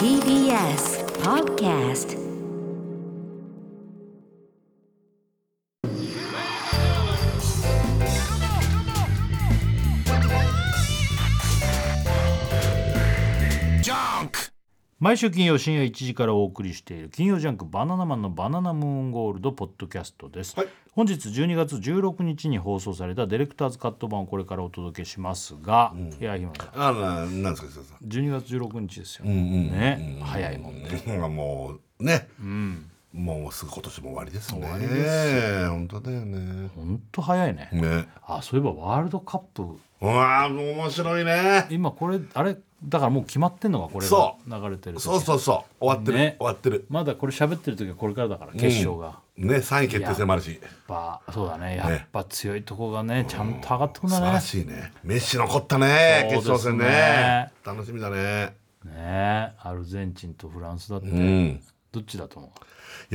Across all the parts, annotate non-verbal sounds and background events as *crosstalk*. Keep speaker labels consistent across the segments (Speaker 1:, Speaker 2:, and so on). Speaker 1: TBS Podcast
Speaker 2: 毎週金曜深夜1時からお送りしている金曜ジャンクバナナマンのバナナムーンゴールドポッドキャストです、
Speaker 3: はい
Speaker 2: 本日12月16日に放送されたディレクターズカット版をこれからお届けしますが、いや今
Speaker 3: あら、なんですか、先
Speaker 2: 12月16日ですよ、ね早いもんね
Speaker 3: 生。うんもう、ね。もうすぐ今年も終わりですね。
Speaker 2: 終わり
Speaker 3: です。本当だよね。
Speaker 2: ほんと早いね、
Speaker 3: ね。
Speaker 2: あそういえばワールドカップ
Speaker 3: うわあ、面白いね。
Speaker 2: 今これあれだからもう決まってんのがこれが
Speaker 3: そ
Speaker 2: 流れてる時
Speaker 3: そうそうそう、終わってる、
Speaker 2: ね
Speaker 3: 終わってる。
Speaker 2: まだこれ喋ってる時はこれからだから決勝が、や
Speaker 3: ね、三位決定戦もあるし。
Speaker 2: っぱそうだねやっぱ強いとこがねちゃんと上がってくん
Speaker 3: 素晴
Speaker 2: だね
Speaker 3: らしいね。メッシ残ったね、
Speaker 2: そうで
Speaker 3: 決勝
Speaker 2: すね
Speaker 3: 戦ね。楽しみだね。
Speaker 2: ねえアルゼンチンとフランスだって、
Speaker 3: うん。
Speaker 2: どっちだと思う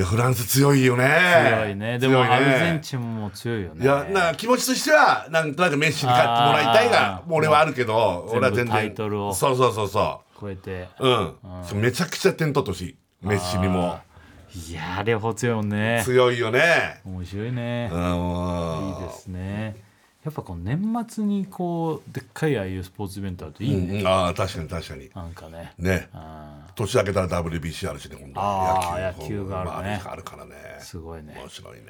Speaker 3: いや、フランス強いよね。
Speaker 2: 強いねでも
Speaker 3: 強いね
Speaker 2: アルゼンチンも強いよね
Speaker 3: いや、なんか気持ちとしては、なんとなくメッシに勝ってもらいたい
Speaker 2: あ
Speaker 3: が
Speaker 2: ー、
Speaker 3: もう俺はあるけど、俺は全然。
Speaker 2: 全部タイトルを
Speaker 3: そうそうそうそ
Speaker 2: 超えて
Speaker 3: う。うん。めちゃくちゃ点取ってほしい。メッシにも。
Speaker 2: いやー両方強いもんね
Speaker 3: 強いよね。
Speaker 2: 面白いね
Speaker 3: う、ん。
Speaker 2: いいですねやっぱこの年末にこうでっかいああいうスポーツイベントあるといいね、
Speaker 3: うんああ、確かに確かに。
Speaker 2: なんかね
Speaker 3: ね。
Speaker 2: あ
Speaker 3: 年明けたら WBC あるしね、今度
Speaker 2: あー
Speaker 3: の
Speaker 2: 野球があるね
Speaker 3: まああるからね。
Speaker 2: ーすごいね
Speaker 3: 面白いね。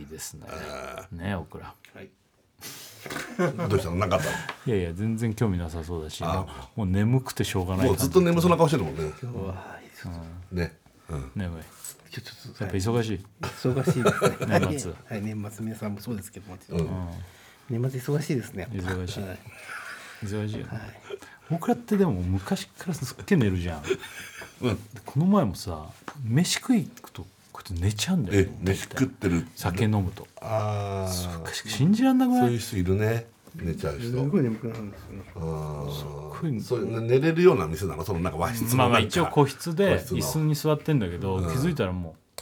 Speaker 2: いいですねねオクラ
Speaker 3: どうしたのなんかあった
Speaker 2: いやいや全然興味なさそうだしもう眠くてしょうがな
Speaker 3: の
Speaker 2: い
Speaker 3: もうずっと眠そうな顔してるもんね。ね。うん。
Speaker 2: 眠い
Speaker 4: ちょちょっ
Speaker 2: やっ
Speaker 4: とは
Speaker 2: ぱ
Speaker 4: い
Speaker 2: 忙しい
Speaker 4: 忙しいです
Speaker 2: 年
Speaker 4: ね。
Speaker 2: 末
Speaker 4: はい、はい年末皆さんもそうですけども、ちょっと年末忙しいですね。やっぱ
Speaker 2: 忙しい
Speaker 4: はい
Speaker 2: 忙しいよね、僕らってでも昔からすっげえ寝るじゃん、この前もさ飯食い行くとこうやって寝ちゃうんだよ
Speaker 3: え
Speaker 2: ね、
Speaker 3: 飯食ってる。
Speaker 2: 酒飲むと
Speaker 3: ああ。
Speaker 2: 信じらんなく
Speaker 3: そ
Speaker 2: な
Speaker 3: う
Speaker 2: い
Speaker 3: いう人いるね。寝ちゃう
Speaker 4: す
Speaker 3: 人。
Speaker 4: ごい眠くなるんですよね。
Speaker 2: こういう
Speaker 3: そういう寝れるような店なのそのなんか和室の
Speaker 2: まあまあ
Speaker 3: なんか
Speaker 2: 一応個室で
Speaker 3: 個室の
Speaker 2: 椅子に座ってんだけど、気づいたらもう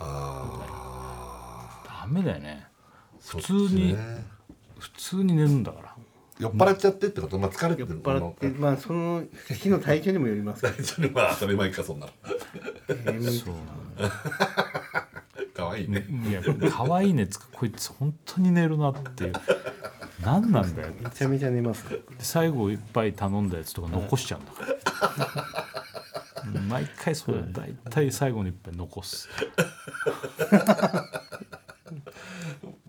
Speaker 2: ダメだよね普通に、
Speaker 3: ね
Speaker 2: 普通に寝るんだから
Speaker 3: 酔っ払っちゃってってことまあ疲れて
Speaker 4: 酔
Speaker 3: る
Speaker 4: っ払って、
Speaker 3: この
Speaker 4: まあその日の体調にもよりますけど、
Speaker 3: それまあ当たり前かそんなの *laughs*
Speaker 4: 眠い
Speaker 2: そう
Speaker 3: 可愛いね
Speaker 2: いや可愛いねつかこいつ本当に寝るなっていう何なんだよ
Speaker 4: めちゃめちゃ寝ます。
Speaker 2: で最後一杯頼んだやつとか残しちゃうんだから毎回そうだよ大体最後の一杯残す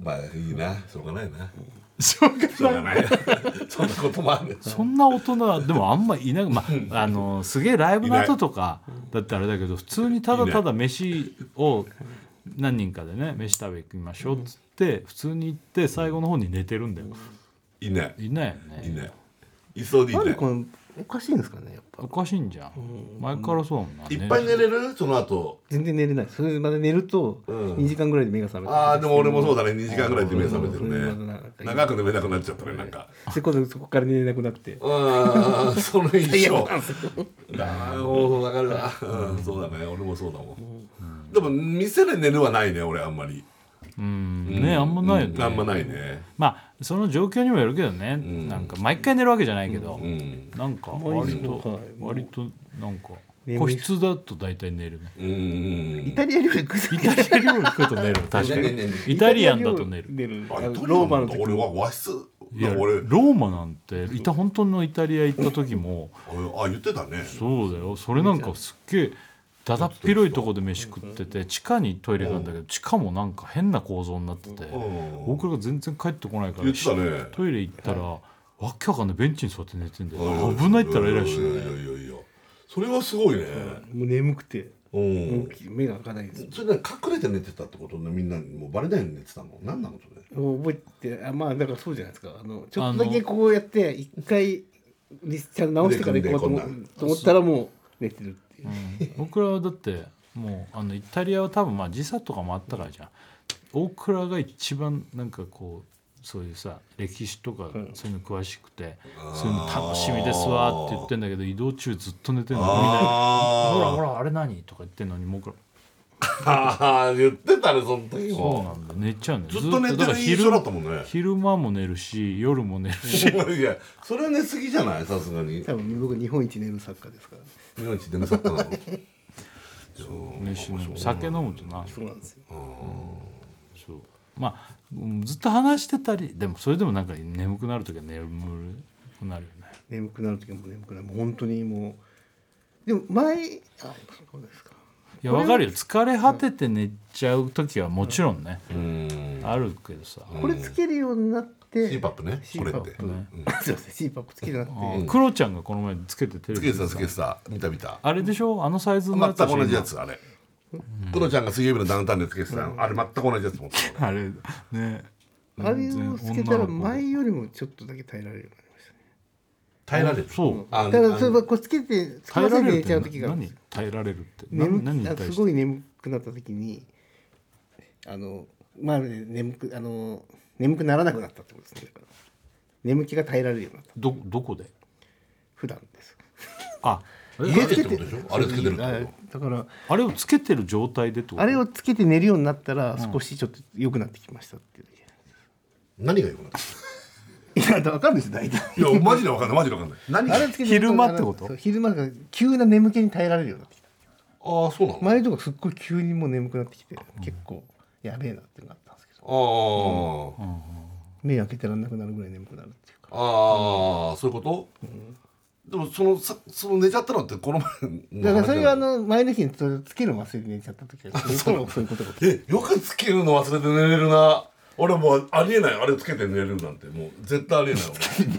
Speaker 3: まあいいなしょうがないな
Speaker 2: そ
Speaker 3: しょうがない *laughs* そんなこともあるね
Speaker 2: んな大人はでもあんまいなく、まあ、あのすげえライブの後とかだってあれだけど普通にただただ飯を何人かでね飯食べ行きましょうっつって普通に行って最後の方に寝てるんだよ
Speaker 3: いない
Speaker 2: いないよ
Speaker 3: いな
Speaker 2: ね
Speaker 3: いいそうでい
Speaker 4: な
Speaker 3: なん
Speaker 4: でこ
Speaker 3: い
Speaker 4: のおかしいんですかね、やっぱ
Speaker 2: お。かしいんじゃん前からそうだもんない
Speaker 3: っぱい寝れるその後
Speaker 4: 全然寝れない。それまで寝ると
Speaker 3: うん
Speaker 4: 2時間ぐらいで目が覚めて。
Speaker 3: ああでも俺もそうだね2時間ぐらいで目覚めて
Speaker 4: う
Speaker 3: る
Speaker 4: ん
Speaker 3: ね
Speaker 4: うん
Speaker 3: 長く眠れなくなっちゃったねなんか
Speaker 4: で今度そこから寝れなくなって。
Speaker 3: うーんその印象ああもう分かるわうんそうだね俺もそうだもんでも店で寝るはないね俺あんまり
Speaker 2: うんねあんまないよね、
Speaker 3: うんあんまないね
Speaker 2: まあその状況にもよるけどね、なんか毎回寝るわけじゃないけど、
Speaker 3: うん
Speaker 2: なんか割と
Speaker 4: はい
Speaker 2: 割となんか
Speaker 4: 眠い
Speaker 2: 個室だと大体寝るね
Speaker 3: うんうん
Speaker 4: イタリア料理食う
Speaker 2: イタリア料理行くと寝る確か
Speaker 3: ね
Speaker 2: に
Speaker 3: ねねね
Speaker 2: イタリアンだと寝る
Speaker 4: 寝る。
Speaker 3: あ
Speaker 4: あ
Speaker 3: イタリア
Speaker 4: の
Speaker 3: ン
Speaker 4: ローマの時
Speaker 3: 俺は和室
Speaker 2: いや
Speaker 3: 俺
Speaker 2: ローマなんていた本当のイタリア行った時も
Speaker 3: あ言ってたね
Speaker 2: そうだよそれなんかすっげえだだっ広いとこで飯食ってて地下にトイレなんだけど地下もなんか変な構造になってて
Speaker 3: うん
Speaker 2: 僕らが全然帰ってこないから
Speaker 3: 言ってたね
Speaker 2: トイレ行ったらわけわかんないベンチに座って寝てんだ
Speaker 3: う
Speaker 2: よ
Speaker 3: ん
Speaker 2: 危ないったら偉いし
Speaker 3: いやい
Speaker 2: ね
Speaker 3: やいやいやそれはすごいね
Speaker 4: もう眠くて
Speaker 3: うん
Speaker 4: 目が開かないです。
Speaker 3: それで隠れて寝てたってことねみんなにもうバレないように寝てたの何なのそれ
Speaker 4: 覚えてあまあだからそうじゃないですかあのちょっとだけこうやって一回リスちゃん直してから行こうと思
Speaker 3: 腕組んで
Speaker 4: と思ったらもう寝てるっていう、
Speaker 2: 僕らはだってもうあのイタリアは多分まあ時差とかもあったからじゃん大倉が一番なんかこうそういうさ歴史とかそういうの詳しくて、そういうの楽しみですわって言ってんだけど移動中ずっと寝てんのみんな「ほらほ
Speaker 3: あ
Speaker 2: らあれ何?」とか言ってんのに僕ら「
Speaker 3: ああ言ってたねその時
Speaker 2: そう
Speaker 3: も
Speaker 2: なんだ寝ちゃうんだ
Speaker 3: ず
Speaker 2: よ
Speaker 3: っと寝て
Speaker 2: だから
Speaker 3: る印
Speaker 2: 昼
Speaker 3: 象だったもんね
Speaker 2: 昼間も寝るし夜も寝るし
Speaker 3: いやそれは寝すぎじゃないさすがに
Speaker 4: 多分僕日本一眠作家ですから
Speaker 3: 日本一眠かったなのそう
Speaker 2: 飯飲む酒飲むとな
Speaker 4: そうなんですよ
Speaker 2: そうまあうんずっと話してたりでもそれでもなんか眠くなる時は眠くなるよね
Speaker 4: 眠くなる時も眠くなるもう本当にもうでも前あそうですか
Speaker 2: いやわかるよ疲れ果てて寝ちゃう時はもちろんね、
Speaker 3: うん
Speaker 2: あるけどさ、
Speaker 4: これつけるようになって、
Speaker 3: シーパップねこれって
Speaker 4: CPAP すいません CPAP つけるようになって、
Speaker 2: あクロちゃんがこの前つけてテレ
Speaker 3: つ
Speaker 2: ビ
Speaker 3: け
Speaker 2: で
Speaker 3: て
Speaker 2: さ
Speaker 3: たつけてた見た見た
Speaker 2: あれでしょあのサイズの
Speaker 3: 全く
Speaker 2: やつでしょ
Speaker 3: 同じやつあれクロちゃんが水曜日のダウンタウンでつけてたのあれ全く同じやつ持ってた
Speaker 2: 今あれね
Speaker 4: あれをつけたら前
Speaker 2: 毎
Speaker 4: よりもちょっとだけ耐えられるようになりましたね
Speaker 3: 耐えられる
Speaker 2: そう
Speaker 3: あ
Speaker 4: だから
Speaker 3: あ
Speaker 4: それはこうつけてつけ
Speaker 2: 耐え
Speaker 4: ませ
Speaker 2: ら
Speaker 4: ん
Speaker 2: れ
Speaker 4: で
Speaker 2: る
Speaker 4: 寝
Speaker 2: っ
Speaker 4: ち
Speaker 2: て
Speaker 4: ゃう時があるんで
Speaker 2: 何
Speaker 4: すよ
Speaker 2: 耐えられるってな
Speaker 4: 眠
Speaker 2: 何に
Speaker 4: あ
Speaker 2: 対
Speaker 4: す
Speaker 2: して
Speaker 4: ごい眠くなった時にあのまあね眠くあの眠くならなくなったってことですねだから眠気が耐えられるようになった
Speaker 2: どどこで
Speaker 4: 普段です
Speaker 2: あ
Speaker 3: 家でってことでしょあれつけてるって
Speaker 4: あ
Speaker 3: こ
Speaker 4: だから
Speaker 2: あれをつけてる状態でってこと
Speaker 4: あれをつけて寝るようになったら少しちょっと良くなってきましたっていうだけ、
Speaker 3: 何がよくなった
Speaker 4: いやだから分かるんですよ大体
Speaker 3: いやマジでわかんないマジでわかんない何が
Speaker 4: あ
Speaker 3: あ
Speaker 4: れつけてる
Speaker 2: 昼間ってこと
Speaker 4: そう昼間が急な眠気に耐えられるようになってきた
Speaker 3: あそうなの
Speaker 4: 前のとかすっごい急にもう眠くなってきて、結構やべえなっていうのがあったんですけど
Speaker 3: ああ
Speaker 4: 目開けてらんなくなるぐらい眠くなるっていうか
Speaker 3: ああそういうことでもそのさその寝ちゃったのってこの前
Speaker 4: だからそれはあ
Speaker 3: の
Speaker 4: の前の日にそれをつけるの忘れて寝ちゃった時はそうそういうことが起きて
Speaker 3: えよくつけるの忘れて寝れるな俺もうありえないあれつけて寝れるなんてもう絶対ありえない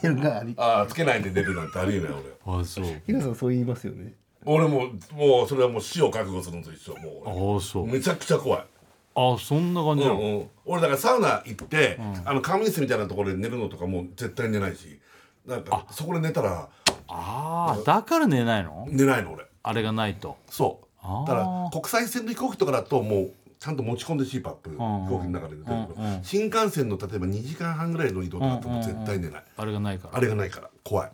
Speaker 3: 俺
Speaker 4: 寝るがあり
Speaker 3: ああつけないで寝るなんてありえない
Speaker 2: あそう
Speaker 4: 日賀さんそう言いますよね
Speaker 3: 俺俺ももうそれはもう死を覚悟するのと一緒もう
Speaker 2: あそう
Speaker 3: 俺めちゃくちゃ怖い
Speaker 2: あそんな感じ
Speaker 3: う
Speaker 2: なの、
Speaker 3: んうん、俺だからサウナ行って、あの仮眠室みたいなところで寝るのとかもう絶対寝ないしなんかそこで寝たら
Speaker 2: ああだから寝ないの
Speaker 3: 寝ないの俺
Speaker 2: あれがないと
Speaker 3: そう
Speaker 2: ー
Speaker 3: だから国際線の飛行機とかだともうちゃんと持ち込んで CPAP 飛
Speaker 2: ん
Speaker 3: 行機の中で寝てるけど、
Speaker 2: うんうん
Speaker 3: 新幹線の例えば2時間半ぐらいの移動とかだともう絶対寝ない、
Speaker 2: あれがないから
Speaker 3: あれがないから怖い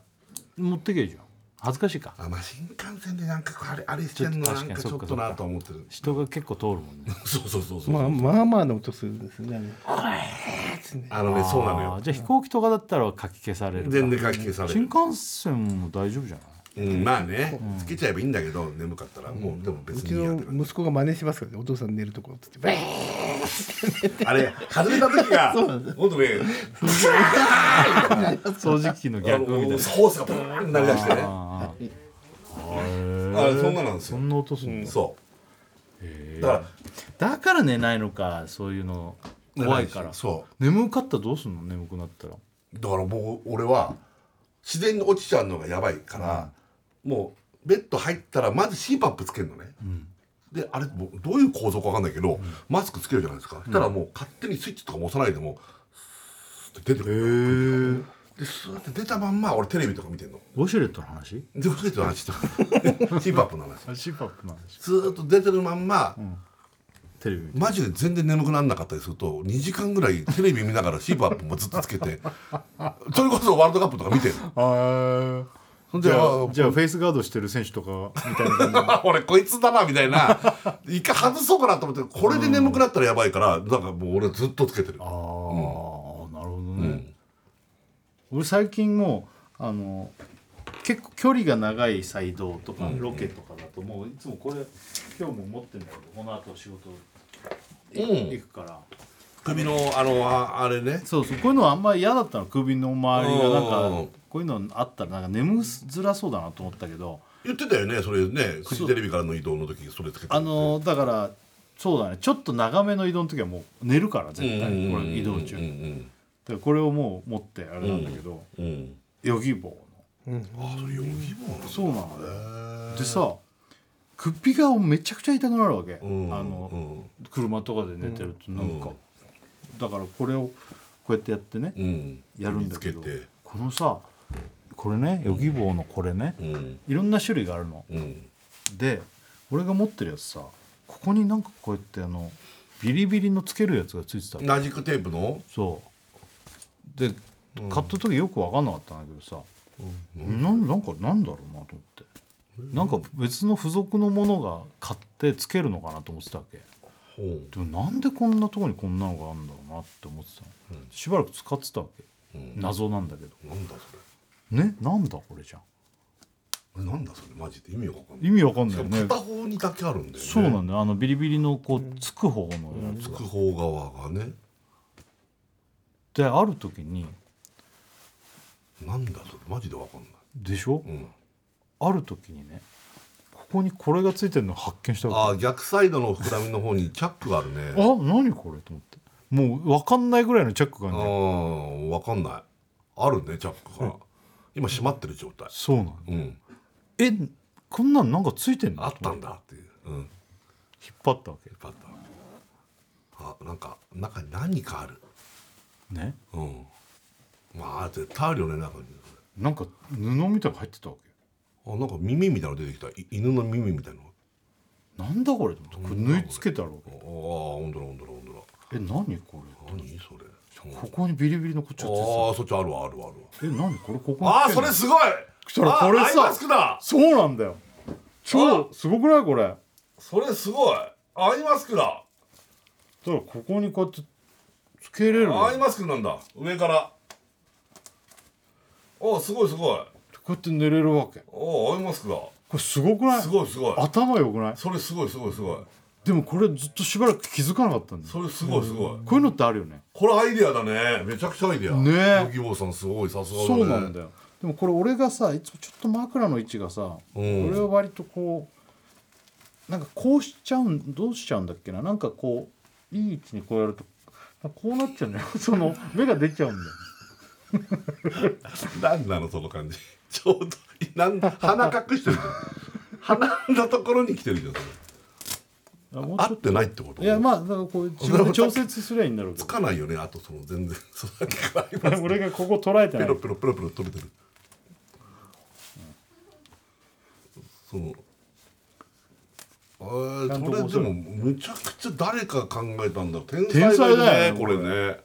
Speaker 2: 持ってけるじゃん恥ずかしいか
Speaker 3: あまあ新幹線でなんかあれあれしてんの
Speaker 2: ちょっと
Speaker 3: な
Speaker 2: 確
Speaker 3: ん
Speaker 2: か
Speaker 3: か
Speaker 2: に
Speaker 3: ちょっと
Speaker 2: そっかそっか
Speaker 3: なとは思ってる
Speaker 2: 人が結構通るもんね
Speaker 3: そうそうそうそう、
Speaker 4: まあまあまあの音するんですよねあ
Speaker 3: あのね *laughs* そうなの
Speaker 2: あー
Speaker 3: よ
Speaker 2: じゃあ飛行機とかだったらかき消されるか
Speaker 3: 全然書き消され
Speaker 2: 新
Speaker 3: る、
Speaker 2: 幹線も大丈夫じゃ
Speaker 3: *laughs*
Speaker 2: ない
Speaker 3: うん、まあねつけちゃえばいいんだけど眠かったらもうでも別
Speaker 4: れうち
Speaker 3: にいいやっ
Speaker 4: の
Speaker 3: て
Speaker 4: 息子が真似しますからねお父さん寝るところっつってバーン
Speaker 3: あれ始めた時
Speaker 2: *laughs*
Speaker 3: が本当ね *laughs*
Speaker 2: 掃除機の
Speaker 3: あの
Speaker 2: 逆みたいな
Speaker 3: ホースがブーンって鳴り出してねあ
Speaker 2: あー
Speaker 3: れそんななんです
Speaker 2: そ
Speaker 3: よ
Speaker 2: んな音するんだ
Speaker 3: そうだから
Speaker 2: だから寝ないのかそういうの怖いから
Speaker 3: そ
Speaker 2: 眠かったらどうすんの眠くなったら
Speaker 3: うだから僕俺は自然に落ちちゃうのがやばいから、もうベッド入ったらまず CPAP つけるのね、であれもうどういう構造か分かんないけど、マスクつけるじゃないですか、したらもう勝手にスイッチとかも押さないでもうスーッて出てくるでスーッて出たまんま俺テレビとか見てんの
Speaker 2: ウォシュレットの話
Speaker 3: でウォシュレットの話とか CPAP の話
Speaker 2: あシパップの話
Speaker 3: ずーっと出てるまんま、
Speaker 2: テレビ見て
Speaker 3: マジで全然眠くなんなかったりすると2時間ぐらいテレビ見ながら CPAP もずっとつけてそれこそワールドカップとか見てる
Speaker 2: ああ
Speaker 3: じゃあ
Speaker 2: じゃあフェイスガードしてる選手とかみたいな感じ
Speaker 3: *laughs* 俺こいつだなみたいな
Speaker 2: *laughs*
Speaker 3: 一回外そうかなと思ってこれで眠くなったらやばいからなんかもう俺ずっとつけてる
Speaker 2: ああ、なるほどね、俺最近もうあの結構距離が長い街道とかロケとかだともういつもこれ今日も持ってるんだけどこの後仕事行く,、
Speaker 3: うん
Speaker 2: から
Speaker 3: 首のあのああれね
Speaker 2: そうそうこういうのはあんまり嫌だったの首の周りが
Speaker 3: う
Speaker 2: なん
Speaker 3: ん
Speaker 2: かこういうのあったらなんか眠づらそうだなと思ったけど
Speaker 3: 言ってたよねそれねフジテレビからの移動の時それつけてるって
Speaker 2: あのだからそうだねちょっと長めの移動の時はもう寝るから
Speaker 3: うん
Speaker 2: 絶対これ移動中
Speaker 3: うん
Speaker 2: だからこれをもう持ってあれなんだけど、
Speaker 3: うんうん
Speaker 2: ヨギボーの
Speaker 3: あそれヨギボー
Speaker 2: そうなのよでさ首がめちゃくちゃ痛くなるわけ、
Speaker 3: うん
Speaker 2: あ
Speaker 3: う
Speaker 2: の
Speaker 3: ん
Speaker 2: 車とかで寝てるとなんか、
Speaker 3: うん
Speaker 2: だからこれをこうやってやってね、
Speaker 3: うん
Speaker 2: やるんだけど
Speaker 3: 首つけて
Speaker 2: このさこれねヨギボーのこれね、
Speaker 3: うん
Speaker 2: いろんな種類があるの
Speaker 3: うん
Speaker 2: で俺が持ってるやつさここになんかこうやってあのビリビリのつけるやつがついてたの
Speaker 3: マジックテープの
Speaker 2: そうで買った時よく分かんなかったんだけどさ、なんなんかなんだろうなと思ってなんか別の付属のものが買ってつけるのかなと思ってたわけ
Speaker 3: ほう
Speaker 2: でもなんでこんなとこにこんなのがあるんだろうなって思ってたの、しばらく使ってたわけ、
Speaker 3: うん
Speaker 2: 謎なんだけど
Speaker 3: なんだそれ
Speaker 2: ねなんだこれじゃん
Speaker 3: えなんだそれマジで意味わかんない
Speaker 2: 意味わかん
Speaker 3: し
Speaker 2: な
Speaker 3: か
Speaker 2: いよ
Speaker 3: も
Speaker 2: ね
Speaker 3: 片方にだけあるんだよね
Speaker 2: そうなんだよあのビリビリのこうつく方のやつ
Speaker 3: つく方側がね
Speaker 2: である時に
Speaker 3: なんだそれマジでわかんない
Speaker 2: でしょ、
Speaker 3: うん
Speaker 2: ある時にねここにこれがついてるのを発見したわけ
Speaker 3: あー逆サイドの膨らみの方にチャックがあるね
Speaker 2: あ何これと思ってもう分かんないぐらいのチャックが
Speaker 3: あ
Speaker 2: ね
Speaker 3: ーわかんないあるねチャックが今閉まってる状態
Speaker 2: そうなの
Speaker 3: うん
Speaker 2: えこんなんなんかついてんの
Speaker 3: あったん
Speaker 2: と
Speaker 3: だっていううん
Speaker 2: 思って引っ張ったわけ
Speaker 3: あったあなんか中に何かある
Speaker 2: ね
Speaker 3: うんまあ絶対あるよね中に
Speaker 2: なんか布みたいなの入ってたわけ
Speaker 3: あなんか耳みたいなの出てきたい犬の耳みたいなの
Speaker 2: なんだこれと思ってこれ縫い付けたろ
Speaker 3: ああ本当だ本当だ本当だ
Speaker 2: え何こ
Speaker 3: 何それ
Speaker 2: れここにビリビリのこっちがついて
Speaker 3: ああそっちあるわあるわあるわ
Speaker 2: たえ何これここにつけんの
Speaker 3: ああそれすごい
Speaker 2: 来たらこれさ
Speaker 3: あアイマスクだ
Speaker 2: そうなんだよ超すごくないこれ
Speaker 3: それすごいアイマスクだ
Speaker 2: ただここにこうやってつけれるの
Speaker 3: アイマスクなんだ上からおーすごいすごい
Speaker 2: こうやって寝れるわけ
Speaker 3: おーアイマスクだ
Speaker 2: これすごくない
Speaker 3: すごいすごい
Speaker 2: 頭良くない
Speaker 3: それすごいすごいすごい
Speaker 2: でもこれずっとしばらく気づかなかったんだよ
Speaker 3: それすごいすごい
Speaker 2: こういうのってあるよね
Speaker 3: これアイディアだねめちゃくちゃアイディア
Speaker 2: ねえ
Speaker 3: ヨギボーさんすごいさすがだね
Speaker 2: そうなんだよでもこれ俺がさいつもちょっと枕の位置がさ、
Speaker 3: うん
Speaker 2: 俺は割とこうなんかこうしちゃうんどうしちゃうんだっけななんかこういい位置にこうやるとこうなっちゃうんだよ *laughs* その目が出ちゃうんだよ
Speaker 3: なんなのその感じ *laughs* ちょうどなん鼻隠してるじゃん鼻のところに来てるじゃんそれ
Speaker 2: あもうちょっ
Speaker 3: 合ってないってこと
Speaker 2: といやまあだからこう自分で調節すりゃいいんだろうけ
Speaker 3: つかないよねあとその全然それだけがあります
Speaker 2: ど俺がここ捉えて
Speaker 3: ペ
Speaker 2: ない
Speaker 3: ロペロペロペロ取れてる、そのえ
Speaker 2: ちゃん
Speaker 3: ー、
Speaker 2: と
Speaker 3: これ
Speaker 2: 面
Speaker 3: で
Speaker 2: 白い
Speaker 3: もむちゃくちゃ誰か考えたんだ天才
Speaker 2: 天
Speaker 3: だ
Speaker 2: 才
Speaker 3: よね
Speaker 2: だよね
Speaker 3: これね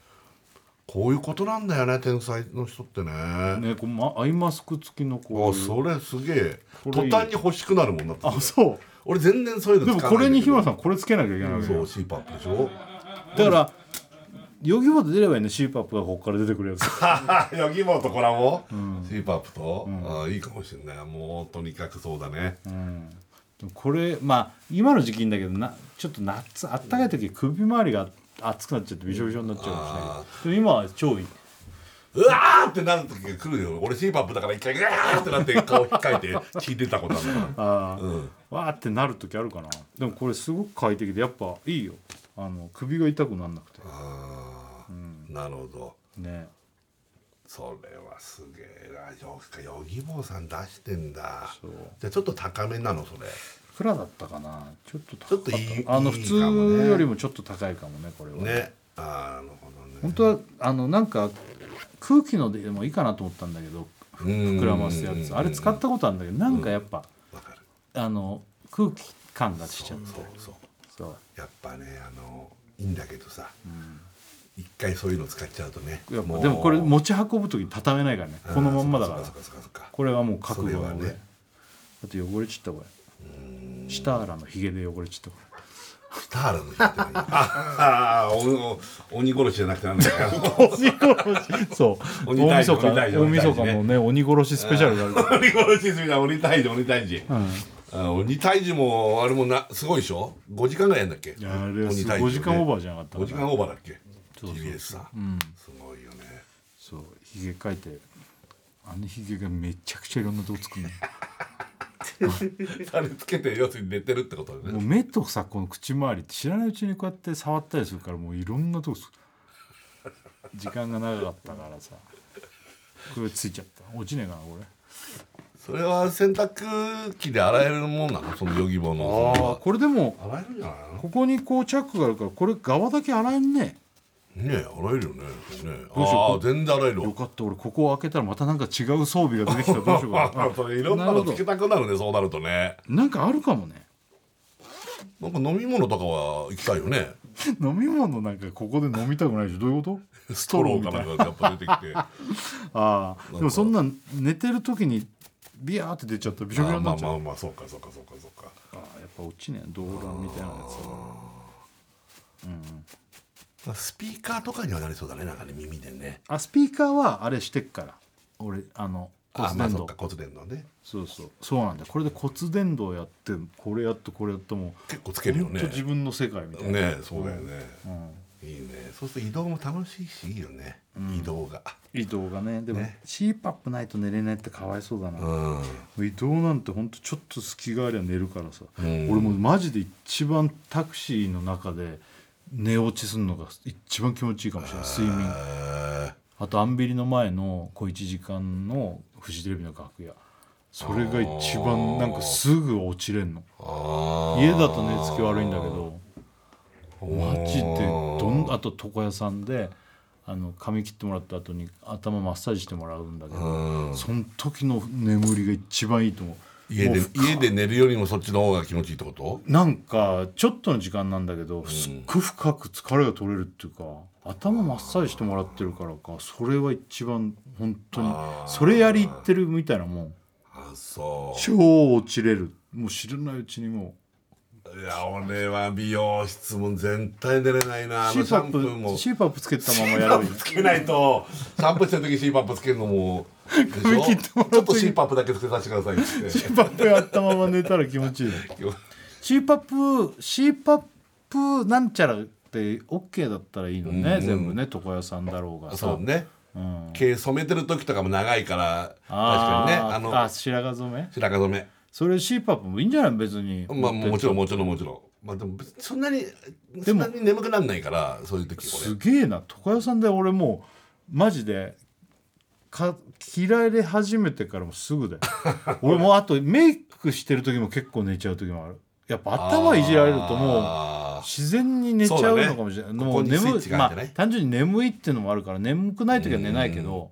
Speaker 3: こういうことなんだよね天才の人ってね
Speaker 2: ねこう、ま、アイマスク付きのこ
Speaker 3: あ
Speaker 2: ういう
Speaker 3: それすげえ
Speaker 2: こ
Speaker 3: 途
Speaker 2: れいい
Speaker 3: 端に欲しくなるもんなって
Speaker 2: あそう
Speaker 3: 俺全然そういう
Speaker 2: で
Speaker 3: の
Speaker 2: も
Speaker 3: つかない
Speaker 2: これに日
Speaker 3: 暇
Speaker 2: 村さんこれつけなきゃいけないわけ
Speaker 3: そ
Speaker 2: よ
Speaker 3: う C パップでしょ
Speaker 2: だからヨギボーで出ればいいね CPAP がここから出てくるやつ
Speaker 3: ヤギボーとコラボ、シーパップと、ああいいかもしれないもうとにかくそうだね、
Speaker 2: でもこれまあ今の時期んだけどなちょっと夏あったかい時首周りが熱くなっちゃってびしょびしょになっちゃうかもしれないけどでも今は超いいう
Speaker 3: わーってなる時が来るよ俺シーパップだから一回うわーってなって顔引っかいて聞いてたことあるか
Speaker 2: あー、
Speaker 3: うん
Speaker 2: わーってなる時あるかなでもこれすごく快適でやっぱいいよあの首が痛くなんなくて
Speaker 3: らあーなるほど
Speaker 2: ね
Speaker 3: それはすげえなよっかヨギボーさん出してんだ
Speaker 2: そう
Speaker 3: じゃあちょっと高めなのそれ
Speaker 2: いくらだったかなちょっと
Speaker 3: ちょ
Speaker 2: 高
Speaker 3: っと
Speaker 2: かた
Speaker 3: いい
Speaker 2: あの
Speaker 3: い
Speaker 2: 普
Speaker 3: いかもね
Speaker 2: 通よりもちょっと高いかもねこれは
Speaker 3: ねあーなるほどね
Speaker 2: 本当はあのなんか空気のでもいいかなと思ったんだけど膨
Speaker 3: 膨
Speaker 2: らますやつあれ使ったことあるんだけどなんかやっぱ、
Speaker 3: わかる
Speaker 2: あの空気感がしちゃって
Speaker 3: そうそう
Speaker 2: そう
Speaker 3: やっぱねあのいいんだけどさ、一回そういうの使っちゃうとね
Speaker 2: やっぱでもこれ持ち運ぶ時に畳めないからねこのまんまだから
Speaker 3: そっそっかそっかそっか
Speaker 2: これはもう覚悟
Speaker 3: それ
Speaker 2: だ
Speaker 3: は
Speaker 2: ね
Speaker 3: ね
Speaker 2: あと汚れちったこれ下腹のヒゲで汚れちったこ
Speaker 3: スターラの人ってのいいああおお鬼殺しじゃなくてなんだよ
Speaker 2: れ鬼殺しそう
Speaker 3: 鬼
Speaker 2: 大
Speaker 3: 退治
Speaker 2: 晦日
Speaker 3: 鬼退治
Speaker 2: 大晦日もね鬼殺しスペシャルがあるから
Speaker 3: 鬼殺しみたいな鬼退治鬼退治、
Speaker 2: ん
Speaker 3: あ鬼退治もあれもなすごいでしょ5時間ぐらいやんだっけ
Speaker 2: いやあれはす
Speaker 3: 鬼退治
Speaker 2: 5時間オーバー
Speaker 3: じ
Speaker 2: じゃなかった
Speaker 3: 5時間オーバーだっけ
Speaker 2: そうそう
Speaker 3: TBS さ、
Speaker 2: うん
Speaker 3: すごいよね
Speaker 2: そうひげ描いてあのひげがめちゃくちゃいろんなとこつくの
Speaker 3: あれつけて要するに寝てるってことだ
Speaker 2: も
Speaker 3: ね
Speaker 2: う目とさこの口周りって知らないうちにこうやって触ったりするからもういろんなとこす時間が長かったからさこれついちゃった落ちねえかなこれ
Speaker 3: それは洗濯機で洗えるもんなのそのヨギボーのその
Speaker 2: あこれでも
Speaker 3: 洗えるんじゃないの
Speaker 2: ここにこうチャックがあるからこれ側だけ洗えんね
Speaker 3: ねえ洗えるよねね
Speaker 2: うし
Speaker 3: あ
Speaker 2: よ
Speaker 3: あ全然洗えるわ
Speaker 2: よかった俺ここを開けたらまたなんか違う装備が出てきたらどうしよ
Speaker 3: *laughs*
Speaker 2: うか
Speaker 3: あそれいろんなのつけたくなるねそうなるとね
Speaker 2: ななんかあるかもね
Speaker 3: なんか飲み物とかは行きたいよね
Speaker 2: 飲み物なんかここで飲みたくないでしょどういうこと
Speaker 3: ス
Speaker 2: *laughs*
Speaker 3: トローかなんかがやっぱ出てきて
Speaker 2: ああでもそんなん寝てる時に
Speaker 5: ビヤーって出ちゃったびし
Speaker 3: あ
Speaker 5: ょびしょ
Speaker 3: ー
Speaker 5: にな
Speaker 3: まあ
Speaker 5: っちゃ
Speaker 3: ま
Speaker 5: う
Speaker 3: あまあそうかそうかそうかそうか
Speaker 2: あーやっぱ落ちね動乱みたいなや
Speaker 3: スピーカーとかにはなりそうだねなんかね耳でね
Speaker 2: つあスピーカーはあれしてっから俺あの
Speaker 3: あ
Speaker 2: 骨
Speaker 3: まあ
Speaker 2: 伝
Speaker 3: そ
Speaker 2: 導
Speaker 3: っか骨伝導ね
Speaker 2: そうそうそうなんだよこれで骨伝導やってこれやってこれやっても
Speaker 3: 結構つけ
Speaker 2: う
Speaker 3: るよ
Speaker 2: ほん
Speaker 3: ね
Speaker 2: と自分の世界みたいな、
Speaker 3: ねそうだよね、いいねそうすると移動も楽しいしいいよね、移動が
Speaker 2: 移動がねでも
Speaker 3: ね
Speaker 2: CPAP ないと寝れないってかわいそうだな、
Speaker 3: うん
Speaker 2: 移動なんてほんとちょっと隙がありゃ寝るからさ、
Speaker 3: ん
Speaker 2: 俺もうマジで一番タクシーの中で寝落ちするのが一番気持ちいいかもしれない睡眠
Speaker 3: え
Speaker 2: あとアンビリの前の小1時間のフジテレビの楽屋それが一番なんかすぐ落ちれんの
Speaker 3: あ
Speaker 2: 家だと寝つき悪いんだけど
Speaker 3: ー
Speaker 2: マジでどんあと床屋さんであの髪切ってもらった後に頭マッサージしてもらうんだけど、
Speaker 3: うん
Speaker 2: その時の眠りが一番いいと思う
Speaker 3: 家
Speaker 2: も
Speaker 3: で
Speaker 2: う深
Speaker 3: 家で寝るよりもそっちの方が気持ちいいってこと
Speaker 2: なんかちょっとの時間なんだけどすっごい深く疲れが取れるっていうか頭マッサージしてもらってるからかそれは一番本当にそれやり行ってるみたいなもん
Speaker 3: あそ
Speaker 2: 超落ちれるもう知らないうちにも
Speaker 3: ういや俺は美容室も全体寝れないな
Speaker 2: う
Speaker 3: あのシャンプー
Speaker 2: CPAP
Speaker 3: も
Speaker 2: CPAP つけたままや
Speaker 3: シャ
Speaker 2: ろ
Speaker 3: ン
Speaker 2: う
Speaker 3: プーつけないとシャンプーしてる時シーパップつけるのもでし
Speaker 2: 髪
Speaker 3: ょ
Speaker 2: 切ってもらう時
Speaker 3: ちょっとシーパップだけつけさせてくださいって
Speaker 2: CPAP やったまま寝たら気持ちいいよ CPAP CPAP なんちゃらって OK だったらいいのね、全部ね床屋さんだろうがさ
Speaker 3: そうね
Speaker 2: うん、
Speaker 3: 毛染めてる時とかも長いから確
Speaker 2: あ
Speaker 3: かにね
Speaker 2: ー
Speaker 3: あの
Speaker 2: あ白髪染め
Speaker 3: 白髪染め
Speaker 2: それ CPAP もいいんじゃない別に
Speaker 3: まあ
Speaker 2: 持って
Speaker 3: もちろんもちろんもちろんまあでも別にそんなにそんなに眠くなんないからそういう時
Speaker 2: す
Speaker 3: 俺
Speaker 2: げえな床屋さんで俺もうマジでか嫌いで始めてからもう
Speaker 3: *laughs*
Speaker 2: すぐで俺もうあとメイクしてる時も結構寝ちゃう時もあるやっぱ頭いじられるともう
Speaker 3: あー
Speaker 2: 自然に寝ちゃうのかもしれな
Speaker 3: そ
Speaker 2: い、
Speaker 3: うだね
Speaker 2: もう
Speaker 3: ここにスイ
Speaker 2: 眠
Speaker 3: ッチ
Speaker 2: い
Speaker 3: が
Speaker 2: ま
Speaker 3: あ
Speaker 2: あ
Speaker 3: るんじゃない
Speaker 2: 単純に眠いっていうのもあるから眠くない時は寝ないけど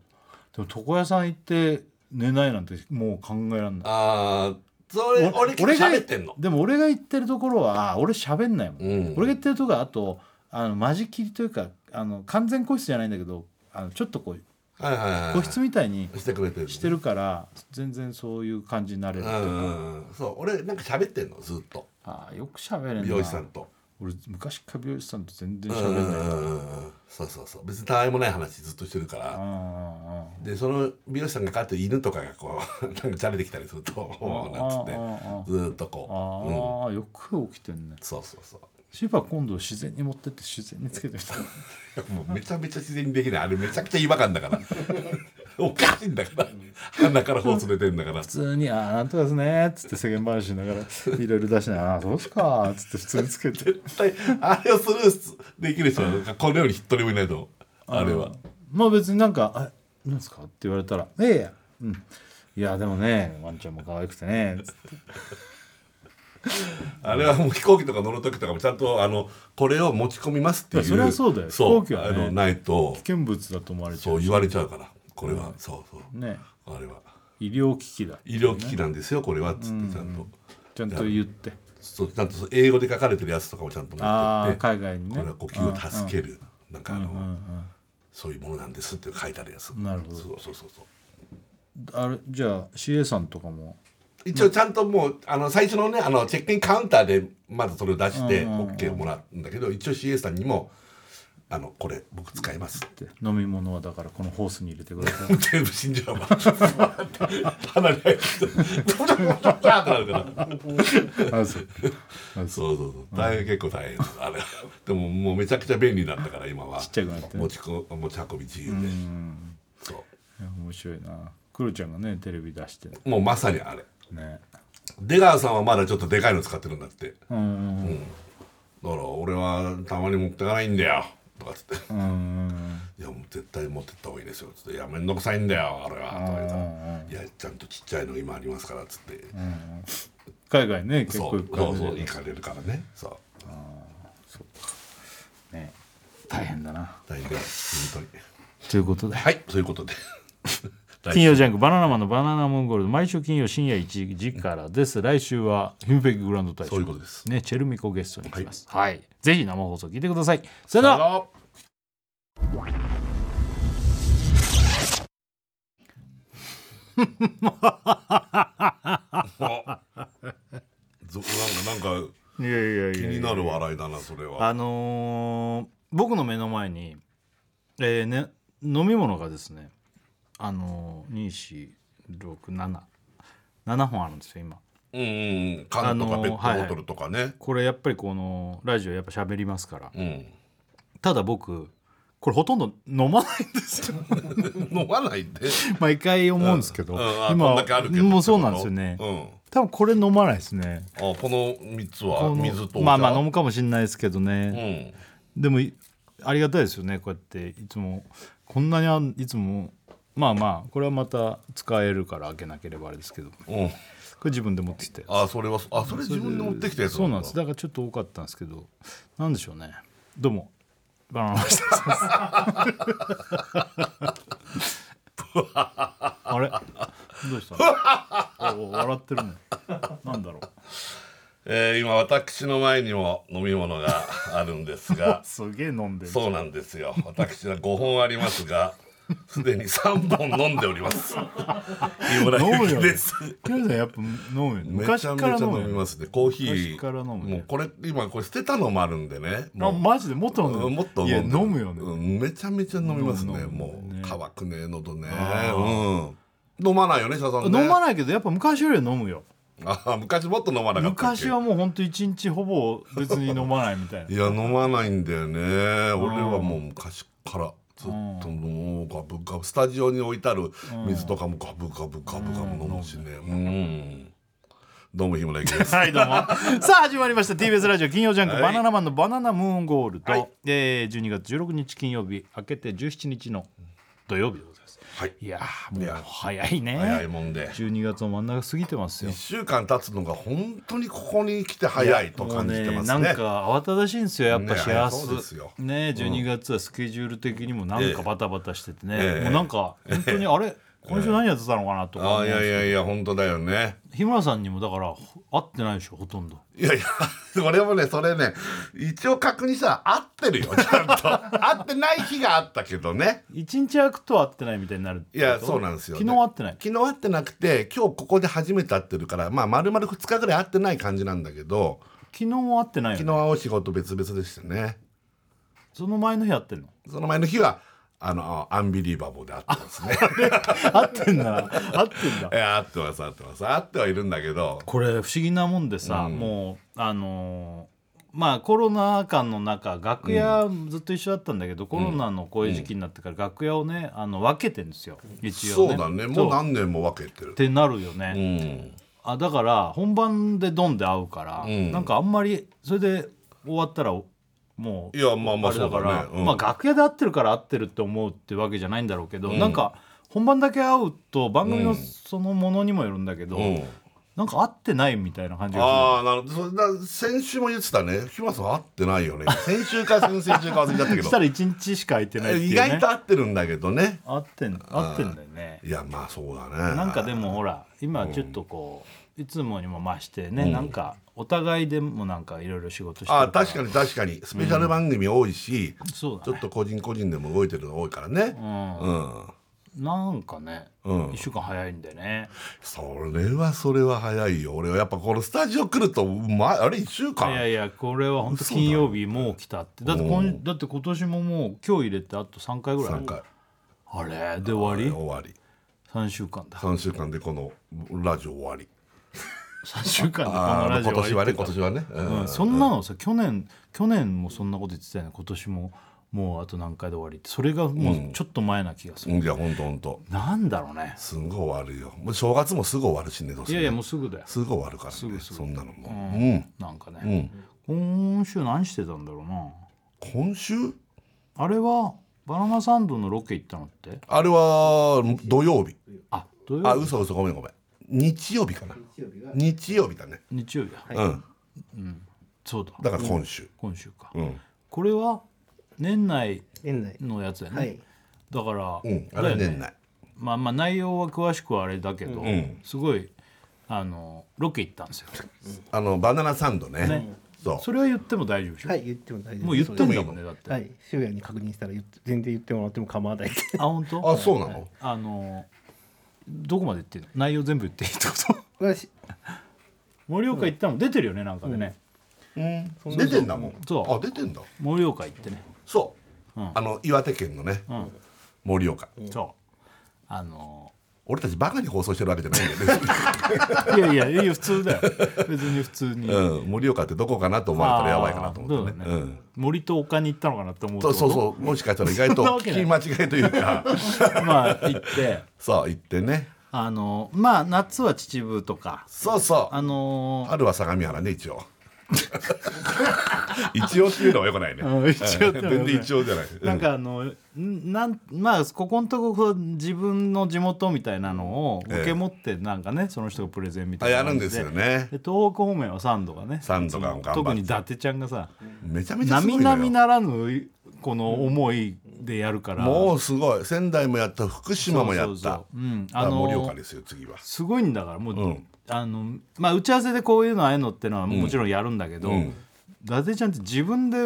Speaker 2: でも床屋さん行って寝ないなんてもう考えられない
Speaker 3: あーそれ俺結構
Speaker 2: が
Speaker 3: 喋ってんの
Speaker 2: でも俺が言ってるところはあ俺喋んないもん、
Speaker 3: うん
Speaker 2: 俺が言ってるところはあとあの間仕切りというかあの完全個室じゃないんだけどあのちょっとこう
Speaker 3: はいはいはい
Speaker 2: 個室みたいに
Speaker 3: してくれてる
Speaker 2: してるから全然そういう感じになれ
Speaker 3: う
Speaker 2: る、
Speaker 3: ん
Speaker 2: あ
Speaker 3: うんうんそう俺なんか喋ってんのずっと
Speaker 2: あよく喋れんな
Speaker 3: 美容師さんと
Speaker 2: 俺昔から美容師さんと全然
Speaker 3: うん
Speaker 2: 喋
Speaker 3: う
Speaker 2: れな
Speaker 3: ん
Speaker 2: い、
Speaker 3: うんうんそうそうそう別にたわいもない話ずっとしてるから
Speaker 2: あ
Speaker 3: でその美容師さんが飼ってる犬とかがこう *laughs* なんかじゃれてきたりするとおー *laughs* なんつってずーっと
Speaker 2: ああ
Speaker 3: こ
Speaker 2: あ、よく起きてんね
Speaker 3: う、うん、そうそうそう
Speaker 2: シーパー今度自然に持ってって自然につけてみ
Speaker 3: *laughs*
Speaker 2: た
Speaker 3: いやもうめちゃめちゃ自然にできないあれめちゃくちゃ違和感だから *laughs* おかしいんだから鼻から頬つれてんだから
Speaker 2: 普通に「ああなんとかですね」っつって世間話しながらいろいろ出しながら「ああそうっすか」っつって普通につけて
Speaker 3: 絶対あれをスルーできる人はなんかこのように一人もいないとあれは
Speaker 2: まあ別になんか「あなんですか?」って言われたら「ええや、うん、いやでもねワンちゃんも可愛くてね」つって
Speaker 3: あれはもう飛行機とか乗る時とかもちゃんとあのこれを持ち込みますっていう
Speaker 2: いやそれはそうだよ飛行機は
Speaker 3: あ
Speaker 2: ね
Speaker 3: のないと
Speaker 2: 危険物だと思われちゃ
Speaker 3: そうう言われちゃうからこれは、そうそう
Speaker 2: ね
Speaker 3: あれは
Speaker 2: 医療機器だ
Speaker 3: 医療機器なんですよこれはっつってちゃんと、
Speaker 2: ちゃんと言って
Speaker 3: そうちゃんとそう英語で書かれてるやつとかもちゃんと持って
Speaker 2: あ
Speaker 3: っ
Speaker 2: あ
Speaker 3: て
Speaker 2: 海外にね
Speaker 3: これは呼吸を助ける、なんかあの、そういうものなんですって書いてあるやつ
Speaker 2: なるほど
Speaker 3: そうそうそうそう
Speaker 2: あれじゃあ CA さんとかも
Speaker 3: 一応ちゃんともうあの最初のねあのチェックインカウンターでまずそれを出して
Speaker 2: うんうんうん
Speaker 3: OK をもらうんだけど一応 CA さんにも「あのこれ僕使います」って
Speaker 2: って飲み物はだからこのホースに入れてください
Speaker 3: 全部死んじゃうわ鼻に入ってドタドタドタってなるから *laughs*
Speaker 2: あそう
Speaker 3: そうそうそう大変結構大変ですあれ *laughs* でももうめちゃくちゃ便利になったから今は
Speaker 2: ちっちゃくなってね
Speaker 3: 持ちこ持ち運び自由でそ
Speaker 2: いや面白いなクロちゃんがねテレビ出して
Speaker 3: うもうまさにあれ
Speaker 2: ね
Speaker 3: 出川さんはまだちょっとでかいの使ってるんだって
Speaker 2: うんうん
Speaker 3: だから俺はたまに持ってかないんだよとかつって
Speaker 2: うんうん
Speaker 3: いやもう絶対持ってった方がいいですよ」つって「いやめんどくさいんだよあれは」とか言うから「いやちゃんとちっちゃいの今ありますから」つって、
Speaker 2: 海外ね結
Speaker 3: そ
Speaker 2: 構
Speaker 3: う
Speaker 2: 行くか
Speaker 3: そ
Speaker 2: ら
Speaker 3: うそう
Speaker 2: ね
Speaker 3: 行かれるからねそう
Speaker 2: ね大変だな
Speaker 3: 大変だよ本当に
Speaker 2: ということで
Speaker 3: はいそういうこと
Speaker 2: *laughs*
Speaker 3: で来週
Speaker 2: 金曜ジャンクバナナマンのバナナムーンゴールド毎週金曜深夜1時からです来週はヒムペッググランド大賞
Speaker 3: そういうことです
Speaker 2: ねチェルミコゲストに来ますはい、ぜひ生放送聞いてください *laughs* それでは
Speaker 3: ぞなんかなんか
Speaker 2: いやいやいや
Speaker 3: 気になる笑いだなそれは
Speaker 2: あのー僕の目の前に、えーね、飲み物がですね、あのー、2467 7本あるんですよ今
Speaker 3: うんうんうん缶と
Speaker 2: あ
Speaker 3: か
Speaker 2: のー
Speaker 3: ペットボトルとかね、
Speaker 2: これやっぱりこのラジオやっぱ喋りますから
Speaker 3: うん
Speaker 2: ただ僕これほとんど飲まないんですよ
Speaker 3: 飲まないで
Speaker 2: 毎回思うんですけど、
Speaker 3: うんあ
Speaker 2: 今
Speaker 3: こんだけあるけど
Speaker 2: もうそうなんですよね、
Speaker 3: う
Speaker 2: 多分これ飲まないですね
Speaker 3: ん、あこの3つ
Speaker 2: こ
Speaker 3: は
Speaker 2: の
Speaker 3: 水とお茶
Speaker 2: まあまあ飲むかもしれないですけど
Speaker 3: う
Speaker 2: ね、
Speaker 3: ん
Speaker 2: でもいありがたいですよねこうやっていつもこんなにあんいつもまあまあこれはまた使えるから開けなければあれですけどこ
Speaker 3: うん
Speaker 2: れ自分で持ってきて
Speaker 3: あそれはあそれ自分で持ってきたやつ
Speaker 2: そうなんです
Speaker 3: だ
Speaker 2: だからちょっと多かったんですけどなんでしょうねどうもバナナマンですあれどうしたのおお笑ってるねなんだろう
Speaker 3: えー今私の前にも飲み物があるんです
Speaker 2: *laughs*
Speaker 3: が
Speaker 2: すげえ飲んでる
Speaker 3: そうなんですよ私は5本あります
Speaker 2: *laughs*
Speaker 3: がすでに3本飲んでおります井村
Speaker 2: 飲む
Speaker 3: ゆ
Speaker 2: よ
Speaker 3: きです
Speaker 2: ケンさんやっぱ飲むよね
Speaker 3: めちゃめち
Speaker 2: 昔
Speaker 3: ゃ
Speaker 2: から飲む
Speaker 3: 飲み
Speaker 2: よね
Speaker 3: ますねコーヒ
Speaker 2: 昔
Speaker 3: ー
Speaker 2: から飲むね
Speaker 3: もうこれ今これ捨てたのもあるんでねも
Speaker 2: あ
Speaker 3: う
Speaker 2: マジでもっと飲んでる
Speaker 3: もっと
Speaker 2: いや
Speaker 3: 飲んで
Speaker 2: 飲むよね、
Speaker 3: うんめちゃめちゃ飲みますね
Speaker 2: 飲む飲む
Speaker 3: もう
Speaker 2: ね
Speaker 3: 乾くね喉ね
Speaker 2: あ
Speaker 3: うん飲まないよね社さんね
Speaker 2: 飲ま
Speaker 3: い
Speaker 2: ないけどやっぱ昔よりは飲むよ
Speaker 3: あ昔もっと飲まなかったっけ
Speaker 2: 昔はもうほんと一日ほぼ別に飲まないみたいない
Speaker 3: や飲まないんだよね俺はもう昔からずっともうガブガブスタジオに置いてある水とかもガブガブガブガブ飲むしねうんどうも日村ゆきです
Speaker 2: はいどうも *laughs* さあ始まりました TBS ラジオ金曜ジャンク、
Speaker 3: はい
Speaker 2: バナナマンのバナナムーンゴールド、
Speaker 3: はい
Speaker 2: えー、12月16日金曜日明けて17日の土曜日でございます
Speaker 3: *laughs* はい
Speaker 2: いやーも
Speaker 3: いうや
Speaker 2: 早いね
Speaker 3: 早いもんで
Speaker 2: 12月の真ん中過ぎてますよ
Speaker 3: 1週間経つのが本当にここに来て早いと感じてます
Speaker 2: もう
Speaker 3: ね
Speaker 2: なんか慌ただしいんですよやっぱ
Speaker 3: ね
Speaker 2: 幸せ、
Speaker 3: そうですよ
Speaker 2: ね12月はスケジュール的にもなんかバタバタしててね、
Speaker 3: ええ
Speaker 2: もうなんか本当にあれ、今週何やってたのかなとか思
Speaker 3: あ
Speaker 2: う
Speaker 3: ーいやいやいや本当だよね
Speaker 2: 日村さんにもだからほ会ってないでしょほとんど
Speaker 3: いやいや *laughs* 俺もねそれね一応確認したら合ってるよちゃん *laughs* と合ってない日があったけどね
Speaker 2: 一日空くと会ってないみたいになるってこと
Speaker 3: いやそうなんですよ、
Speaker 2: 昨日会ってない
Speaker 3: 昨日会ってなくて今日ここで初めて会ってるからまあ丸々2日ぐらい会ってない感じなんだけど
Speaker 2: 昨日も会ってないよ、
Speaker 3: 昨
Speaker 2: ね、
Speaker 3: 日はお仕事別々でしたね
Speaker 2: その前の日会 *laughs* ってんの
Speaker 3: その前の日はあのアンビリーバボーで会ってます *laughs* ね
Speaker 2: 会ってんな会ってんだ
Speaker 3: いや会ってます会ってます会ってはいるんだけど
Speaker 2: これ不思議なもんでさ、もうあのーまあコロナ禍の中楽屋ずっと一緒だったんだけど、コロナのこういう時期になってから楽屋をねあの分けてんですよ一応、
Speaker 3: そうだねもう
Speaker 2: そうっ
Speaker 3: 何年も分けてる
Speaker 2: てなるよ
Speaker 3: う
Speaker 2: ね、
Speaker 3: ん
Speaker 2: あだから本番でドンで会うから、
Speaker 3: うん
Speaker 2: なんかあんまりそれで終わったらもう
Speaker 3: いやまあまあ
Speaker 2: れだから
Speaker 3: そうだねうん
Speaker 2: まあ、楽屋で会ってるから会ってるって思うってわけじゃないんだろうけど、なんか本番だけ会うと番組のそのものにもよるんだけど、
Speaker 3: うん
Speaker 2: なんか会ってないみたいな感じがする
Speaker 3: ああなるほどそれだ先週も言ってたね日村さん会ってない
Speaker 2: *laughs*
Speaker 3: よね先週か先々週か忘れちゃったけど
Speaker 2: したら1日しか空いてないっていう、ね、
Speaker 3: 意外と会ってるんだけどね
Speaker 2: 合ってん合ってんだよね
Speaker 3: いやまあそうだね
Speaker 2: なんかで
Speaker 3: も
Speaker 2: もほら今ちょっとこう、いつもにも増してね、なんかお互いでもなんかいろいろ仕事してる
Speaker 3: ああ確かに確かにスペシャル番組多いし、
Speaker 2: そうだ
Speaker 3: ちょ
Speaker 2: ね
Speaker 3: っと個人個人でも動いてるの多いからね
Speaker 2: うん
Speaker 3: うん、
Speaker 2: なんかね、一
Speaker 3: うん
Speaker 2: 1週間早いんでね
Speaker 3: それはそれは早いよ俺はやっぱこのスタジオ来ると、ま、あれ1週
Speaker 2: いや
Speaker 3: 間
Speaker 2: いやこれは本当金曜日もう来たってだって今だって今年ももう今日入れてあと3回ぐらい
Speaker 3: 3回
Speaker 2: あれで終わ
Speaker 3: 終わり
Speaker 2: り3週間だ *laughs*
Speaker 3: 3週間でこのラジオ終わり
Speaker 2: 3週間でこ
Speaker 3: あ
Speaker 2: の
Speaker 3: あ
Speaker 2: ラジ
Speaker 3: 今
Speaker 2: オ終
Speaker 3: 年は
Speaker 2: わ
Speaker 3: ね
Speaker 2: りって
Speaker 3: 今年はね、う
Speaker 2: うん、そんなのさ去年去年もそんなこと言ってたよね今年ももうあと何回で終わりってそれがもうちょっと前な気がする、
Speaker 3: うんいやほんとほんと
Speaker 2: なんだろうね
Speaker 3: すぐ終わるよもう正月もすぐ終わるしねどうせ
Speaker 2: い
Speaker 3: ね
Speaker 2: やいやもうすぐだよ、
Speaker 3: すぐ終わるからね
Speaker 2: ぐすぐ
Speaker 3: そんなのも
Speaker 2: う
Speaker 3: う、
Speaker 2: ん
Speaker 3: ん
Speaker 2: なんかね、今週何してたんだろうな
Speaker 3: 今週
Speaker 2: あれはバナナサンドのロケ行ったのって
Speaker 3: あれは土曜日
Speaker 2: あ土
Speaker 3: あ
Speaker 2: 曜日
Speaker 3: 嘘嘘ごめんごめん日曜日かな
Speaker 4: 日曜日が
Speaker 3: 日曜日だね
Speaker 2: 日曜日だ、
Speaker 3: うん
Speaker 2: そうだ
Speaker 3: だから今週
Speaker 2: 今週か、
Speaker 3: うん
Speaker 2: これは年内
Speaker 4: 年内
Speaker 2: のやつだよね、
Speaker 4: はい
Speaker 2: だから、
Speaker 3: うんあ
Speaker 2: だ
Speaker 3: れ
Speaker 2: よね
Speaker 3: 年内
Speaker 2: まあまあ内容は詳しくはあれだけど、
Speaker 3: ん
Speaker 2: すごいあのロケ行ったんですよ
Speaker 3: あのバナナサンドね
Speaker 2: ね
Speaker 3: そう
Speaker 2: それは言っても大丈夫でしょ、
Speaker 4: はい言っても大丈夫です
Speaker 2: もう言ってんだもんねだって、
Speaker 4: はい渋谷に確認したら言って全然言ってもらっても構わないって
Speaker 2: あ本当
Speaker 3: あそうなの
Speaker 2: あのどこまで言ってるの内容全部言っていいってこと *laughs*
Speaker 4: 私
Speaker 2: 盛岡行ったの出てるよねなんかでね
Speaker 3: うん出てんだもん
Speaker 2: そう
Speaker 3: あ出てんだ
Speaker 2: 盛岡行ってね
Speaker 3: そう、
Speaker 2: うん
Speaker 3: あの岩手県のね
Speaker 2: うん
Speaker 3: 盛岡、
Speaker 2: そうあの
Speaker 3: 俺たちバカに放送してるわけじゃないんだよ
Speaker 2: *laughs*
Speaker 3: ね、
Speaker 2: ーいやいやいや普通だよ別に普通に、
Speaker 3: うん、盛岡ってどこかなと思われたらやばいかなと思って
Speaker 2: あ
Speaker 3: ね
Speaker 2: ーそうだ
Speaker 3: うん
Speaker 2: 森と丘に行ったのかなって思う
Speaker 3: そうそう
Speaker 2: う
Speaker 3: そうもしかしたら意外
Speaker 2: そ
Speaker 3: と
Speaker 2: んなわけ
Speaker 3: 聞
Speaker 2: ない
Speaker 3: き間違いという
Speaker 2: *laughs*
Speaker 3: か
Speaker 2: まあ行って
Speaker 3: そう行ってね
Speaker 2: あのまあ夏は秩父とか
Speaker 3: そうそう
Speaker 2: あのー
Speaker 3: 春は相模原ね一応 *laughs* 一応っていうのはよくないね
Speaker 2: うん一応っていうのは良くな
Speaker 3: 全
Speaker 2: い
Speaker 3: 然一応じゃない
Speaker 2: なんかあのんなんまあここのとここう自分の地元みたいなのを受け持ってなんかね、その人がプレゼンみた
Speaker 3: あ
Speaker 2: いな
Speaker 3: やるんですよね
Speaker 2: で東北方面はサンドがね
Speaker 3: サンドが頑張って
Speaker 2: 特に伊達ちゃんがさ
Speaker 3: めちゃめちゃすごい
Speaker 2: 並
Speaker 3: のよ
Speaker 2: 々ならぬこの思いでやるから、
Speaker 3: もうすごい仙台もやった福島もや
Speaker 2: そ
Speaker 3: っ
Speaker 2: うそう
Speaker 3: た
Speaker 2: そううん
Speaker 3: あ
Speaker 2: あの
Speaker 3: 盛岡ですよ次は
Speaker 2: すごいんだからもう、
Speaker 3: うん
Speaker 2: あのまあ打ち合わせでこういうのああいうのってのはもちろんやるんだけど、
Speaker 3: うん
Speaker 2: 伊達ちゃんって自分で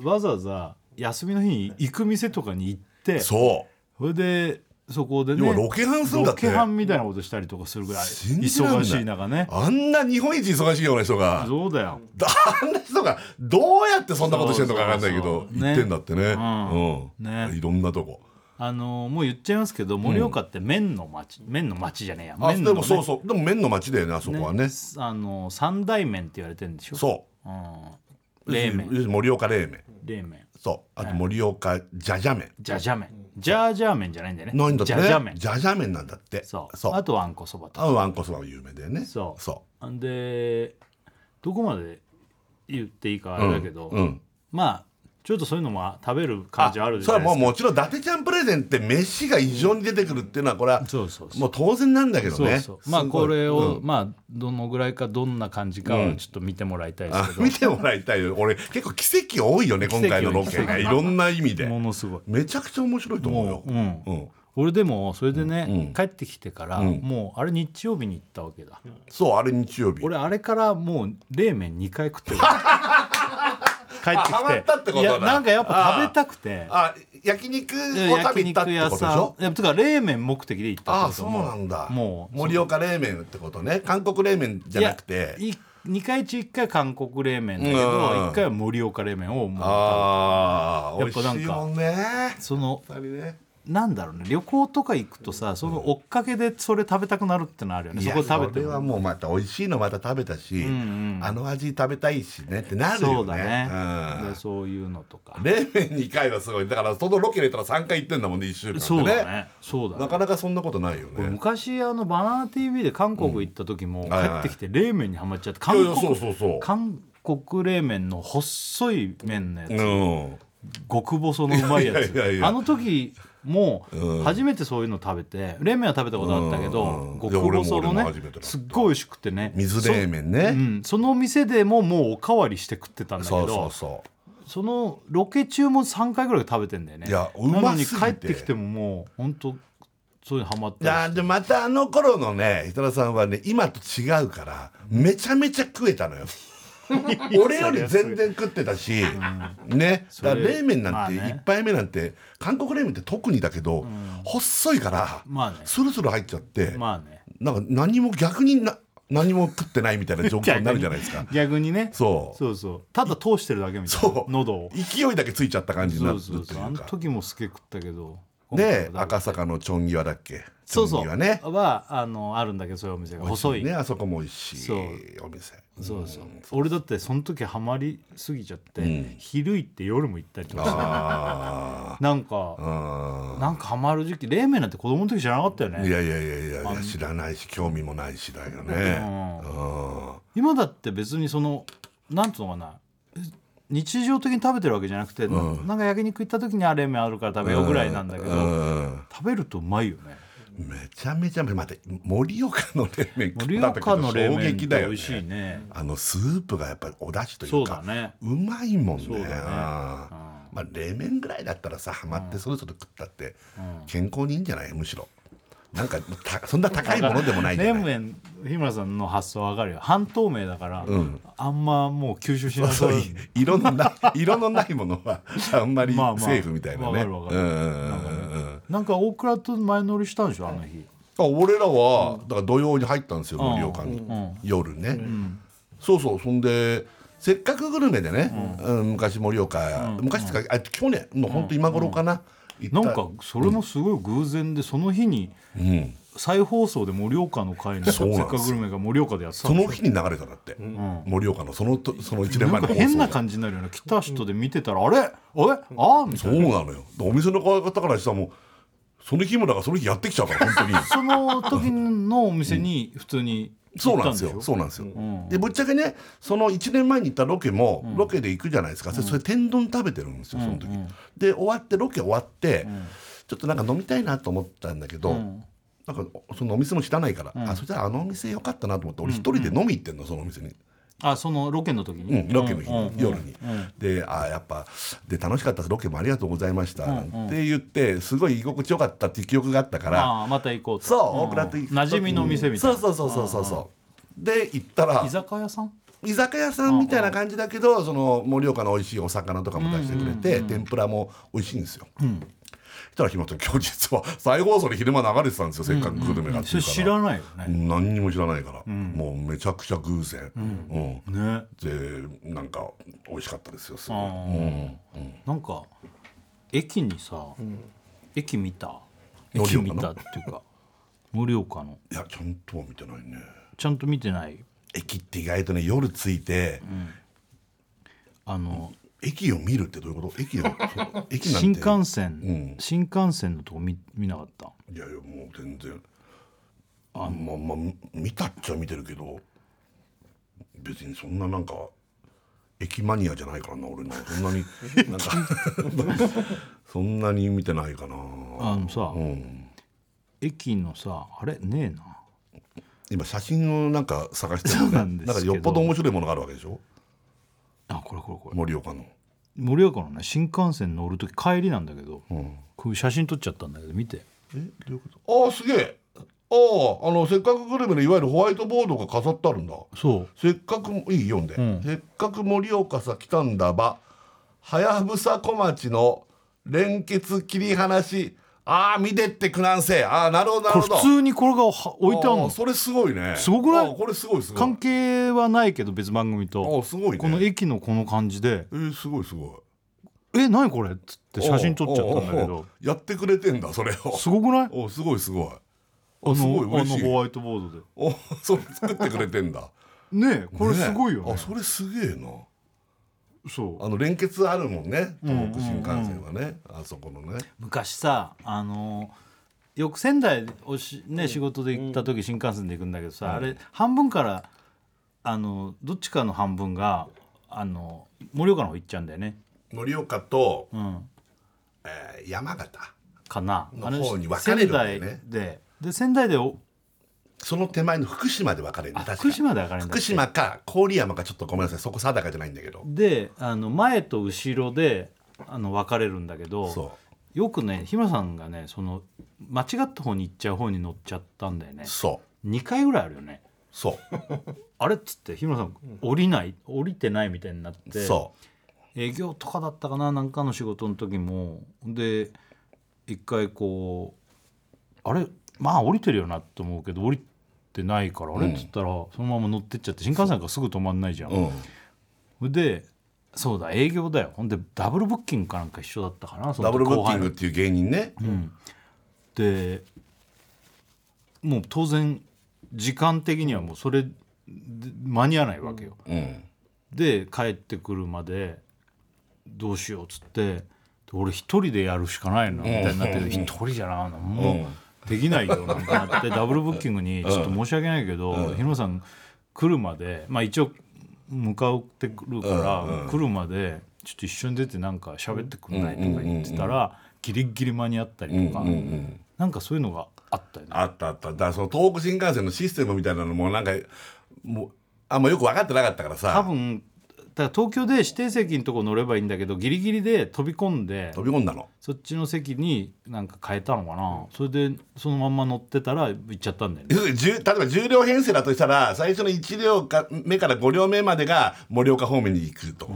Speaker 2: わざわざ休みの日に行く店とかに行って
Speaker 3: そ
Speaker 2: それでそこでね
Speaker 3: 要はロケハンするんだって
Speaker 2: ロケハンみたいなことしたりとかするぐらい
Speaker 3: 信じらんない
Speaker 2: 忙しい中
Speaker 3: う
Speaker 2: ね
Speaker 3: あんな日本一忙しいような人が
Speaker 2: そうだよ
Speaker 3: あんな人がどうやってそんなことしてんのかわかんないけ
Speaker 2: そう
Speaker 3: ど
Speaker 2: そうそう
Speaker 3: 言ってんだってね
Speaker 2: うん
Speaker 3: うん
Speaker 2: ね
Speaker 3: いろんなとこ
Speaker 2: あのもう言っちゃいますけど盛岡って麺の町、麺の町じゃねえや
Speaker 3: あ
Speaker 2: 麺
Speaker 3: で
Speaker 2: の、ね、
Speaker 3: もそうそうでも麺の町だよねあそこはね
Speaker 2: あの三大麺って言われてるんでしょ、
Speaker 3: そう
Speaker 2: ん、
Speaker 3: う
Speaker 2: 冷
Speaker 3: 要す
Speaker 2: 麺
Speaker 3: るに盛岡冷麺
Speaker 2: 冷麺
Speaker 3: そうあと盛岡じゃじゃ麺
Speaker 2: じゃじゃ麺じゃじゃ麺じゃないんだよね
Speaker 3: ないんだって
Speaker 2: じ
Speaker 3: ね
Speaker 2: ゃじゃ麺
Speaker 3: じゃじゃ麺なんだって
Speaker 2: そう
Speaker 3: そう
Speaker 2: あとあんこそばと
Speaker 3: あわんこそばも有名だよね
Speaker 2: そう
Speaker 3: そ
Speaker 2: んでどこまで言っていいか
Speaker 3: う
Speaker 2: あれだけど、
Speaker 3: うんうん
Speaker 2: まあちょっとそういうのも食べる感じあるじゃ
Speaker 3: それ
Speaker 2: な
Speaker 3: はいも
Speaker 2: で
Speaker 3: う
Speaker 2: すか
Speaker 3: もちろん伊達ちゃんプレゼンって飯が異常に出てくるっていうのはこれは
Speaker 2: そうそうそう
Speaker 3: もう当然なんだけど
Speaker 2: そう
Speaker 3: ね
Speaker 2: そうまあ
Speaker 3: すごい
Speaker 2: これを、
Speaker 3: うん
Speaker 2: まあどのぐらいかどんな感じかはちょっと見てもらいたいです
Speaker 3: あ
Speaker 2: けど、
Speaker 3: 見てもらいたいよ俺結構奇跡多いよね今回のロケ
Speaker 2: 奇跡
Speaker 3: ねいろんな意味で
Speaker 2: ものすごい
Speaker 3: めちゃくちゃ面白いと思うよ
Speaker 2: うん
Speaker 3: うん
Speaker 2: 俺でもそれでね、
Speaker 3: うん
Speaker 2: 帰ってきてから、
Speaker 3: うん
Speaker 2: もうあれ日曜日に行ったわけだ、
Speaker 3: そうあれ日曜日
Speaker 2: 俺あれからもう冷麺2回
Speaker 3: *laughs*
Speaker 2: 食ってる帰って
Speaker 3: あハマったって
Speaker 2: き
Speaker 3: こ
Speaker 2: て
Speaker 3: とだ
Speaker 2: やなんかやっぱ食べたくて
Speaker 3: あ焼肉
Speaker 2: で
Speaker 3: を食べに
Speaker 2: 焼
Speaker 3: 行ったっ
Speaker 2: 肉
Speaker 3: て
Speaker 2: 屋
Speaker 3: ことでし
Speaker 2: さ
Speaker 3: ょ
Speaker 2: んいやとか冷麺目的で行った
Speaker 3: ああ
Speaker 2: って
Speaker 3: そ
Speaker 2: こと
Speaker 3: うなんだ
Speaker 2: もう
Speaker 3: 盛岡冷麺ってことね韓国冷麺じゃなくて
Speaker 2: いやい2回中1回韓国冷麺だけど、
Speaker 3: うん
Speaker 2: 1回は盛岡冷麺をもう
Speaker 3: ああ
Speaker 2: や
Speaker 3: 美
Speaker 2: っ
Speaker 3: 味
Speaker 2: ぱなんか
Speaker 3: しいもんね
Speaker 2: その
Speaker 3: やっぱりね
Speaker 2: なんだろうね旅行とか行くとさその追っかけでそれ食べたくなるってのあるよね
Speaker 3: い
Speaker 2: そ
Speaker 3: や
Speaker 2: こで食べて
Speaker 3: それは
Speaker 2: も
Speaker 3: もうまた美味しいのまた食べたし、
Speaker 2: んうん
Speaker 3: あの味食べたいしねってなるよね
Speaker 2: そうだね、
Speaker 3: うん
Speaker 2: でそういうのとか
Speaker 3: 冷麺2回はすごいだからそのロケ入れたら3回行ってんだもんね1週間でね
Speaker 2: そうだねそうだね
Speaker 3: なかなかそんなことないよ
Speaker 2: これ
Speaker 3: ね
Speaker 2: 昔あのバナナ TV で韓国行った時も帰
Speaker 3: はいはい
Speaker 2: ってきて冷麺にはまっちゃって
Speaker 3: い
Speaker 2: 韓
Speaker 3: やい
Speaker 2: 国
Speaker 3: やそうそうそう
Speaker 2: 韓国冷麺の細い麺のやつ、
Speaker 3: うん
Speaker 2: 極細のうまいやつ
Speaker 3: いやいやいや
Speaker 2: あの時も
Speaker 3: うん
Speaker 2: 初めてそういうの食べて冷麺は食べたことあったけど、
Speaker 3: うんうん
Speaker 2: 極細の
Speaker 3: いや俺も俺も
Speaker 2: ね
Speaker 3: 初めてだった
Speaker 2: すっごい美味しくてね
Speaker 3: 水冷麺
Speaker 2: そ,、う
Speaker 3: ね
Speaker 2: ん、その店でももうおかわりして食ってたんだけど
Speaker 3: そうそうそう
Speaker 2: そのロケ中も3回ぐらい食べてんだよね
Speaker 3: いやう
Speaker 2: なの
Speaker 3: ま
Speaker 2: に
Speaker 3: すぎて
Speaker 2: 帰ってきてももう本当そういうのハマっ
Speaker 3: いや
Speaker 2: て
Speaker 3: ーでまたあの頃のね設楽さんはね今と違うからめちゃめちゃ食えたの
Speaker 2: *laughs*
Speaker 3: よ俺より全然食ってたし、ね
Speaker 2: それ
Speaker 3: だから冷麺なんて
Speaker 2: まあね
Speaker 3: 1杯目なんて、韓国冷麺って特にだけど、細いから、
Speaker 2: まあね
Speaker 3: スルスル入っちゃって、
Speaker 2: まあね
Speaker 3: なんか何も逆にな何も食ってないみたいな状況になるじゃないです
Speaker 2: *laughs*
Speaker 3: か
Speaker 2: 逆にね
Speaker 3: そう
Speaker 2: そうそうただ通してるだけみたいな
Speaker 3: そう
Speaker 2: 喉を
Speaker 3: 勢いだけついちゃった感じにな
Speaker 2: そ
Speaker 3: る
Speaker 2: う
Speaker 3: って
Speaker 2: そ
Speaker 3: いうう
Speaker 2: そうあの
Speaker 3: か
Speaker 2: 時もすげえ食ったけど
Speaker 3: で
Speaker 2: 今回は
Speaker 3: 赤坂のちょんぎわだっけ
Speaker 2: そうそう
Speaker 3: ちょんぎわね
Speaker 2: はあのあるんだけどそういうお店が細い
Speaker 3: ねあそこも美味しい
Speaker 2: そう
Speaker 3: お店
Speaker 2: そうそう俺だってその時ハマりすぎちゃって、昼行って夜も行ったりとか
Speaker 3: あ
Speaker 2: なんか、
Speaker 3: あ
Speaker 2: なんかハマる時期冷麺なんて子供の時知らなかったよ
Speaker 3: い
Speaker 2: ね
Speaker 3: やいやいやいやいや知らないし興味もないしだよねうん
Speaker 2: 今だって別にそのなんつうのかな日常的に食べてるわけじゃなくて、なんか焼肉行った時にあ冷麺あるから食べようぐらいなんだけど、
Speaker 3: うん
Speaker 2: 食べるとうまいよね
Speaker 3: めちゃめちゃ待って盛岡の冷麺食
Speaker 2: 盛
Speaker 3: った時
Speaker 2: 岡の
Speaker 3: の
Speaker 2: 冷
Speaker 3: 衝
Speaker 2: 麺っ
Speaker 3: 撃
Speaker 2: て
Speaker 3: だ
Speaker 2: 美
Speaker 3: よ
Speaker 2: 味しい
Speaker 3: ね
Speaker 2: ね
Speaker 3: あのスープがやっぱりお出汁とい
Speaker 2: そううだ
Speaker 3: か
Speaker 2: ね
Speaker 3: うまいもんね
Speaker 2: そうだね
Speaker 3: まあ冷麺ぐらいだったらさハマってそろそろ食ったって健康にいいんじゃないむしろなんかたそんな高いものでもないじゃ
Speaker 2: 冷
Speaker 3: ない
Speaker 2: 麺日村さんの発想わかるよ半透明だから、
Speaker 3: ん
Speaker 2: あんまもう吸収しな
Speaker 3: そ
Speaker 2: そうう
Speaker 3: い色のない *laughs* 色のないものはあんまりセ
Speaker 2: まあまあ
Speaker 3: ーフみたいなね。う
Speaker 2: わ
Speaker 3: ん
Speaker 2: かる
Speaker 3: う
Speaker 2: わか
Speaker 3: ん
Speaker 2: る
Speaker 3: うんうん
Speaker 2: なんか大倉と前乗りしたんでしょあの日
Speaker 3: あ俺らは、だから土曜に入ったんですよ
Speaker 2: うん
Speaker 3: 無料館に、
Speaker 2: ん
Speaker 3: 夜ね、そうそうそんでせっかくグルメでね、うん昔盛岡、昔ってかあ去年の本当今頃かな、行
Speaker 2: な
Speaker 3: った
Speaker 2: んかそれもすごい偶然でその日に
Speaker 3: うん、
Speaker 2: 再放送で盛岡の会の「せ
Speaker 3: そう
Speaker 2: っ
Speaker 3: なんですよ
Speaker 2: かくグルメ」が盛岡でやってた
Speaker 3: そ
Speaker 2: んで
Speaker 3: の
Speaker 2: すよ
Speaker 3: 日に流れたんだって盛、岡のそのとその1年
Speaker 2: な
Speaker 3: 前
Speaker 2: ん
Speaker 3: の
Speaker 2: か
Speaker 3: 放送
Speaker 2: 変な感じになるよね来た人で見てたら「あれあれあーみた
Speaker 3: そ
Speaker 2: いうな
Speaker 3: なのよお店の方からしたらもうその日もだからその日やってきちゃうから本当に
Speaker 2: *laughs* その時のお店に普通に
Speaker 3: そ
Speaker 2: 行
Speaker 3: う
Speaker 2: っ
Speaker 3: なん
Speaker 2: た
Speaker 3: で
Speaker 2: んですし
Speaker 3: よ
Speaker 2: ょ
Speaker 3: そうなんですよ、
Speaker 2: ん
Speaker 3: でぶっちゃけねその1年前に行ったロケも、ロケで行くじゃないですか、それそれ天丼食べてるんですよその時、で終わってロケ終わって、ちょっとなんか飲みたいなと思ったんだけど、
Speaker 2: ん
Speaker 3: なんかそのお店も知らないから、あそしたらあのお店よかったなと思って俺一人で飲み行ってんのそのお店に、
Speaker 2: あそのロケの時に、
Speaker 3: うん、ロケの日、
Speaker 2: うんうん
Speaker 3: 夜に、であーやっぱで楽しかったですロケもありがとうございました、って言ってすごい居心地よかったっていう記憶があったから、
Speaker 2: ああまた行こうと
Speaker 3: そう、
Speaker 2: ん
Speaker 3: 大倉と行く
Speaker 2: 馴染みの店みたいな、
Speaker 3: そうそうそうそうそうそうで行ったら
Speaker 2: 居酒屋さん
Speaker 3: 居酒屋さんみたいな感じだけどその盛岡の美味しいお魚とかも出してくれて、天ぷらも美味しいんですよ、そしたら日本今日実は再放送で昼間流れてたんですよ、せっかくグルメがって
Speaker 2: そ
Speaker 3: い
Speaker 2: れ
Speaker 3: うから
Speaker 2: 知らないよね、
Speaker 3: 何にも知らないから、もうめちゃくちゃ偶然、うん
Speaker 2: ね
Speaker 3: でなんか美味しかったですよすごい
Speaker 2: あーなんか駅にさ、駅見た
Speaker 3: 盛
Speaker 2: 駅
Speaker 3: 岡の
Speaker 2: 見たっていうか盛岡の
Speaker 3: いやちゃんとは見てないね
Speaker 2: ちゃんと見てない
Speaker 3: 駅って意外とね夜着いて、
Speaker 2: あの
Speaker 3: 駅を見るってどういうこと駅をそう駅なんて
Speaker 2: 新幹線、
Speaker 3: うん
Speaker 2: 新幹線のとこ見見なかった
Speaker 3: いやいやもう全然あまあまあみ見たっちゃ見てるけど別にそんななんか駅マニアじゃないからな俺なそんな
Speaker 2: *laughs*
Speaker 3: になんか *laughs* そんなに見てないかな
Speaker 2: あのさ、
Speaker 3: うん
Speaker 2: 駅のさあれねえな
Speaker 3: 今写真をなんか探して
Speaker 2: そう
Speaker 3: ね
Speaker 2: なんですけど
Speaker 3: かよっぽど面白いものがあるわけでしょ
Speaker 2: あこれこれこれ
Speaker 3: 盛岡の
Speaker 2: 盛岡のね新幹線乗る時帰りなんだけど、
Speaker 3: ん
Speaker 2: こういう写真撮っちゃったんだけど見て
Speaker 3: えどういうことああすげえあああのせっかくグルメのいわゆるホワイトボードが飾ってあるんだ
Speaker 2: そう
Speaker 3: せっかくもいい読んで、
Speaker 2: ん
Speaker 3: せっかく盛岡さ来たんだばはやぶさ小町の連結切り離しああ見てってくなんせああなるほどな
Speaker 2: こ
Speaker 3: る
Speaker 2: れ
Speaker 3: ほど
Speaker 2: 普通にこれがは置いてある
Speaker 3: あー
Speaker 2: の
Speaker 3: それすごいね
Speaker 2: すごくない
Speaker 3: あーこれすごいすごい
Speaker 2: 関係はないけど別番組
Speaker 3: あ
Speaker 2: と
Speaker 3: ーすごいね
Speaker 2: この駅のこの感じで
Speaker 3: えー、すごいすごい
Speaker 2: 「え何これ?」っつって写真撮っちゃったんだけ
Speaker 3: おーおーお
Speaker 2: ど
Speaker 3: ーやってくれてんだそれを
Speaker 2: すごくないあ
Speaker 3: おーすごいすごい
Speaker 2: の
Speaker 3: あすごい
Speaker 2: あ
Speaker 3: 嬉
Speaker 2: の
Speaker 3: しい
Speaker 2: ホワイトボードで
Speaker 3: おそれ作ってくれてんだ
Speaker 2: ね *laughs* えこれすごいよ
Speaker 3: ね
Speaker 2: ね
Speaker 3: あそれすげえな
Speaker 2: そう
Speaker 3: あの連結あるもんね東北新幹線はね、あそこのね
Speaker 2: 昔さあのよく仙台おし、ね、仕事で行った時新幹線で行くんだけどさ、あれ半分からあのどっちかの半分があの盛岡の方行っちゃうんだよね、
Speaker 3: 盛岡と、
Speaker 2: うん、
Speaker 3: えー山形
Speaker 2: かなあ
Speaker 3: の方に分かれる
Speaker 2: 仙
Speaker 3: んだ
Speaker 2: 台
Speaker 3: よね
Speaker 2: でで仙台でお
Speaker 3: その手前の福島で分かれるん
Speaker 2: あ
Speaker 3: だ確か
Speaker 2: 福島で分かれるんだ
Speaker 3: 福
Speaker 2: っけ
Speaker 3: 島か郡山かちょっとごめんなさいそこ定かじゃないんだけど
Speaker 2: であの前と後ろであの分かれるんだけど
Speaker 3: そ
Speaker 2: よくね日村さんがねその間違った方に行っちゃう方に乗っちゃったんだよね
Speaker 3: うそう
Speaker 2: 2回ぐらいあるよね
Speaker 3: そ
Speaker 2: あれっつって日村さん降りない降りてないみたいになっ
Speaker 3: う
Speaker 2: て
Speaker 3: そ
Speaker 2: 営業とかだったかななんかの仕事の時もで一回こうあれまあ降りてるよなと思うけど降りてないからあれっつったらそのまま乗ってっちゃって新幹線がすぐ止まんないじゃん
Speaker 3: う、うん、
Speaker 2: でそうだ営業だよほんでダブルブッキングかなんか一緒だったかなその
Speaker 3: ダブルブッキングっ
Speaker 2: 後
Speaker 3: ていう芸人ね、
Speaker 2: 輩のでもう当然時間的にはもうそれで間に合わないわけよ、
Speaker 3: うん、
Speaker 2: で帰ってくるまでどうしようっつってで俺一人でやるしかないなみたいになって一人じゃななんもうできないよなんかなってダブルブッキングにちょっと申し訳ないけど日野さん来るまでまあ一応向かってくるから来るまでちょっと一緒に出てなんか喋ってくんないとか言ってたらギリギリ間に合ったりとかなんかそういうのがあったよね。
Speaker 3: あったあっただからその東北新幹線のシステムみたいなのもなんかもうあんまよく分かってなかったから
Speaker 2: 多
Speaker 3: さ
Speaker 2: 分だから東京で指定席のとこ乗ればいいんだけどギリギリで飛び込んで
Speaker 3: 飛び込んだの
Speaker 2: そっちの席になんか変えたのかな、それでそのまんま乗ってたら行っちゃったんだよね
Speaker 3: 要するに10例えば10両編成だとしたら最初の1両か目から5両目までが盛岡方面に行くと、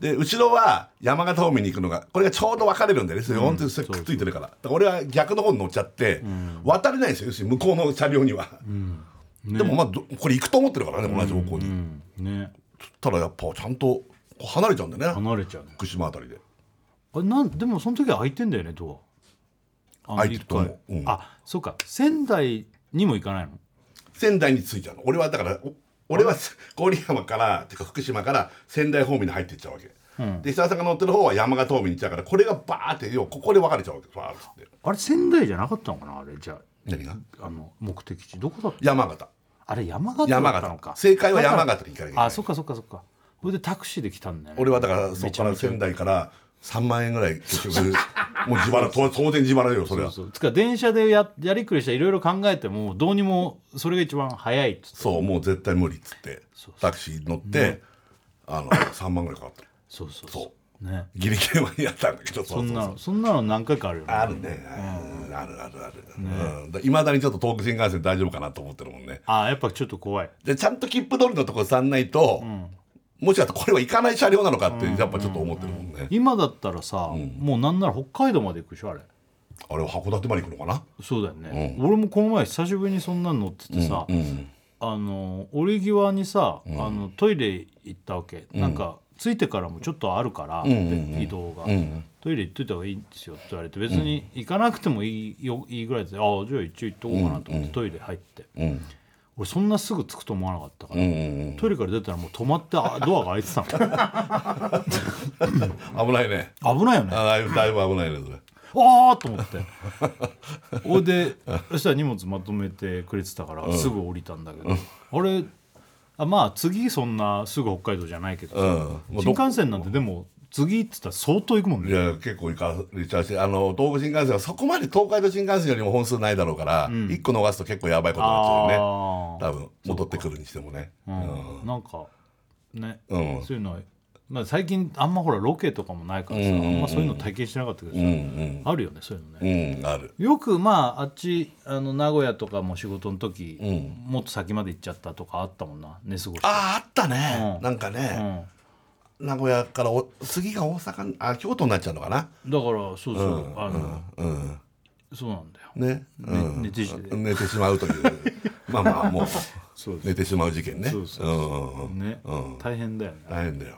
Speaker 3: で後ろは山形方面に行くのがこれがちょうど分かれるんだよねそれ本当にそれくっついてるから,、だから俺は逆の方に乗っちゃって、渡れないんですよ要するに向こうの車両には、でもまあどこれ行くと思ってるからね同じ方向に、
Speaker 2: うんね
Speaker 3: ただやっぱちゃんとこう離れちゃうんだよね
Speaker 2: 離れちゃうね
Speaker 3: 福島あたりで
Speaker 2: *laughs* あれなんでもその時は開いてんだよねドアあの
Speaker 3: 開いてると思う
Speaker 2: 一回
Speaker 3: うん
Speaker 2: あそうか仙台にも行かないの
Speaker 3: 仙台に着いちゃうの俺はだからお俺は郡山からてか福島から仙台方面に入っていっちゃうわけ、で設楽さんが乗ってる方は山形方面に行っちゃうからこれがバーって要はここで分かれちゃうわけバーッつって
Speaker 2: あれ仙台じゃなかったのかなあれじゃ
Speaker 3: 何が
Speaker 2: ああの目的地どこだった
Speaker 3: 山形
Speaker 2: あれ山形だ
Speaker 3: 山
Speaker 2: ったのか
Speaker 3: 形正解は
Speaker 2: だから
Speaker 3: 山形に行かなきゃいけない
Speaker 2: あそっかそっかそっかそれでタクシーで来たんだよね
Speaker 3: 俺はだからそこから仙台から3万円ぐらい結局もう自腹
Speaker 2: *laughs*
Speaker 3: 当当然自腹よそれは
Speaker 2: そうつか電車でややりくりしたいろいろ考えてもどうにもそれが一番早いっつって
Speaker 3: そうもう絶対無理っつってタクシー乗って、あの3万ぐらいかかった
Speaker 2: そうそう
Speaker 3: そ
Speaker 2: ね
Speaker 3: ギリギリまでやったんだけどそ
Speaker 2: そ
Speaker 3: うんそう
Speaker 2: な
Speaker 3: そう
Speaker 2: のそんなの何回かあるよね
Speaker 3: あるね、うんあるあるあるいま、うん、だにちょっと東北新幹線大丈夫かなと思ってるもんね
Speaker 2: あやっぱちょっと怖い
Speaker 3: でちゃんと切符通りのところさんないと、もしかしたらこれは行かない車両なのかってやっぱちょっと思ってるもんね、
Speaker 2: 今だったらさ、もうなんなら北海道まで行くでしょあれ
Speaker 3: あれは函館まで行くのかな
Speaker 2: そうだよね、俺もこの前久しぶりにそんなの乗っててさ、
Speaker 3: うん
Speaker 2: あの折り際にさ、あのトイレ行ったわけ、なんか着いてからもちょっとあるから、で移動が、
Speaker 3: ん
Speaker 2: トイレ行っといた方がいいんですよって言われて別に行かなくてもいいよいいぐらいでああじゃあ一応行っとこうかなと思ってトイレ入って、
Speaker 3: うん
Speaker 2: 俺そんなすぐ着くと思わなかったから、
Speaker 3: うんうん
Speaker 2: トイレから出たらもう止まってあドアが開いて
Speaker 3: *laughs*
Speaker 2: た
Speaker 3: 危ないね
Speaker 2: の危ないよね
Speaker 3: あだいぶだいぶ危ないねそれ
Speaker 2: あーと思って
Speaker 3: *laughs*
Speaker 2: ほいでそしたら荷物まとめてくれてたからすぐ降りたんだけど、あれあまあ次そんなすぐ北海道じゃないけどさ、
Speaker 3: うんもう
Speaker 2: 新
Speaker 3: ど
Speaker 2: 幹線なんてでも次行ってたら相当行くもん
Speaker 3: い
Speaker 2: ね
Speaker 3: や結構行かれちゃうしあの東北新幹線はそこまで東海道新幹線よりも本数ないだろうから、一1個逃すと結構やばいことになっちゃうよね
Speaker 2: あ
Speaker 3: 多分戻ってくるにしてもね、
Speaker 2: あ、うん、なんかね、
Speaker 3: うん
Speaker 2: そういうのは、まあ、最近あんまほらロケとかもないからさ、あんまそういうの体験してなかったけどさ、あるよねそういうのね、
Speaker 3: うんある
Speaker 2: よくまああっちあの名古屋とかも仕事の時、もっと先まで行っちゃったとかあったもんな寝過ごして
Speaker 3: あああったね、
Speaker 2: うん
Speaker 3: なんか
Speaker 2: う
Speaker 3: ね、
Speaker 2: ん
Speaker 3: 名古屋からお次が大阪にあ京都になっちゃうのかな
Speaker 2: だからそうそう、あの
Speaker 3: うん
Speaker 2: そうなんだよ
Speaker 3: ね、うん、
Speaker 2: 寝てし
Speaker 3: 寝てしまう
Speaker 2: *laughs*
Speaker 3: というまあまあもう
Speaker 2: そう
Speaker 3: 寝てしまう事件ね
Speaker 2: そうそう
Speaker 3: うんうんうん
Speaker 2: ね、大変だよね
Speaker 3: 大変だよ、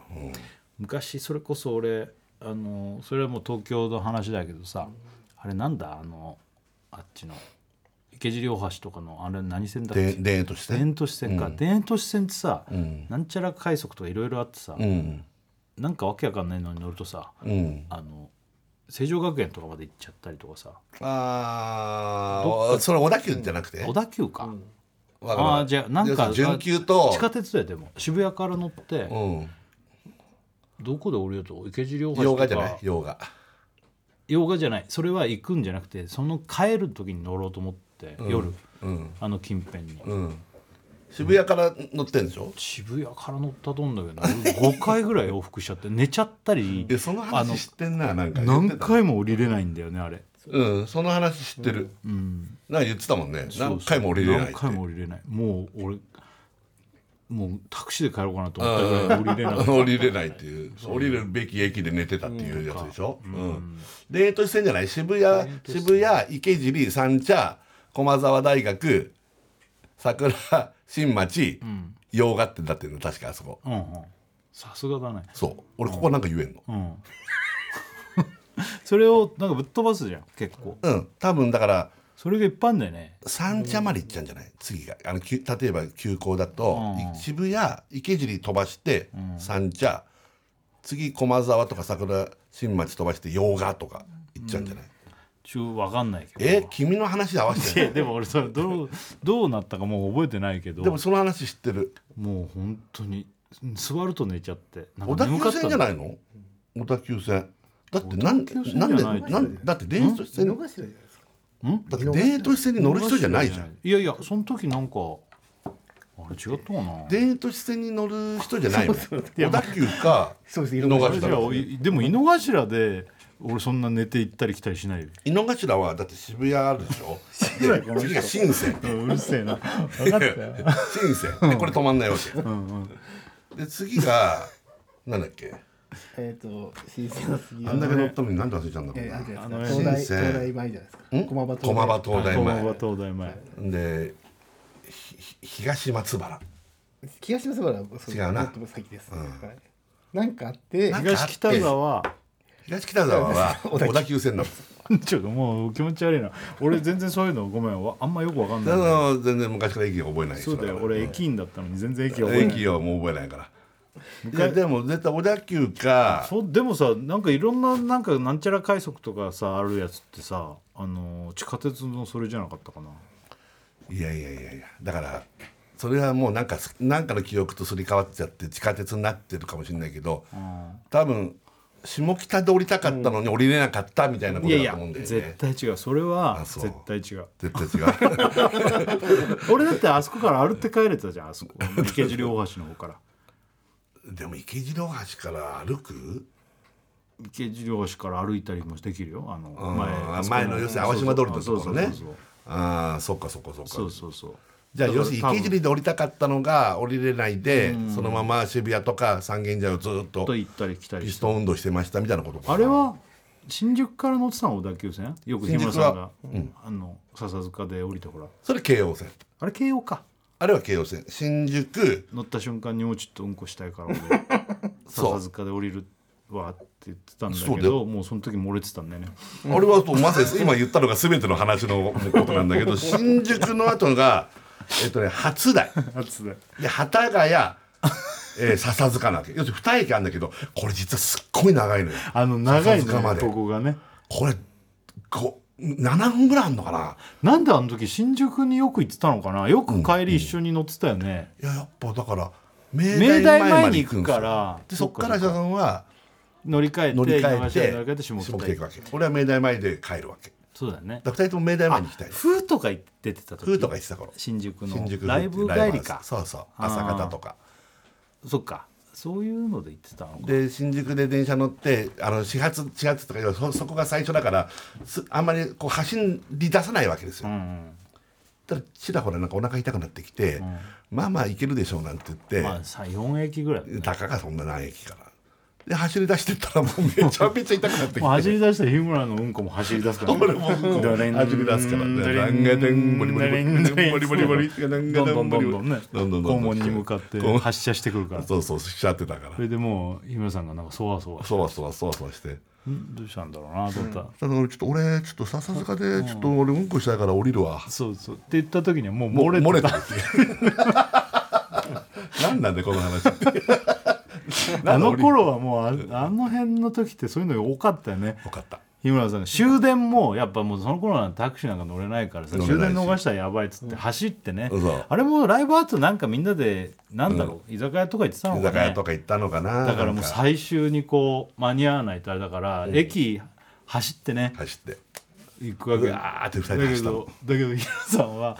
Speaker 2: 昔それこそ俺あのそれはもう東京の話だけどさあれなんだあのあっちの池尻大橋とかのあれ何線だっ
Speaker 3: うん、で
Speaker 2: け
Speaker 3: 田園として
Speaker 2: 田園都市線か、田園都市線ってさ、なんちゃら快速とかいろいろあってさ、
Speaker 3: うん
Speaker 2: なんかわけわかんないのに乗るとさ
Speaker 3: うん
Speaker 2: あの成城学園とかまで行っちゃったりとかさ
Speaker 3: あ
Speaker 2: ど
Speaker 3: あそれ小田急じゃなくて、
Speaker 2: 小田急か、
Speaker 3: わかるわ
Speaker 2: あ
Speaker 3: か
Speaker 2: あ
Speaker 3: る
Speaker 2: じゃあなん
Speaker 3: 要する
Speaker 2: か
Speaker 3: に準急と
Speaker 2: 地下鉄だよでも渋谷から乗って、
Speaker 3: うん
Speaker 2: どこで降りようと池尻
Speaker 3: 洋
Speaker 2: 大橋とか
Speaker 3: 画じゃない洋画
Speaker 2: 洋画じゃないそれは行くんじゃなくてその帰る時に乗ろうと思って、夜、
Speaker 3: うん
Speaker 2: あの近辺に、
Speaker 3: うん渋谷から乗ってんでしょ、
Speaker 2: 渋谷から乗ったと思うんだけど5回ぐらい往復しちゃって寝ちゃったり
Speaker 3: でその
Speaker 2: あの
Speaker 3: 話知ってんななんか言って
Speaker 2: 何
Speaker 3: た
Speaker 2: 回も降りれないんだよねあれ
Speaker 3: うんその話知ってる、
Speaker 2: うん
Speaker 3: なんか言ってたもんね
Speaker 2: そうそう
Speaker 3: 何回も降りれないって
Speaker 2: 何回も降りれないもう俺もうタクシーで帰ろうかなと思ったぐらい降りれなかっ
Speaker 3: *laughs*
Speaker 2: た
Speaker 3: 降りれないっていう降りるべき駅で寝てたっていうやつでしょ、うん、で都市線じゃない渋谷渋谷池尻三茶駒沢大学桜新町、洋画ってだってるの確かあそこ
Speaker 2: うんうんさすがだね
Speaker 3: そう俺ここなんか言えんの
Speaker 2: うん、 *laughs* それをなんかぶっ飛ばすじゃん結構
Speaker 3: うん、多分だから
Speaker 2: それがいっぱいあんだよね
Speaker 3: 三茶まで行っちゃうんじゃない次があのきゅ例えば急行だと、
Speaker 2: うん
Speaker 3: い渋谷池尻飛ばして三茶、次駒沢とか桜新町飛ばして洋画とか行っちゃうんじゃない、
Speaker 2: ちょわかんないけど
Speaker 3: え君の話で合わせ
Speaker 2: い
Speaker 3: てな
Speaker 2: や
Speaker 3: い
Speaker 2: でも俺それどうどうなったかもう覚えてないけど
Speaker 3: でもその話知ってる
Speaker 2: もう本当に座ると寝ちゃってな
Speaker 3: 小
Speaker 2: ん
Speaker 3: 田
Speaker 2: か眠か
Speaker 3: 急
Speaker 2: った
Speaker 3: 線
Speaker 2: ん
Speaker 3: じゃ
Speaker 2: だ
Speaker 3: ないの小田急線だってなん
Speaker 2: 小田急線
Speaker 3: なん
Speaker 2: じ
Speaker 3: で
Speaker 2: ゃない
Speaker 3: なんだって電車
Speaker 4: 見
Speaker 3: 線
Speaker 4: 逃してるじゃないですか
Speaker 3: だって電都市線に乗る人じゃないじゃん
Speaker 2: いやいやその時なんかあれ違ったかな
Speaker 3: 田園都市線に乗る人じゃないよね小田急か
Speaker 4: そうです
Speaker 3: 井
Speaker 4: 井
Speaker 3: の
Speaker 4: の
Speaker 2: あれ
Speaker 3: 頭
Speaker 2: じゃあおいでも井の頭で俺そんな寝て行ったり来たりしないよ
Speaker 3: 井の頭はだって渋谷あるでしょで次が新線
Speaker 2: うるせえな分かったよ
Speaker 3: 新線でこれ止まんないわけで次がなんだっけ
Speaker 4: *laughs* えっ、と新鮮なすぎ
Speaker 3: あんだけ乗ったのになんで忘れちゃうんだろ
Speaker 4: えー、ある
Speaker 3: う
Speaker 4: じゃ
Speaker 3: な
Speaker 4: ない
Speaker 2: あの
Speaker 4: ですか東
Speaker 3: 新
Speaker 4: 大
Speaker 3: 鮮
Speaker 4: 東大前じゃないですか駒場東大
Speaker 3: 駒場東大
Speaker 2: 東
Speaker 3: 前
Speaker 2: 大東大前
Speaker 3: でひひ東松原
Speaker 4: 東松原はそう
Speaker 3: 違うな
Speaker 4: もっと先です、はいなんかあって
Speaker 3: なんか
Speaker 2: 東北沢
Speaker 3: 東北沢
Speaker 2: *laughs*
Speaker 3: は小田急線なんです
Speaker 2: ちょっともう気持ち悪いな俺全然そういうのごめんわあんまよくわかん
Speaker 3: あ
Speaker 2: ない
Speaker 3: の全然昔から駅を覚えない人
Speaker 2: そうだよ俺駅員だったのに全然駅覚えない
Speaker 3: 駅をもう覚えないからいやでも絶対小田急か
Speaker 2: そうでもさなんかいろんななんかなんちゃら快速とかさあるやつってさあの地下鉄のそれじゃなかったかない
Speaker 3: やいやいやいやだからそれはもうなんかすなんかの記憶とすり替わっちゃって地下鉄になってるかもしれないけど、多分下北で降りたかったのに降りれなかったみたいなこ
Speaker 2: い
Speaker 3: と
Speaker 2: やい
Speaker 3: だと
Speaker 2: や
Speaker 3: 思うんだよね。
Speaker 2: 絶対違うそれは
Speaker 3: あそう
Speaker 2: 絶対違う
Speaker 3: 絶対違う
Speaker 2: 俺だってあそこから歩いて帰れてたじゃんあ
Speaker 3: *laughs*
Speaker 2: そこ池尻大橋の方から
Speaker 3: でも池尻大橋から歩く
Speaker 2: 池尻大橋から歩いたりもできるよあの
Speaker 3: あ
Speaker 2: 前
Speaker 3: 前の要するに淡島通りのところね
Speaker 2: そう
Speaker 3: ああそっかそっかそっか
Speaker 2: そうそうそうそうそう
Speaker 3: じゃあ要するに
Speaker 2: だから
Speaker 3: 池尻で降りたかったのが降りれないで、そのまま渋谷とか三軒茶屋をずっ
Speaker 2: 多分と
Speaker 3: と
Speaker 2: 行ったり来たり
Speaker 3: ピス
Speaker 2: して
Speaker 3: トン運動してましたみたいなことかな
Speaker 2: あれは新宿から乗ってたの小田急線よく日村さんが、あの笹塚で降りてほら
Speaker 3: それ京王線
Speaker 2: あれ慶応か
Speaker 3: あれは京王線新宿
Speaker 2: 乗った瞬間に「もうちょっとうんこしたいから *laughs* 俺
Speaker 3: そう
Speaker 2: 笹塚で降りるわ」って言ってたんだ
Speaker 3: そう
Speaker 2: け
Speaker 3: だよ
Speaker 2: どもうその時漏れてたんだよね
Speaker 3: あれはそうまさに今言ったのが全ての話のことなんだけ
Speaker 2: *laughs*
Speaker 3: ど新宿の後がえっとね初台
Speaker 2: 初だ
Speaker 3: で幡ヶ谷、えー笹塚なわけ要するに2駅あるんだけどこれ実はすっごい長いのよ
Speaker 2: あの長い
Speaker 3: 笹塚ま
Speaker 2: ね
Speaker 3: で
Speaker 2: ここがね
Speaker 3: これこ7分ぐらいあんのかな
Speaker 2: なんであの時新宿によく行ってたのかなよく帰り一緒に乗ってたよね、
Speaker 3: いややっぱだから明
Speaker 2: 明大前に行
Speaker 3: ん
Speaker 2: く
Speaker 3: ですよ
Speaker 2: から
Speaker 3: でそっから社さんは
Speaker 2: 乗り換えて
Speaker 3: 乗り換
Speaker 2: 井
Speaker 3: え
Speaker 2: の頭
Speaker 3: て
Speaker 2: に乗り換えて下
Speaker 3: 下
Speaker 2: 北
Speaker 3: 北行
Speaker 2: 行
Speaker 3: く
Speaker 2: く
Speaker 3: わけ俺は明大前で帰るわけ
Speaker 2: そうだよね
Speaker 3: だから2人とも明大前に行きたい
Speaker 2: 風とか行って出てた時
Speaker 3: フーとか言ってた頃
Speaker 2: 新宿の
Speaker 3: 新宿風
Speaker 2: ライブ
Speaker 3: ライ
Speaker 2: 帰
Speaker 3: ブ
Speaker 2: り
Speaker 3: ハ
Speaker 2: か
Speaker 3: ウスそうそう朝方とか
Speaker 2: そっかそういうので行ってたのか
Speaker 3: で新宿で電車乗ってあの始発始発とか要はそそこが最初だからすあんまりこう走り出さないわけですよ、
Speaker 2: うん
Speaker 3: ただちらほらなんかお腹痛くなってきて、まあまあいけるでしょうなんて言って、
Speaker 2: うん、まあさ4駅ぐらいだね
Speaker 3: たかがそんな何駅からで走り出してったらもうめちゃめちゃ痛くなって
Speaker 2: も
Speaker 3: き
Speaker 2: う走
Speaker 3: て。
Speaker 2: り出した日村のうんこも走り出すから、
Speaker 3: 俺もこう
Speaker 2: ドレン
Speaker 3: 走り出すからね。
Speaker 2: ド
Speaker 3: ラ
Speaker 2: レ
Speaker 3: ン
Speaker 2: ン
Speaker 3: ガデンボリボリボリ
Speaker 2: ドレン
Speaker 3: ボリボリボリボリ
Speaker 2: どんどんどんどんね
Speaker 3: どんどんどんどん
Speaker 2: 肛門に向かって
Speaker 3: こう
Speaker 2: 発射してくるからそ
Speaker 3: そうそうしちゃってたから
Speaker 2: れでもう日村さんがなんかそわそわ
Speaker 3: そわそわそわそわして
Speaker 2: んどうしたんだろうなと思ったら、
Speaker 3: ただ俺ちょっと俺ちょっと笹塚でちょっと俺うんこしたいから降りるわ
Speaker 2: そうそうって言った時にはもう
Speaker 3: も
Speaker 2: 漏
Speaker 3: う
Speaker 2: れて
Speaker 3: 漏
Speaker 2: た
Speaker 3: れたっていう
Speaker 2: *laughs*
Speaker 3: 何なんでこの話って
Speaker 2: あの頃はもうああの辺の時ってそういうの多かったよね
Speaker 3: 分かった
Speaker 2: 日村さんが終電もやっぱもうその頃はタクシーなんか乗れないからさ
Speaker 3: 乗れ
Speaker 2: 終
Speaker 3: ないし
Speaker 2: 電逃したらやばいっつって走ってね、
Speaker 3: そう
Speaker 2: あれもライブ後なんかみんなでなんだろう、居酒屋とか行ってたの
Speaker 3: 居
Speaker 2: か
Speaker 3: 酒
Speaker 2: ね
Speaker 3: 屋とか行ったのかな
Speaker 2: だからも
Speaker 3: な
Speaker 2: うん最終にこう間に合わないとあれだから、駅走ってね
Speaker 3: 走って
Speaker 2: 行くわけ
Speaker 3: うん
Speaker 2: あーって
Speaker 3: 二人
Speaker 2: だ
Speaker 3: で
Speaker 2: け
Speaker 3: 走ったの
Speaker 2: どだけどヒロさんは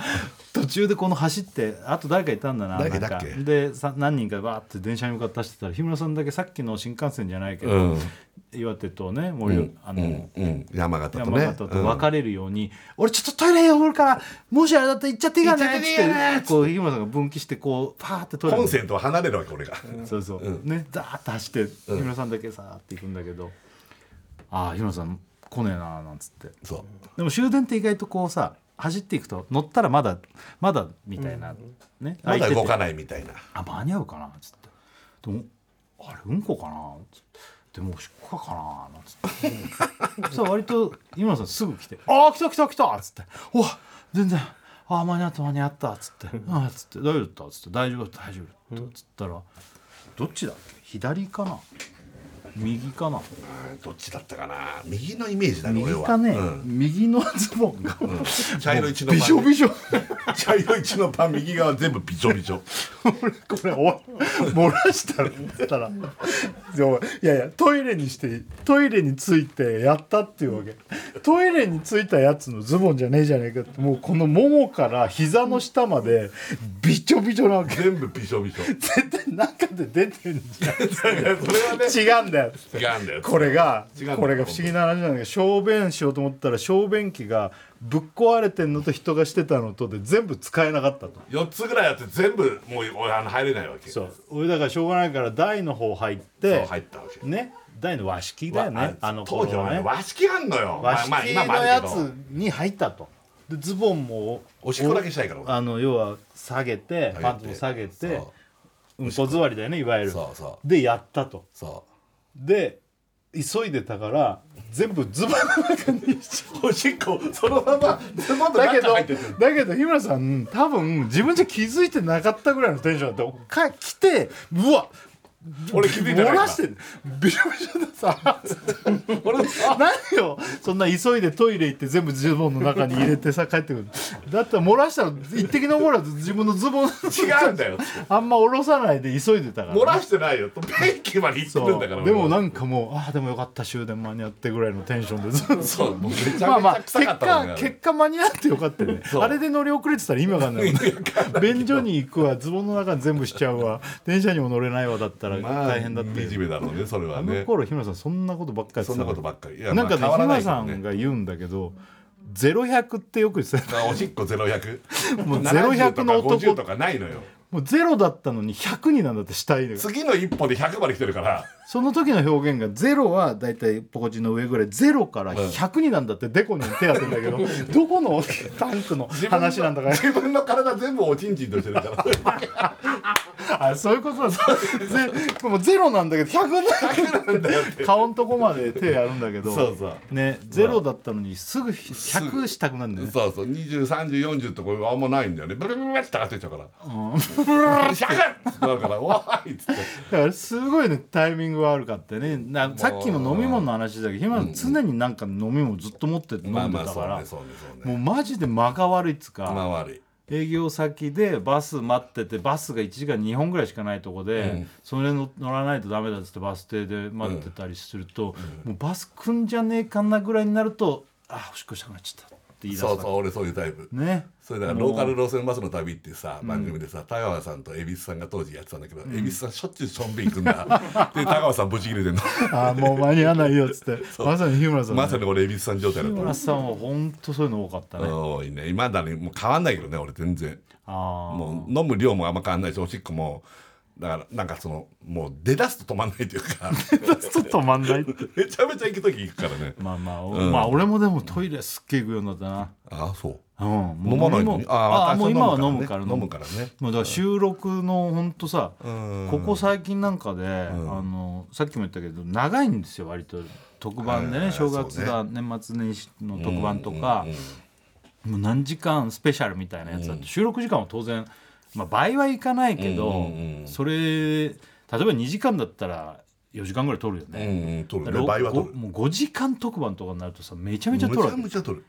Speaker 2: 途中でこの走ってあと誰かいたんだな
Speaker 3: 誰かいた
Speaker 2: な
Speaker 3: っ
Speaker 2: ん
Speaker 3: け
Speaker 2: かでさ何人かバーって電車に向かって走ってたら日村さんだけさっきの新幹線じゃないけど、
Speaker 3: うん
Speaker 2: 岩手とね森、あの、
Speaker 3: うんうん山形と
Speaker 2: 山
Speaker 3: ね
Speaker 2: 形と
Speaker 3: うん
Speaker 2: 別れるように、俺ちょっとトイレ寄るからもしあれだったら行っちゃっていいかね
Speaker 3: 行っちゃっていい
Speaker 2: っ
Speaker 3: か
Speaker 2: て
Speaker 3: ね
Speaker 2: こう日村さんが分岐してこうパーってトイレに
Speaker 3: コンセントは離れるわけ俺が
Speaker 2: そうそう、ねザーッと走って日村さんだけさーって行くんだけど、ああ日村さん来ねえなーなんつって
Speaker 3: そう
Speaker 2: でも終電って意外とこうさ走っていくと乗ったらまだまだみたいな、ね
Speaker 3: まだ
Speaker 2: 空いてて
Speaker 3: 動かないみたいな
Speaker 2: あ間に合うかなっつってでもあれうんこかなつってでもおしっこかななんつってそしたら割と今野さんすぐ来て「ああ来た来た来た」っつって「お全然ああ間に合った間に合った」っつって「ああ」っつって「大丈夫だった」っつって「大丈夫だった大丈夫だった」っつったら「どっちだっけ左かな
Speaker 6: 右かな
Speaker 3: うんどっちだったかな右のイメージだね俺
Speaker 2: 右
Speaker 3: は
Speaker 2: かね、
Speaker 3: うん
Speaker 2: 右のズボンが、
Speaker 3: 茶色い血の
Speaker 2: びしょび
Speaker 3: し
Speaker 2: しょ
Speaker 3: ょ茶色い血のパン右側全部びちょびちょ
Speaker 2: 俺これおわ *laughs* 漏らしたらったらでお前いやいやトイレにしてトイレについてやったっていうわけトイレについたやつのズボンじゃねえじゃねえかってもうこのももから膝の下までびちょびちょなわけ
Speaker 3: 全部びしょ
Speaker 2: *laughs*
Speaker 3: びしょ違
Speaker 2: 絶対中で出てるんじ
Speaker 3: それはね
Speaker 2: ゃん違うんだよ
Speaker 3: 違うんだよ
Speaker 2: これが
Speaker 3: 違うんだよ
Speaker 2: これが不思議な話なんだけど小便しようと思ったら小便器がぶっ壊れてんのと人がしてたのとで全部使えなかったと。
Speaker 3: 4つぐらいあって全部もうおあの入れないわけ
Speaker 6: そう
Speaker 2: 俺だからしょうがないから台の方入っ
Speaker 3: そう
Speaker 2: て
Speaker 3: 入ったわけ
Speaker 2: ね台の和式だよねあの
Speaker 3: 当時はね
Speaker 2: ね
Speaker 3: 和式あんのよ
Speaker 2: 和式
Speaker 3: まあまあ今も
Speaker 2: の
Speaker 3: あ
Speaker 2: や
Speaker 3: るけ
Speaker 2: つ
Speaker 3: ど
Speaker 2: に入ったとでズボンも
Speaker 3: おしっこだけしたいから俺
Speaker 2: あの要は下げて
Speaker 3: げて
Speaker 2: パンツも下げて
Speaker 3: そ
Speaker 2: うんこ座りだよねいわゆ
Speaker 3: う
Speaker 2: る
Speaker 3: そうそ
Speaker 2: でやったと
Speaker 3: うそ
Speaker 2: で急いでたから全部ズボンの中にし
Speaker 3: うおしっこそのままズボンの
Speaker 2: だけど
Speaker 3: 中入ってて
Speaker 2: だけど日村さん多分自分じゃ気づいてなかったぐらいのテンションだったか来てうわ
Speaker 3: 俺気づいてな
Speaker 2: 漏
Speaker 3: いからっ
Speaker 2: したてんびしょびしょだ
Speaker 3: *laughs*
Speaker 2: さ
Speaker 3: 俺さ
Speaker 2: 何よそんな急いでトイレ行って全部ズボンの中に入れてさ帰ってくるだったら漏らしたら一滴の漏らず自分のズボ
Speaker 3: 違
Speaker 2: ン
Speaker 3: うんだよ
Speaker 2: あんま下ろさないで急いでたからね、
Speaker 3: 漏らしてないよ便器まで行ってるんだから
Speaker 2: でも
Speaker 3: 俺は
Speaker 2: なんかもうああでもよかった終電間に合ってぐらいのテンションでずっと
Speaker 3: そうもうめちゃめち
Speaker 2: まあま
Speaker 3: ゃ
Speaker 2: あ結
Speaker 3: 臭かったもん
Speaker 2: 果
Speaker 3: ね
Speaker 2: 結果間に合ってよかったよね
Speaker 3: そう
Speaker 2: あれで乗り遅れてたら意味わかんないもんね便所に行くわズボンの中に全部しちゃうわ電車にも乗れないわだったら
Speaker 3: まあ
Speaker 2: 大変だっていう、
Speaker 3: 惨めだろうねそれは
Speaker 2: あ
Speaker 3: ね
Speaker 2: の頃日村さんそんなことばっかりやっ
Speaker 3: そ
Speaker 2: てた
Speaker 3: んな
Speaker 2: の
Speaker 3: ことばっかりいや
Speaker 2: なんかね
Speaker 3: まあ変
Speaker 2: 日
Speaker 3: わ
Speaker 2: 村
Speaker 3: ら
Speaker 2: さ
Speaker 3: ないけど
Speaker 2: ん
Speaker 3: ね
Speaker 2: が言うんだけど0100ってよく言ってたよ
Speaker 3: おしっこゼロ百。
Speaker 2: もう0100の男
Speaker 3: 50とかないのよ。
Speaker 2: もうゼロだったのに100になんだってしたいのよ
Speaker 3: 次の一歩で100まで来てるから。
Speaker 2: その時の表現がゼロはだいたいポコチンの上ぐらいゼロから100になんだってデコに手当てんだ
Speaker 3: *laughs*
Speaker 2: けどどこのタンクの話なんだか
Speaker 3: 自分の体全部おちんちんとしてるから。
Speaker 2: あそういうこと *laughs* だゼもうゼロなんだけど100なんだよ顔んとこまで手やるんだけど
Speaker 3: そうそう
Speaker 2: ねゼロだったのにすぐ100したくなるんだよ
Speaker 3: *laughs*
Speaker 2: ね
Speaker 3: そうそう、二十三十四十とこれあんまないんだよね。ブルブルブルって上がってっちゃうから。100ってなるから、わーいっつって。
Speaker 2: だからすごいねタイミングが悪かったねなさっきの飲み物の話だけど今の常になんか飲み物ずっと持ってて飲んでたから、
Speaker 3: そうね、そう
Speaker 2: もう。マジで間が悪いっつうか、
Speaker 3: まあ悪い。
Speaker 6: 営業先でバス待っててバスが1時間2本ぐらいしかないとこで、
Speaker 3: うん
Speaker 6: それの乗らないとダメだっつってバス停で待ってたりすると、もうバス来んじゃねえかなぐらいになるとあおしっこしたくなっちゃったって言い出す
Speaker 3: そうそう、俺そういうタイプ。
Speaker 6: ね
Speaker 3: それだからローカル路線バスの旅っていうさ番組でさ田川さんと恵比寿さんが当時やってたんだけど恵比寿さんしょっちゅうしょんべん行くんだで田川さんブチ切れてんの
Speaker 2: あーもう間に合わないよっつ
Speaker 3: *laughs*
Speaker 2: ってまさに日村さん、
Speaker 3: まさに俺恵比寿さん状態だっ
Speaker 6: 日
Speaker 3: た
Speaker 6: 村さんは本当そういうの多かったね、あ
Speaker 3: 多いね今だねもう変わんないけどね俺全然
Speaker 6: あー
Speaker 3: もう飲む量もあんま変わんないしおしっこもだからなんかそのもう出だすと止まんないという
Speaker 6: *laughs*
Speaker 3: か
Speaker 2: ちょっと止まんないって
Speaker 3: めちゃめちゃ行く時行くからね
Speaker 6: まあまあ、おまあ俺もでもトイレすっげえ行くようになったな
Speaker 3: ああそう
Speaker 6: うん、
Speaker 3: 飲まない
Speaker 6: も
Speaker 3: の
Speaker 6: う
Speaker 3: に
Speaker 6: ああ
Speaker 3: 私
Speaker 6: もう今は飲む
Speaker 3: ね
Speaker 6: から
Speaker 3: 飲むからね
Speaker 6: もうだから収録のほんとさ、
Speaker 3: ん
Speaker 6: ここ最近なんかで、あのさっきも言ったけど長いんですよ割と特番で
Speaker 3: はいはいは
Speaker 6: ね
Speaker 3: い
Speaker 6: 正月だ、年末年始の特番とか、もう何時間スペシャルみたいなやつだと、収録時間は当然、まあ、倍はいかないけど、
Speaker 3: うんうんうん
Speaker 6: それ例えば2時間だったら4時間ぐらい取るよ
Speaker 3: うん
Speaker 6: ね。
Speaker 3: うん取る
Speaker 6: だ
Speaker 3: ね
Speaker 6: から
Speaker 3: 倍は取
Speaker 6: ご
Speaker 3: る
Speaker 6: もう5時間特番とかになるとさめちゃめ
Speaker 3: め
Speaker 6: ち
Speaker 3: ち
Speaker 6: ゃ
Speaker 3: ゃ
Speaker 6: 取るわけ
Speaker 3: めちゃ取る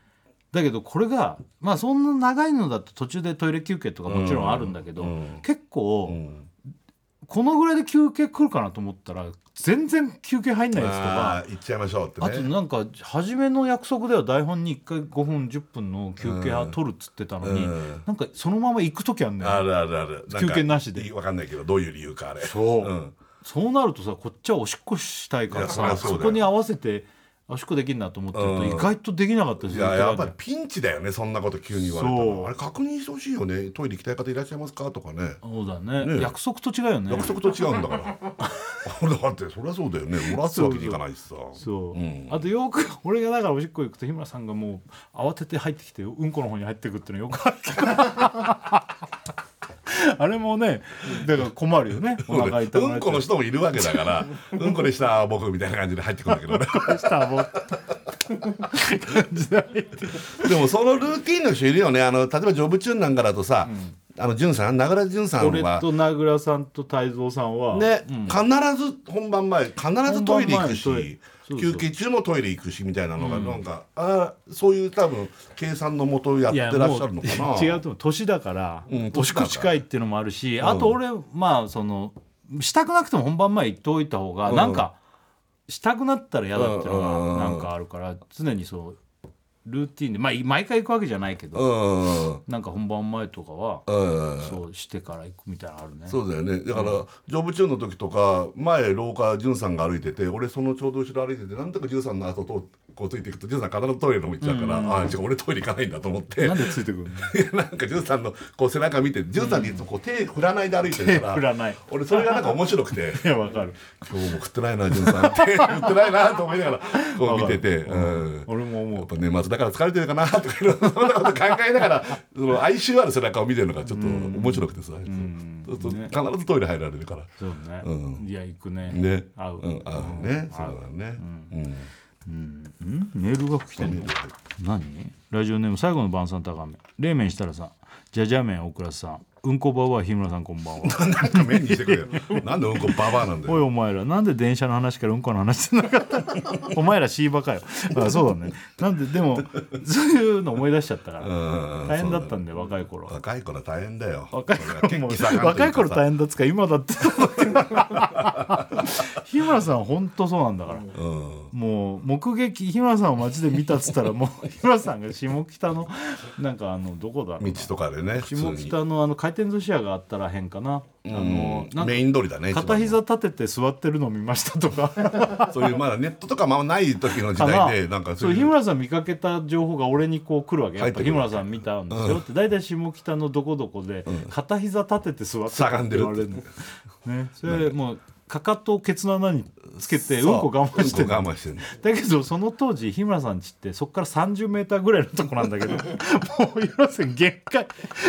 Speaker 6: だけどこれがまあそんな長いのだと途中でトイレ休憩とかもちろんあるんだけど、
Speaker 3: うんうん
Speaker 6: 結構、
Speaker 3: うん
Speaker 6: このぐらいで休憩来るかなと思ったら全然休憩入んないやつとか
Speaker 3: あ。ー行っちゃいましょうって
Speaker 6: あと
Speaker 3: ね
Speaker 6: なんか初めの約束では台本に1回5分10分の休憩は取るっつってたのに、
Speaker 3: うん
Speaker 6: なんかそのまま行く時あんだ
Speaker 3: あ
Speaker 6: よ、ね、
Speaker 3: るあるあるんか
Speaker 6: 休憩なしで
Speaker 3: いわかんないけどどういう理由かあれ
Speaker 6: そう
Speaker 3: うん
Speaker 6: そうなるとさこっちはおしっこしたいから
Speaker 3: いやそり
Speaker 6: さ
Speaker 3: ゃそうだ
Speaker 6: そ
Speaker 3: よ
Speaker 6: こに合わせておしっこできるなと思ってると
Speaker 3: うん
Speaker 6: 意外とできなかったり
Speaker 3: い
Speaker 6: する時
Speaker 3: や
Speaker 6: あ
Speaker 3: や
Speaker 6: るじゃ
Speaker 3: っぱ
Speaker 6: ん
Speaker 3: りピンチだよねそんなこと急に言われた
Speaker 6: そう
Speaker 3: らあれ確認してほしいよねトイレ行きたい方いらっしゃいますかとかね
Speaker 6: そうだね
Speaker 3: ね
Speaker 6: 約束と違うよね
Speaker 3: 約束と違うんだから *laughs* だってそりゃそうだよね漏らすわけにいかないしさ
Speaker 6: そう、
Speaker 3: ん
Speaker 6: あとよく俺がだからおしっこ行くと日村さんがもう慌てて入ってきてうんこの方に入ってくっていうのよくあるけどあれもねだから困るよ
Speaker 3: *laughs*
Speaker 6: ねお腹痛く
Speaker 3: う
Speaker 6: なっ
Speaker 3: ん
Speaker 6: ち
Speaker 3: こ
Speaker 6: ゃ
Speaker 3: の
Speaker 6: う
Speaker 3: 人もいるわけだからうんこでした僕みたいな感じで入ってくるんだけどね
Speaker 2: したもう
Speaker 3: でもそのルーティンの人いるよねあの例えばジョブチューンなんかだとさ、あの潤さん長良潤さん
Speaker 2: 俺
Speaker 3: は
Speaker 2: と名倉さんと泰造さんは
Speaker 3: ね、
Speaker 2: うん
Speaker 3: 必ず本番前必ずトイレ行く
Speaker 2: 本番前に
Speaker 3: し
Speaker 2: トイレ
Speaker 3: 休憩中もトイレ行くしみたいなのがなんか、あーそういう多分計算のもとやっ
Speaker 2: い
Speaker 3: て
Speaker 2: や
Speaker 3: らっしゃるのかな
Speaker 2: もう *laughs* 違うと思う年だから、
Speaker 3: うん
Speaker 2: 年越し会っていうのもあるし、あと俺まあそのしたくなくても本番前行っておいた方が、
Speaker 3: うん
Speaker 2: なんかしたくなったら嫌だっていうの
Speaker 3: うん
Speaker 2: がなんかあるから、常にそうルーティンで、まあ、毎回行くわけじゃないけど、
Speaker 3: うん
Speaker 2: なんか本番前とかは、
Speaker 3: うん
Speaker 2: そうしてから行くみたいなのあるね。
Speaker 3: そうだよねだから、ジョブチューンの時とか前廊下潤さんが歩いてて俺そのちょうど後ろ歩いててなんとか潤さんの後とこうついていくと潤さん必ずトイレの方行っちゃうから、ああ違う俺トイレ行かないんだと思って
Speaker 2: *laughs* なんでついて
Speaker 3: *laughs*
Speaker 2: くるの
Speaker 3: なんか潤さんのこう背中見て潤さんにいつもこう手振らない *laughs* で歩いてるから
Speaker 2: *laughs* 手振らない
Speaker 3: 俺それがなんか面白くて
Speaker 2: いやわかる
Speaker 3: 今日も食ってないな潤さんって食ってないなと思いながらこう見てて、うん、
Speaker 2: 俺も思
Speaker 3: やっ
Speaker 2: う
Speaker 3: ぱ年末だから疲れてるかなとかいろんなこと考えながらその哀愁ある背中を見てるのがちょっと面白くてさ、そうすると必ずトイレ入られるから。
Speaker 2: そうね、
Speaker 3: うん
Speaker 2: いや行くね
Speaker 3: ね、
Speaker 2: 合う、
Speaker 3: ん、合うね、そうだね、うん、
Speaker 2: んメールが来てんの何ラジオネーム最後の晩餐高め冷麺したらさんじゃじゃ麺大倉さんうんこばばあ日村さんこんばん
Speaker 3: *laughs* な
Speaker 2: は
Speaker 3: んか目にしてくれよ、
Speaker 2: *laughs*
Speaker 3: なんでうんこババアなんだ
Speaker 2: おい
Speaker 3: よ。
Speaker 2: お前らなんで電車の話からうんこの話してな *laughs* かったのお前らシーバかよあそうだねなんででもそういうの思い出しちゃったから
Speaker 3: うん
Speaker 2: 大変だったんで若い頃
Speaker 3: 若い頃大変だよ。
Speaker 2: 若い頃も
Speaker 3: 血気盛んというかさ
Speaker 2: 若い頃大変だっつうか今だって *laughs* 日村さん本当そうなんだから、
Speaker 3: うん、
Speaker 2: もう目撃日村さんを街で見たっつったらもう日村さんが下北のなんかあのどこだろうな
Speaker 3: 道とかでね、普通
Speaker 2: 下
Speaker 3: に
Speaker 2: 北のあの回転寿司屋があったらへんかな、あの
Speaker 3: う
Speaker 2: な
Speaker 3: ん、
Speaker 2: んか
Speaker 3: メイン通りだね。
Speaker 2: 片膝立てて座ってるの見ました
Speaker 3: *laughs*
Speaker 2: とか
Speaker 3: 一番ねそういうまだネットとかまあない時の時
Speaker 2: か
Speaker 3: 代で、なんか
Speaker 2: そう日村さん見かけた情報が俺にこう来るわけやっ
Speaker 3: 入
Speaker 2: ぱ
Speaker 3: って
Speaker 2: 日
Speaker 3: くる
Speaker 2: 村さん見たんですよって大体下北のどこどこで片膝立てて座って
Speaker 3: しゃがんでる
Speaker 2: って言われるの、ね、それもうかかとをケツの穴につけてうん
Speaker 3: そう
Speaker 2: こ我慢して
Speaker 3: うんこ我慢してんの
Speaker 2: だけどその当時日村さんちってそこから3 0ーぐらいのとこなんだけどもう日村さん限界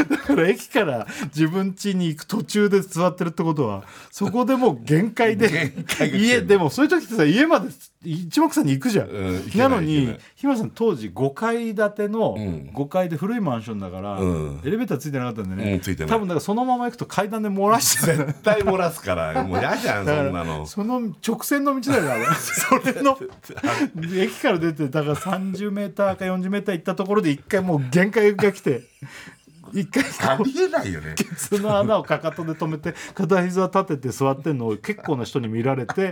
Speaker 2: だから駅から自分家に行く途中で座ってるってことはそこでもう限界で
Speaker 3: 限界が来てる
Speaker 2: 家でもそういう時ってさ家まで一目散に行くじゃん、
Speaker 3: うん行けない
Speaker 2: なの
Speaker 3: 行けな
Speaker 2: に
Speaker 3: い
Speaker 2: 日村さん当時5階建ての
Speaker 3: ん
Speaker 2: 5階で古いマンションだから、
Speaker 3: うん
Speaker 2: エレベーターついてなかったんでね、
Speaker 3: うんついてない
Speaker 2: 多分だからそのまま行くと階段で漏らしてた
Speaker 3: 絶対漏らすから、もう嫌じゃん、そ
Speaker 2: だ
Speaker 3: ん
Speaker 2: か
Speaker 3: な
Speaker 2: ら
Speaker 3: の。
Speaker 2: その直線の道だ *laughs* よあれそれの駅から出てだから3 0ーか4 0ー行ったところで一回もう限界が来 *laughs* て一回
Speaker 3: あ
Speaker 2: こう
Speaker 3: りえないよね。
Speaker 2: ケツの穴をかかとで止めて片膝立てて座ってんのを結構な人に見られ *laughs* て。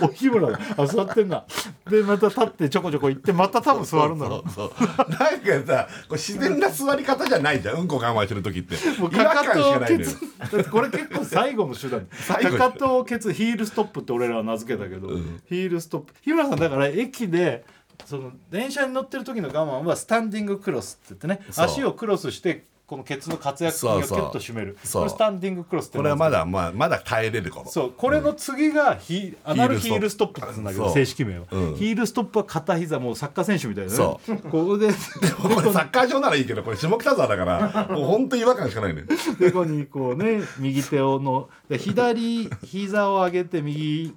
Speaker 2: お日村があ座ってんなでまた立ってちょこちょこ行ってまた多分座るんだろう
Speaker 3: そうそうなんかさこう自然な座り方じゃないじゃんうんこ我慢してる時って
Speaker 2: もう
Speaker 3: 違和
Speaker 2: かか
Speaker 3: 感し
Speaker 2: と
Speaker 3: か
Speaker 2: を
Speaker 3: ない
Speaker 2: ケ
Speaker 3: のよ
Speaker 2: ツだってこれ結構最後の手段
Speaker 3: 最後
Speaker 2: かかとをケツヒールストップって俺らは名付けたけど、ヒールストップ日村さんだから駅でその電車に乗ってる時の我慢はスタンディングクロスって言ってね
Speaker 3: そう
Speaker 2: 足をクロスしてこのケツの活躍筋をキュッと締める
Speaker 3: そうそう
Speaker 2: これスタンディングクロスって
Speaker 3: これはま
Speaker 2: だ
Speaker 3: だまあまだ耐えれる頃
Speaker 2: そうこれの次がヒーアナル
Speaker 3: ヒ
Speaker 2: ヒ
Speaker 3: ー
Speaker 2: ー
Speaker 3: ル
Speaker 2: ル
Speaker 3: ス
Speaker 2: ス
Speaker 3: ト
Speaker 2: ト
Speaker 3: ップ
Speaker 2: ップって言うんだけど
Speaker 3: そう
Speaker 2: 正式名は、
Speaker 3: うん
Speaker 2: ヒールストップは片膝もうサッカー選手みたいなね
Speaker 3: そ
Speaker 2: ここで
Speaker 3: *laughs* これサッカー場ならいいけどこれ下北沢だからもう本当違和感しかないね
Speaker 2: でこにこうね右手をので左膝を上げて右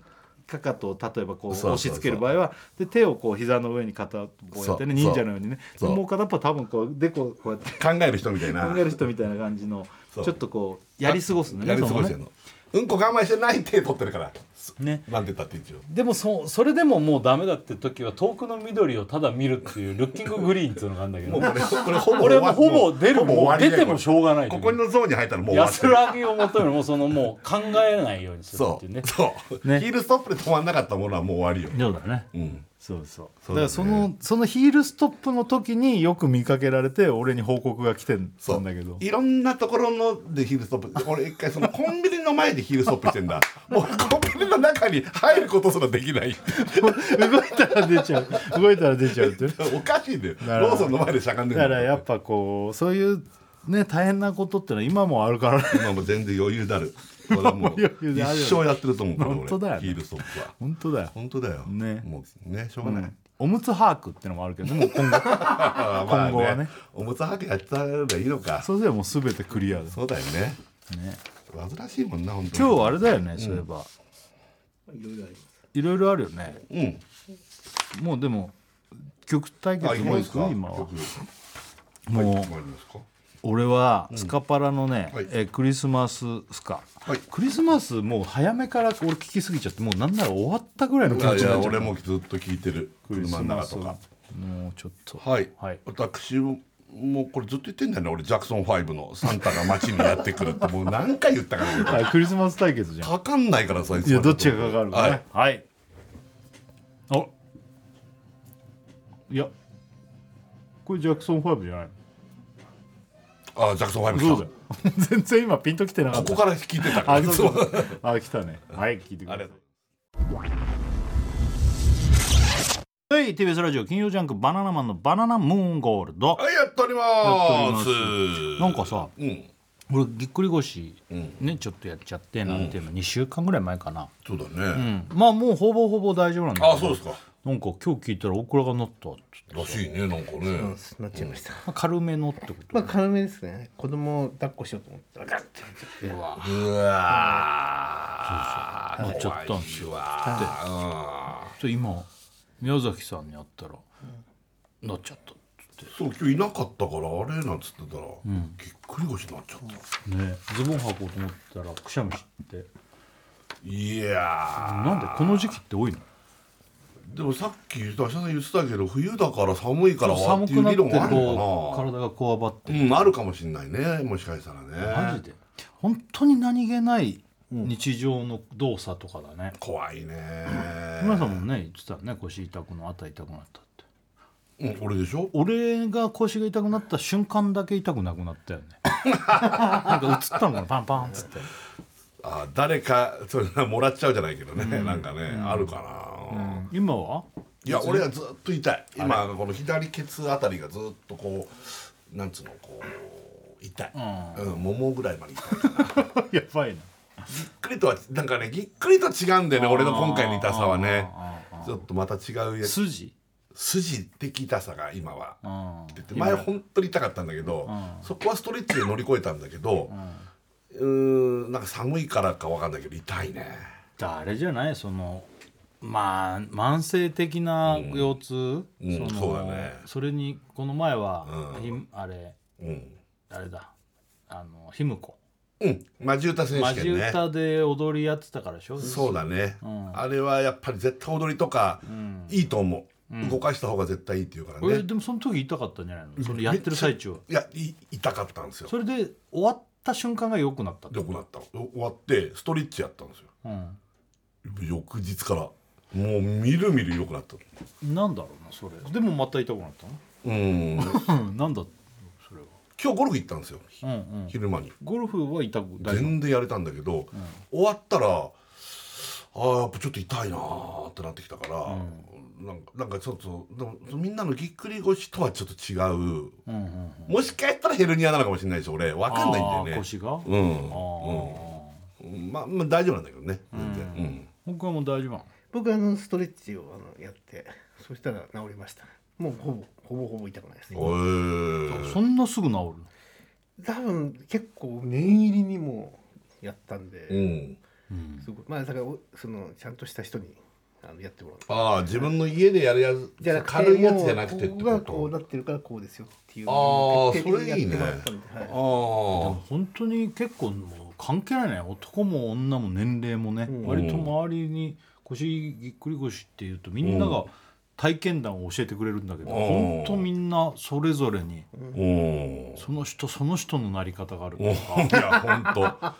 Speaker 2: かかとを例えばこう
Speaker 3: そうそうそう
Speaker 2: 押し付ける場合はで手をこう膝の上に片をこうやってね
Speaker 3: そう
Speaker 2: 忍者のようにね
Speaker 3: そう
Speaker 2: もう片っぽは多分こうでこうこうやって
Speaker 3: 考える人みたいな
Speaker 2: 考える人みたいな感じの
Speaker 3: そう
Speaker 2: ちょっとこうやり過ごすのね
Speaker 3: やり過ごしてんのうんこ我慢してない手取ってるから
Speaker 2: そのねね
Speaker 3: なんて言ったって一応
Speaker 2: *laughs* でもそそれでももうダメだって時は遠くの緑をただ見るっていうルッキンググリーンっていうのがあるんだけ
Speaker 3: もう
Speaker 2: ど
Speaker 3: これこれほぼ
Speaker 2: これもうほぼ出る
Speaker 3: ほぼ終わりだよ
Speaker 2: 出てもしょうがない
Speaker 3: ここのゾーンに入ったらもう終わって
Speaker 2: 安
Speaker 3: る
Speaker 2: らぎを求めるもうそのもう考えないようにするっ
Speaker 3: そ
Speaker 2: ていうね
Speaker 3: うそう、
Speaker 2: ね
Speaker 3: ヒールストップで止まんなかったものはもう終わりよ、
Speaker 2: そうだね
Speaker 3: うん、
Speaker 2: そうそう
Speaker 3: そうだ
Speaker 2: だか
Speaker 3: ね
Speaker 2: らそのそのヒールストップの時によく見かけられて俺に報告が来てん
Speaker 3: そう
Speaker 2: たんだけど
Speaker 3: いろんなところのでヒールストップ俺一回そのコンビニの前でヒールストップしてん
Speaker 2: *laughs*
Speaker 3: だもうコンビニの中に入ることすらできない
Speaker 2: *laughs* 動いたら出ちゃう動いたら出ちゃう
Speaker 3: *laughs*
Speaker 2: ってね
Speaker 3: おかしいんだよ
Speaker 2: なる
Speaker 3: ロ
Speaker 2: ほ
Speaker 3: ー
Speaker 2: ど
Speaker 3: ソンの前でしゃがんで
Speaker 2: だ
Speaker 3: る
Speaker 2: からやっぱこうそういうね大変なことってのは今もあるからね *laughs*
Speaker 3: 今もう全然余裕だるこれはもう
Speaker 2: 余裕であるよね
Speaker 3: 一生やってると思うから
Speaker 2: 本当だよ
Speaker 3: 俺
Speaker 2: ね
Speaker 3: ヒールストップは
Speaker 2: 本当だよ、
Speaker 3: 本当だよ
Speaker 2: ね
Speaker 3: もうねしょう
Speaker 2: う
Speaker 3: がない、
Speaker 2: ん、おむつ把握ってのもあるけどもう
Speaker 3: *laughs*
Speaker 2: 今後
Speaker 3: ああまあ
Speaker 2: 今後はね
Speaker 3: おむつはけやってたらいいのかそ
Speaker 2: そうすればもう全てクリアです
Speaker 3: うだよね
Speaker 2: ね
Speaker 3: 煩わしいもんな本当
Speaker 2: 今日あれだよねそういえば、
Speaker 4: いろいろあります
Speaker 2: いろいろあるよね
Speaker 3: 日うん
Speaker 2: もうでも曲対
Speaker 3: あ
Speaker 2: 決
Speaker 3: い
Speaker 2: も
Speaker 3: い
Speaker 2: い
Speaker 3: です
Speaker 2: く
Speaker 3: か
Speaker 2: 今は
Speaker 3: 曲
Speaker 2: もう
Speaker 3: はい決まりますか
Speaker 2: 俺はスカパラのね、
Speaker 3: はい
Speaker 2: えークリスマススカ、
Speaker 3: はい
Speaker 2: クリスマスもう早めから俺聞きすぎちゃってもうなんなら終わったぐらいの気
Speaker 3: い
Speaker 2: 持
Speaker 3: や
Speaker 2: ち
Speaker 3: い
Speaker 2: にな
Speaker 3: や
Speaker 2: っちゃう
Speaker 3: 俺もずっと聞いてる
Speaker 2: クリス
Speaker 3: 車の
Speaker 2: マ
Speaker 3: 中
Speaker 2: ス
Speaker 3: とか
Speaker 2: もうちょっと *laughs*
Speaker 3: はい、
Speaker 2: はい
Speaker 3: 私ももうこれずっと言ってんだよね俺ジャクソン5の「サンタが街にやってくる」ってもう何回言ったかな
Speaker 2: あクリスマス対決じゃん
Speaker 3: かかんないからさいつ
Speaker 2: いや
Speaker 3: まで
Speaker 2: ど
Speaker 3: も
Speaker 2: っちがかかる
Speaker 3: は
Speaker 2: か
Speaker 3: い
Speaker 2: ねはい、あいやこれジャクソン5じゃない
Speaker 3: あジャクソン5来
Speaker 2: そう
Speaker 3: た
Speaker 2: だよ全然今ピンときてなかっ
Speaker 3: こ
Speaker 2: た
Speaker 3: こから聞いてたから
Speaker 2: あ、
Speaker 3: い
Speaker 2: そう
Speaker 3: つ
Speaker 2: そ
Speaker 3: も
Speaker 2: うそう。あ、来たね。はい、聞いてくだ
Speaker 3: あ
Speaker 2: さ
Speaker 3: り
Speaker 2: い
Speaker 3: がと。
Speaker 2: はい、TBS ラジオ金曜ジャンクバナナマンのバナナムーンゴールド
Speaker 3: う。はいやっておりま
Speaker 2: やって
Speaker 3: す
Speaker 2: なんかさ、
Speaker 3: うん
Speaker 2: 俺ぎっくり腰
Speaker 3: うん
Speaker 2: ねちょっとやっちゃってなんていうの2週間ぐらい前かな。
Speaker 3: そうだね、
Speaker 2: うん。まあもうほぼほぼ大丈夫なんだけど。
Speaker 3: あそうですか
Speaker 2: なんか今日聞いたらオクラが乗ったっつって。
Speaker 3: らしいねなんかね、
Speaker 4: うんなっちゃいました。
Speaker 2: まあ軽めのってこ
Speaker 4: まあ
Speaker 2: と。
Speaker 4: 軽めですね。子供を抱っこしようと思ったらガッて
Speaker 2: うわ。
Speaker 3: うわ
Speaker 2: そうそう乗っちゃったんですよちょっと今宮崎さんに会ったら乗っちゃったっつっ
Speaker 3: そう今日いなかったからあれなんつってたら、ぎっくり腰になっちゃった、
Speaker 2: て。ね。ズボン履こうと思ったらくしゃみして。
Speaker 3: いや
Speaker 2: なんでこの時期って多いの
Speaker 3: ーでもさっき芦田さん言ってたけど冬だから寒いからは
Speaker 2: 寒
Speaker 3: って
Speaker 2: く
Speaker 3: いう
Speaker 2: なっ
Speaker 3: 理
Speaker 2: て
Speaker 3: 論はある
Speaker 2: こ
Speaker 3: の
Speaker 2: う
Speaker 3: かな
Speaker 2: 体がこわばって
Speaker 3: うんあるかもしれないねもしかしたらね
Speaker 2: マジで本当に何気ない日常の動作とかだね
Speaker 3: 怖いね
Speaker 2: 皆さんもね言ってたよね腰痛くのた痛くなったって
Speaker 3: うん俺でしょ
Speaker 2: 俺が腰が痛くなった瞬間だけ痛くなくなっ
Speaker 3: *laughs*
Speaker 2: たよねなんか映ったのかなパンパンっつって
Speaker 3: あ誰かそれなもらっちゃうじゃないけどね、なんかね、あるかな、*laughs*
Speaker 2: 今はい
Speaker 3: や俺はずっと痛い今この左ケツあたりがずっとこうなんつうのこう痛い、うんももぐらいまで *laughs* 痛いぎっ
Speaker 2: やばいな
Speaker 3: くりとはなんかねぎっくりと違うんだよね俺の今回の痛さはねちょっとまた違うやつ
Speaker 2: 筋
Speaker 3: 筋的痛さが今は
Speaker 2: うん
Speaker 3: 出て前本当に痛かったんだけど、そこはストレッチで乗り越えたんだけど、うーんなんか寒いからかわかんないけど痛いね
Speaker 2: あれじゃないそのまあ慢性的な腰痛、
Speaker 3: うん
Speaker 2: の
Speaker 3: そうだね
Speaker 2: それにこの前は、
Speaker 3: うん
Speaker 2: ひんあれ
Speaker 3: うん
Speaker 2: あれだあのひむこ
Speaker 3: うんマジ歌選
Speaker 2: マ
Speaker 3: 手
Speaker 2: ジ
Speaker 3: 権ね
Speaker 2: 歌で踊りやってたからでしょ
Speaker 3: そうだね、
Speaker 2: ん
Speaker 3: あれはやっぱり絶対踊りとかいいと思う、動かした方が絶対いいっていうから
Speaker 2: 俺
Speaker 3: ね
Speaker 2: でもその時痛かったんじゃないのそのやってる最中はい
Speaker 3: やい痛かったんですよ
Speaker 2: それで終わった瞬間が良くなったって
Speaker 3: で行ったの終わってストレッチやったんですよ
Speaker 2: うん
Speaker 3: 翌日からもうみるみる良くなった
Speaker 2: なんだろうなそれでもまた痛くなった
Speaker 3: うん *laughs*
Speaker 2: のうんなんだそれは
Speaker 3: 今日ゴルフ行ったんですよ、
Speaker 2: うんうん
Speaker 3: 昼間に
Speaker 2: ゴルフは痛く大丈夫
Speaker 3: 全然やれたんだけど、終わったらあーやっぱちょっと痛いなーってなってきたから、なんかなんかちょっとでもみんなのぎっくり腰とはちょっと違う
Speaker 2: うんうんうん
Speaker 3: もしかしたらヘルニアなのかもしれないし俺わかんないんだよね
Speaker 2: あー腰
Speaker 3: う
Speaker 2: が
Speaker 3: ん
Speaker 2: あー
Speaker 3: うんまあ、まあ大丈夫なんだけどね全然、うん
Speaker 2: 僕はもう大丈夫なの
Speaker 4: 僕あのストレッチをあのやってそしたら治りましたもうほぼほぼほぼ痛くないです
Speaker 3: おー
Speaker 2: そんなすぐ治る
Speaker 4: 多分結構念入りにもうやったん
Speaker 3: う
Speaker 4: で、
Speaker 3: ん、
Speaker 4: すごいまあだからおそのちゃんとした人にあのやってもらう
Speaker 3: ああ自分の家でやるやつ
Speaker 4: じゃなくて
Speaker 3: 軽いやつじゃなくてって
Speaker 4: もうここ
Speaker 3: こ
Speaker 4: がこうな
Speaker 3: と
Speaker 4: ってるからこうですよっていう
Speaker 3: あ
Speaker 4: のを
Speaker 3: あ
Speaker 4: 徹
Speaker 3: そ
Speaker 4: 底的に
Speaker 3: れいいね
Speaker 4: や
Speaker 3: あ
Speaker 4: ってもらったんではい
Speaker 3: あ
Speaker 2: 本当に結構もう関係ないね男も女も年齢もね、割と周りに腰ぎっくり腰っていうとみんなが体験談を教えてくれるんだけど、
Speaker 3: うん
Speaker 2: 本当みんなそれぞれに
Speaker 3: うん
Speaker 2: その人その人のなり方があると
Speaker 3: おい
Speaker 2: か、
Speaker 3: やほんと
Speaker 2: なんか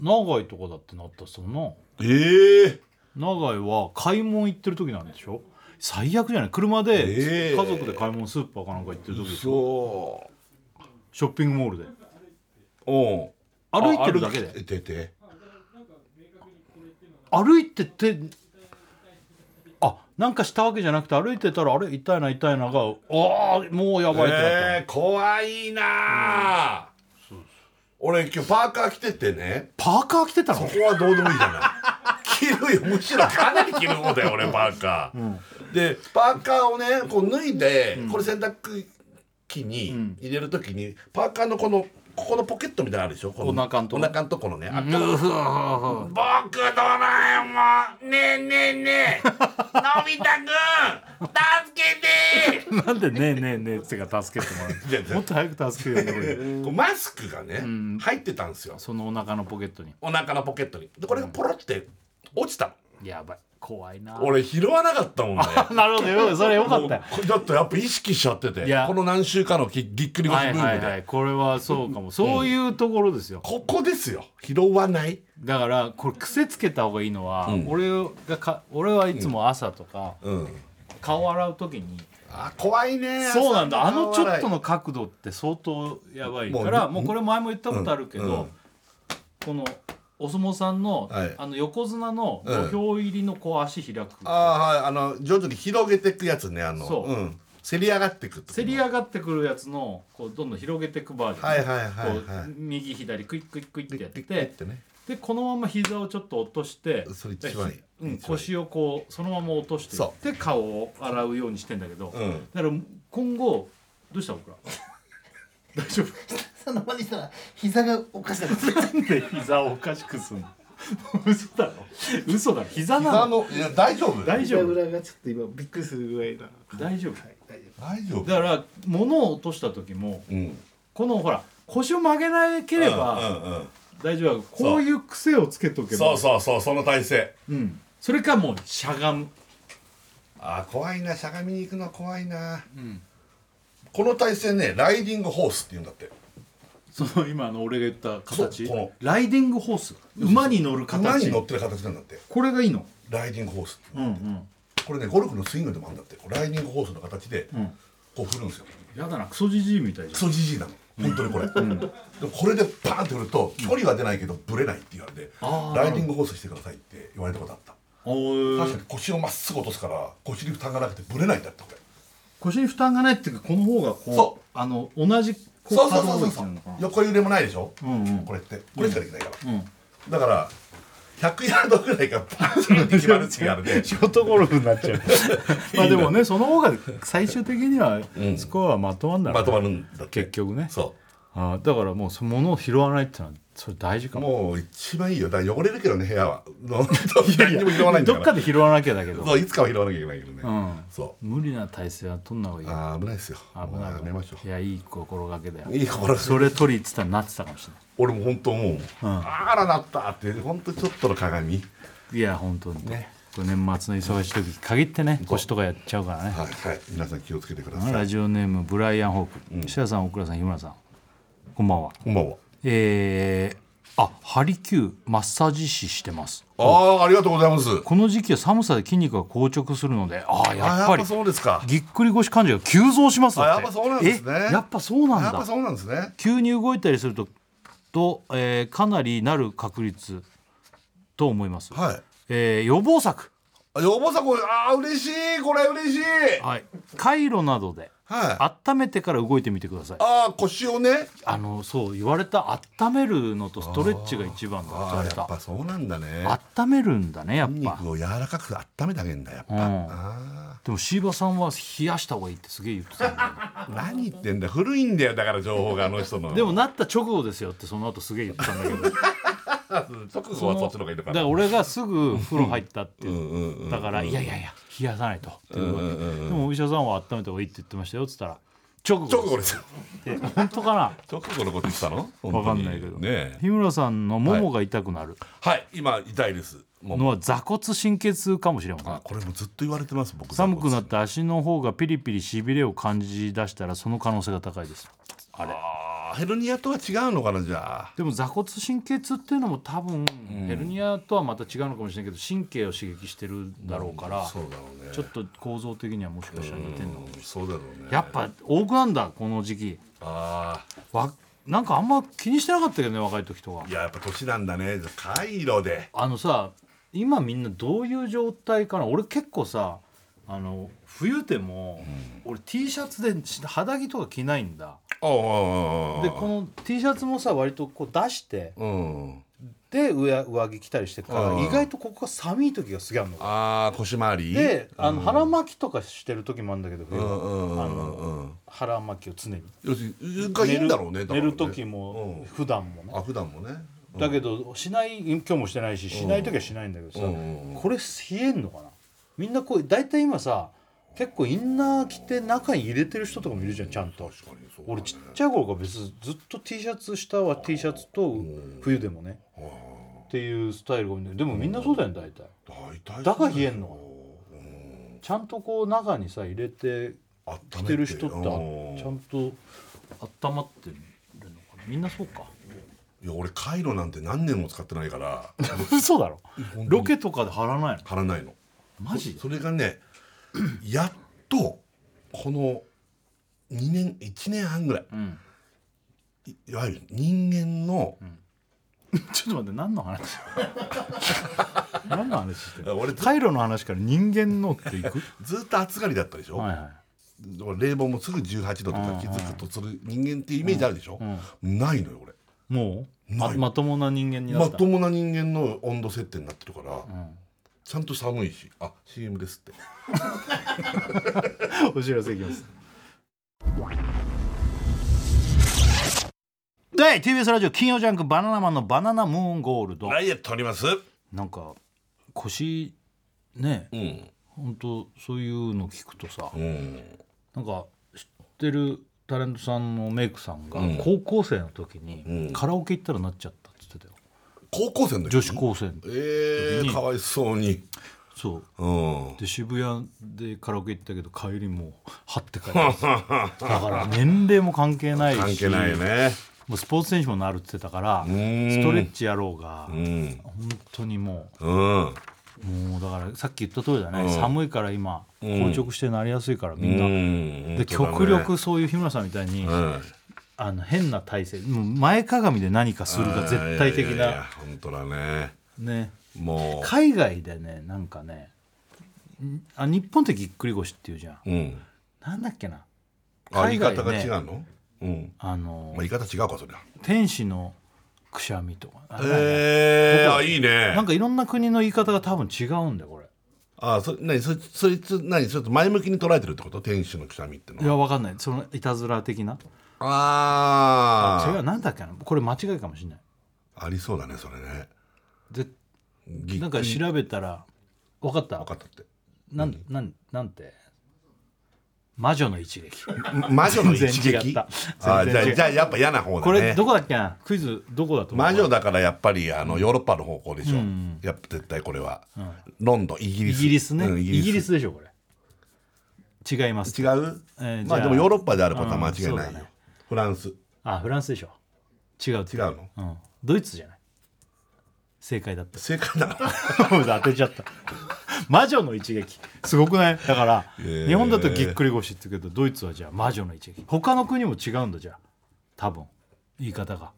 Speaker 2: 長いとこだってなったっすもんな
Speaker 3: ええ
Speaker 2: 長いは買い物行ってる時なんでしょ最悪じゃない車で
Speaker 3: ええ
Speaker 2: 家族で買い物スーパーかなんか行ってる時でしょ
Speaker 3: そ
Speaker 2: ショッピングモールで
Speaker 3: ううん
Speaker 2: 歩いてるだけで
Speaker 3: 歩いてて
Speaker 2: 歩いててあなんかしたわけじゃなくて歩いてたらあれ痛いな痛いながああもうやばいってなった、
Speaker 3: えー、怖いなあ、俺今日パーカー着ててね
Speaker 2: パーカー着てた
Speaker 3: そ
Speaker 2: の
Speaker 3: こはどうでもいい *laughs* じゃない。着るよ、むしろかなり着る方だよ、俺パーカー。で、パーカーをね、こう脱いで、これ洗濯機に入れるときに、パーカーのこのここのポケットみたいなのあるでしょこ
Speaker 2: お腹んとこ
Speaker 3: お腹んとこのねあ
Speaker 2: うふうふう
Speaker 3: 僕ドラえもんねえねえね *laughs* えのび太くん助けて
Speaker 2: *laughs* なんでねえねえねえってか助けても
Speaker 3: いや
Speaker 2: らうもっと早く助けてもらう
Speaker 3: こうマスクがね、入ってたんですよ
Speaker 2: そのお腹のポケットに
Speaker 3: お腹のポケットにでこれがポロって落ちた
Speaker 2: やばい怖いな
Speaker 3: の俺拾わなかったもんね
Speaker 2: なるほどよ *laughs* それよかったよ
Speaker 3: もうちょっとやっぱ意識しちゃってて
Speaker 2: いや
Speaker 3: この何週間のぎぎっくり
Speaker 2: は
Speaker 3: 腰
Speaker 2: い
Speaker 3: ブ
Speaker 2: は
Speaker 3: ー
Speaker 2: い
Speaker 3: ムで、
Speaker 2: はいこれはそうかもそういうところですよ
Speaker 3: ここですよ拾わない
Speaker 2: だからこれ癖つけた方がいいのは
Speaker 3: うん
Speaker 2: 俺がか俺はいつも朝とか
Speaker 3: うん
Speaker 2: 顔洗う時に
Speaker 3: あ怖いね
Speaker 2: そうなんだあのちょっと
Speaker 3: の
Speaker 2: の角度って相当やばい
Speaker 3: もう
Speaker 2: から
Speaker 3: うん
Speaker 2: もうこれ前も言ったことあるけ
Speaker 3: うんう
Speaker 2: ど
Speaker 3: ん
Speaker 2: このお相撲さんの
Speaker 3: はい
Speaker 2: あの横綱の
Speaker 3: うん
Speaker 2: 土俵入りのこう足開く
Speaker 3: ああはいあの徐々に広げていくやつねあの、
Speaker 2: そうん
Speaker 3: せり上がっていくって
Speaker 2: せり上がってくるやつのこうどんどん広げていくバージョン、
Speaker 3: はいはいはいはい
Speaker 2: こう右左クイックイックイってやって
Speaker 3: ってね
Speaker 2: でこのまま膝をちょっと落として
Speaker 3: それ一番いい
Speaker 2: う
Speaker 3: 一番
Speaker 2: ん、
Speaker 3: いい
Speaker 2: 腰をこうそのまま落として
Speaker 3: そ
Speaker 2: で顔を洗うようにしてんだけど、
Speaker 3: うん
Speaker 2: だから今後どうした
Speaker 3: *laughs*
Speaker 2: 僕ら大丈夫
Speaker 4: その場にしたら膝がおかしなった
Speaker 2: なんで膝をおかし
Speaker 3: *laughs*
Speaker 2: くすんの嘘だろ嘘だろ膝な
Speaker 3: 膝
Speaker 2: の
Speaker 3: のいや大丈夫
Speaker 2: 大丈
Speaker 4: 膝
Speaker 2: 夫
Speaker 4: 裏がちょっと今びっくりするぐらいな
Speaker 2: 大丈夫
Speaker 4: はい大
Speaker 3: 大
Speaker 4: 丈
Speaker 3: 丈夫
Speaker 2: だから物を落とした時も
Speaker 3: うん
Speaker 2: このほら腰を曲げなければ
Speaker 3: うんうんうん
Speaker 2: 大丈夫だけどこういう癖をつけとけ
Speaker 3: そ
Speaker 2: ば
Speaker 3: うそうそうその体勢
Speaker 2: うん、それかもうしゃがむ
Speaker 3: あー怖いなしゃがみに行くのは怖いな、この体勢ねライディングホースって言うんだって
Speaker 2: その今の俺が言った形
Speaker 3: そうこの
Speaker 2: ライディングホース馬に乗る
Speaker 3: 馬
Speaker 2: 形
Speaker 3: に乗ってる形なんだって
Speaker 2: これがいいの
Speaker 3: ライディングホース
Speaker 2: うんうん
Speaker 3: これねゴルフのスイングでもあるんだってこうライディングホースの形で
Speaker 2: ん
Speaker 3: こう振るんですよ、
Speaker 2: やだなクソじじいみたいじ
Speaker 3: クソじじいなの本当にこれ、でもこれでパーンって振ると距離は出ないけどブレないって言われて、
Speaker 2: あー
Speaker 3: ライディングホースしてくださいって言われたことあった
Speaker 2: ゃんお
Speaker 3: 確
Speaker 2: ー
Speaker 3: かに腰をまっすぐ落とすから腰に負担がなくてブレないんだってこれ
Speaker 2: 腰に負担がないっていうかこの方がこ
Speaker 3: そう
Speaker 2: あの同じこ
Speaker 3: そうそ
Speaker 2: う
Speaker 3: う
Speaker 2: 可
Speaker 3: そう
Speaker 2: 動
Speaker 3: そう
Speaker 2: 域
Speaker 3: そ
Speaker 2: な
Speaker 3: う
Speaker 2: のかな
Speaker 3: 横揺れもないでしょ、
Speaker 2: うんうん
Speaker 3: これってこれしかできないから、
Speaker 2: うん
Speaker 3: だから100ヤードぐらいがパチンって決まるっていうのがあ
Speaker 2: *laughs*
Speaker 3: るね
Speaker 5: ショートゴルフになっちゃう
Speaker 2: まあでもねその方が最終的には
Speaker 3: うん
Speaker 2: スコアはまとまんだろうね
Speaker 3: まとまるんだって
Speaker 2: 結局ね
Speaker 3: そ
Speaker 2: あーだからもうそ物を拾わないってのはそれ大事
Speaker 3: う
Speaker 2: かも
Speaker 3: もう一番いいよだから汚れるけどね部屋は何にも拾わないんだ
Speaker 2: ど
Speaker 3: か
Speaker 2: っ
Speaker 3: ら
Speaker 2: かで拾わなきゃだけど
Speaker 3: そういつかは拾わなきゃいけないけどね、
Speaker 2: うん
Speaker 3: そ
Speaker 2: 無理な体勢は取んな方がいういよ
Speaker 3: あー危ないですよ
Speaker 2: 危
Speaker 3: も
Speaker 2: な
Speaker 3: う
Speaker 2: い
Speaker 3: やめましょ
Speaker 2: いやいい心がけだよ
Speaker 3: ういい心です
Speaker 2: それ取りって言ったらなってたかもしれ
Speaker 3: 俺も本当もう、
Speaker 2: ん
Speaker 3: あらなったって本当ちょっとの鏡
Speaker 2: ないいや本当にね
Speaker 3: ね
Speaker 2: 年末の忙しい時限ってね腰とかやっちゃうからね
Speaker 3: はい、はい、皆さん気をつけてくださ
Speaker 2: ラ
Speaker 3: い
Speaker 2: ジオネームブライアン・ホー
Speaker 3: ん
Speaker 2: ク設楽さん大倉さん日村さんこんばんは
Speaker 3: こんばんは
Speaker 2: えー、あハリキューマッサージ師してます
Speaker 3: ああありがとうございます
Speaker 2: この時期は寒さで筋肉が硬直するのでああやっぱり
Speaker 3: あそうですか
Speaker 2: ぎっくり腰患者が急増しますだ
Speaker 3: あや
Speaker 2: って
Speaker 3: っぱそうなんですね
Speaker 2: えやっぱそうなん
Speaker 3: やっ
Speaker 2: だ
Speaker 3: ぱそうなんですね
Speaker 2: 急に動いたりするとと、えーかなりなる確率と思います、
Speaker 3: はい
Speaker 2: えー予防策、
Speaker 3: あ予防策ああ嬉しいこれ嬉しいはい
Speaker 2: はい、カイロなどで
Speaker 3: あ
Speaker 2: 温めてから動いてみてくださいあ
Speaker 3: あー腰をね
Speaker 2: のそう言われた温めるのとストレッチが一番だって言わ
Speaker 3: あ
Speaker 2: れ
Speaker 3: ーや
Speaker 2: た
Speaker 3: っぱそうなんだね
Speaker 2: 温めるんだねやっ
Speaker 3: 筋
Speaker 2: ぱ
Speaker 3: 肉を柔らかく温めてあげるんだやっぱ、
Speaker 2: うん
Speaker 3: あ
Speaker 2: でも椎葉さんは冷やした方がいいってすげえ言ってたんだよね
Speaker 3: あ何言ってんだ古いんだよだから情報があの人の
Speaker 2: でもなった直後ですよってその後すげえ言ってたんだ
Speaker 3: *laughs*
Speaker 2: けど
Speaker 3: 直後はそっちの方がいいのか
Speaker 2: だか
Speaker 3: な
Speaker 2: ら俺がすぐ風呂入ったって
Speaker 3: うんうんうん
Speaker 2: だから、いやいやいや冷やさないとっていうわけ
Speaker 3: うんうん
Speaker 2: でもお医者さんは温めた方がいいって言ってましたよっつったら直後
Speaker 3: 直後ですよ
Speaker 2: って本当かな
Speaker 3: 直後のこと言ってたの
Speaker 2: わかんないけど、
Speaker 3: ねえ
Speaker 2: 日村さんのももが痛くなる
Speaker 3: はい今痛いですもう
Speaker 2: のは座骨神経痛かもしれません
Speaker 3: あこれもずっと言われてます僕
Speaker 2: 寒くなって足の方がピリピリしびれを感じ出したらその可能性が高いですあれ
Speaker 3: あーヘルニアとは違うのかなじゃあ
Speaker 2: でも座骨神経痛っていうのも多分ヘルニアとはまた違うのかもしれないけど神経を刺激してるだろうから
Speaker 3: そうだろうね
Speaker 2: ちょっと構造的にはもしかしたら似てんのかもしれない
Speaker 3: うんそうだろうね
Speaker 2: やっぱ多くなんだこの時期
Speaker 3: あ
Speaker 2: わなんかあんま気にしてなかったけどね若い時とか
Speaker 3: あいややっぱ年なんだねカイロで
Speaker 2: あのさ今みんなどういう状態かな俺結構さあの冬でも、俺 T シャツでし肌着とか着ないんだ
Speaker 3: ああ
Speaker 2: でこの T シャツもさ割とこう出して
Speaker 3: うん
Speaker 7: で上上着着たりしてるか
Speaker 3: あ
Speaker 7: ら
Speaker 3: ー
Speaker 7: 意外とここが寒い時がすげえあるの
Speaker 3: ああ腰回り
Speaker 7: であの腹巻きとかしてる時もあるんだけど
Speaker 3: う
Speaker 7: 冬
Speaker 3: ん
Speaker 7: は
Speaker 3: うんう
Speaker 7: あ
Speaker 3: んうんうん
Speaker 7: の腹巻きを常に
Speaker 3: 要するにがいいんだろうね
Speaker 7: 寝る
Speaker 3: だからね
Speaker 7: 寝る時も普段もね
Speaker 3: あ普段もね
Speaker 7: だけどしない今日もしてないししない時はしないんだけどさ、
Speaker 3: うん
Speaker 7: これ冷えんのかなみんなこう大体今さ結構インナー着て中に入れてる人とかもいるじゃんちゃんと
Speaker 3: 確かにそうだね
Speaker 7: 俺ちっちゃい頃から別にずっと T シャツ下は T シャツと冬でもねっていうスタイルが多いんだけどでもみんなそうだよね大体
Speaker 3: 大体
Speaker 7: だから冷えんのかなちゃんとこう中にさ入れて
Speaker 3: あっ
Speaker 7: 着てる人ってあ
Speaker 3: うん
Speaker 7: ちゃんと
Speaker 2: 温まってるのかなみんなそうか
Speaker 3: いや俺カイロなんて何年も使ってない
Speaker 7: *laughs*
Speaker 3: から
Speaker 2: 嘘だろ
Speaker 3: 当に
Speaker 2: ロケとかで貼らないの
Speaker 3: 貼らないの
Speaker 2: マジ
Speaker 3: それがねやっとこの2年1年半ぐらい
Speaker 2: うん
Speaker 3: いいわゆる人間の、
Speaker 2: ちょっと待って何
Speaker 3: *laughs*
Speaker 2: の話何の話してる
Speaker 3: 俺ず
Speaker 2: カイロの話から人間のっていく
Speaker 3: ずっと暑がりだったでしょ、
Speaker 2: はいはい
Speaker 3: 冷房もすぐ18度とか気づくとする人間っていうイメージあるでしょ、ないのよ俺
Speaker 2: もう
Speaker 3: ない
Speaker 2: ままともな人間にな
Speaker 3: ま
Speaker 2: った、
Speaker 3: ともな人間の温度設定になってるから、ちゃんと寒いしあ CM ですって
Speaker 2: お知らせいきます第 TBS ラジオ金曜ジャンク「バナナマンのバナナムーンゴールド」
Speaker 3: ダイエットあります
Speaker 2: なんか腰ね
Speaker 3: うん
Speaker 2: 本当そういうの聞くとさ
Speaker 3: うん
Speaker 2: なんか知ってるタレントさんのメイクさんが
Speaker 3: うん
Speaker 2: 高校生の時
Speaker 3: う
Speaker 2: に
Speaker 3: ん
Speaker 2: カラオケ行ったらなっちゃったって言ってたよ
Speaker 3: 高校生の時
Speaker 2: 女子高生の
Speaker 3: えー、
Speaker 2: 時に
Speaker 3: かわいそうに
Speaker 2: そう
Speaker 3: うん
Speaker 2: で渋谷でカラオケ行ったけど帰りもう張って帰った
Speaker 3: *laughs*
Speaker 2: んですよだから年齢も関係ないし
Speaker 3: 関係ないね
Speaker 2: もうスポーツ選手もなるって言ってたから
Speaker 3: ーん
Speaker 2: ストレッチやろうが
Speaker 3: うん
Speaker 2: 本当にも
Speaker 3: うん
Speaker 2: うもうだからさっき言った通りだね、
Speaker 3: うん
Speaker 2: 寒いから今
Speaker 3: うん
Speaker 2: 硬直してなりやすいからみんな、
Speaker 3: ん
Speaker 2: で極力そういう日村さんみたいに、
Speaker 3: うん
Speaker 2: あの変な体勢もう前かがみで何かするが絶対的
Speaker 3: いやいやいや
Speaker 2: な
Speaker 3: 本当だね
Speaker 2: ね
Speaker 3: も
Speaker 2: 海外でねなんかねんあ日本ってぎっくり腰っていうじゃん
Speaker 3: ううん
Speaker 2: なんだっけな
Speaker 3: あ言
Speaker 2: 海
Speaker 3: い
Speaker 2: 外
Speaker 3: 方が違う
Speaker 2: ね
Speaker 3: のうん
Speaker 2: あの
Speaker 3: まあ言い方違うかそりゃ
Speaker 2: 天使のくしゃみとか、あれだよね
Speaker 3: えー、あいいね
Speaker 2: なんかいろんな国の言い方が多分違うんだよこれ
Speaker 3: あそ何そそいつ何ちょっと前向きに捉えてるってこと天使のくしゃみっての
Speaker 2: い
Speaker 3: は
Speaker 2: やわかんないそのいたずら的な
Speaker 3: あ
Speaker 2: 違
Speaker 3: あ
Speaker 2: うなんだっけなこれ間違いかもしれない
Speaker 3: ありそうだねそれね
Speaker 2: で
Speaker 3: ぎ
Speaker 2: なんか調べたら分かった
Speaker 3: 分かったって
Speaker 2: なんなんなんて魔女の一
Speaker 3: *laughs*
Speaker 2: 撃
Speaker 3: 魔女の一
Speaker 2: 全然違
Speaker 3: 撃
Speaker 2: った
Speaker 3: あ
Speaker 2: 全
Speaker 3: じゃ
Speaker 2: 然違
Speaker 3: あ
Speaker 2: う
Speaker 3: じゃあやっぱ嫌な方だね
Speaker 2: これどこだっけなクイズどこだと思う
Speaker 3: 魔女だからやっぱりあのヨーロッパの方向でしょ、やっぱ絶対これは、ロンドンイギ
Speaker 2: イ
Speaker 3: リス
Speaker 2: ギリスね、
Speaker 3: うん
Speaker 2: イ
Speaker 3: イ
Speaker 2: ギ
Speaker 3: ギ
Speaker 2: リ
Speaker 3: リ
Speaker 2: ス
Speaker 3: ス
Speaker 2: でしょこれ違います
Speaker 3: 違う、
Speaker 2: えー
Speaker 3: まあで
Speaker 2: じゃあ
Speaker 3: もヨーロッパであることは間違い
Speaker 2: うん
Speaker 3: な
Speaker 2: そう
Speaker 3: いよ、
Speaker 2: だね
Speaker 3: フランス違う
Speaker 2: あフランスでしょ違う違う、
Speaker 3: の
Speaker 2: うん、ドイツじゃない正解だった
Speaker 3: 正解なの
Speaker 2: *laughs* 当てちゃった魔女の一撃すごくないだから、
Speaker 3: えー
Speaker 2: 日本だとぎっくり腰って言うけどドイツはじゃあ魔女の一撃他の国も違うんだじゃあ多分言い方が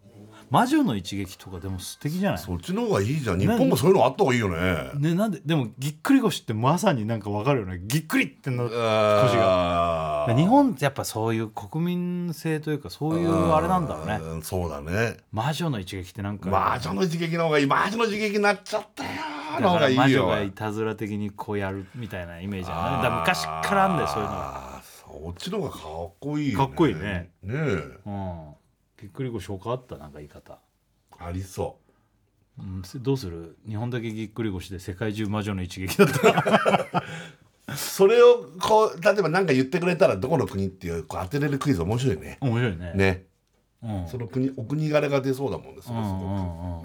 Speaker 2: 魔女の一撃とかでも素敵じゃない
Speaker 3: そっちの方がいいじゃん日本もそういうのあった方がいいよね
Speaker 2: ね、なんででもぎっくり腰ってまさになんかわかるよねぎっくりってな腰が
Speaker 3: が
Speaker 2: 日本ってやっぱそういう国民性というかそういうあれなんだろうね
Speaker 3: そうだね
Speaker 2: 魔女の一撃ってなんか
Speaker 3: 魔女の一撃の方がいい魔女の一撃になっちゃったよ
Speaker 2: だ
Speaker 3: の方が
Speaker 2: から
Speaker 3: いい
Speaker 2: 魔女
Speaker 3: よ
Speaker 2: がいたずら的にこうやるみたいなイメージあるねだから昔からあんだよそういうのが
Speaker 3: あーそっちの方がかっこいいよ
Speaker 2: かっこいいね
Speaker 3: ねえ
Speaker 2: うん、ぎっくり腰他あったなんか言い方、
Speaker 3: ありそ
Speaker 2: うん、せどうする日本だけぎっくり腰で世界中魔女の一撃だったら
Speaker 3: うそれをこう例えば何か言ってくれたらどこの国っていうこう当てれるクイズ面白いね
Speaker 2: 面白いね
Speaker 3: ね
Speaker 2: うん
Speaker 3: その国お国柄が出そうだもんねそれ
Speaker 2: う
Speaker 3: す
Speaker 2: ん
Speaker 3: ごく
Speaker 2: う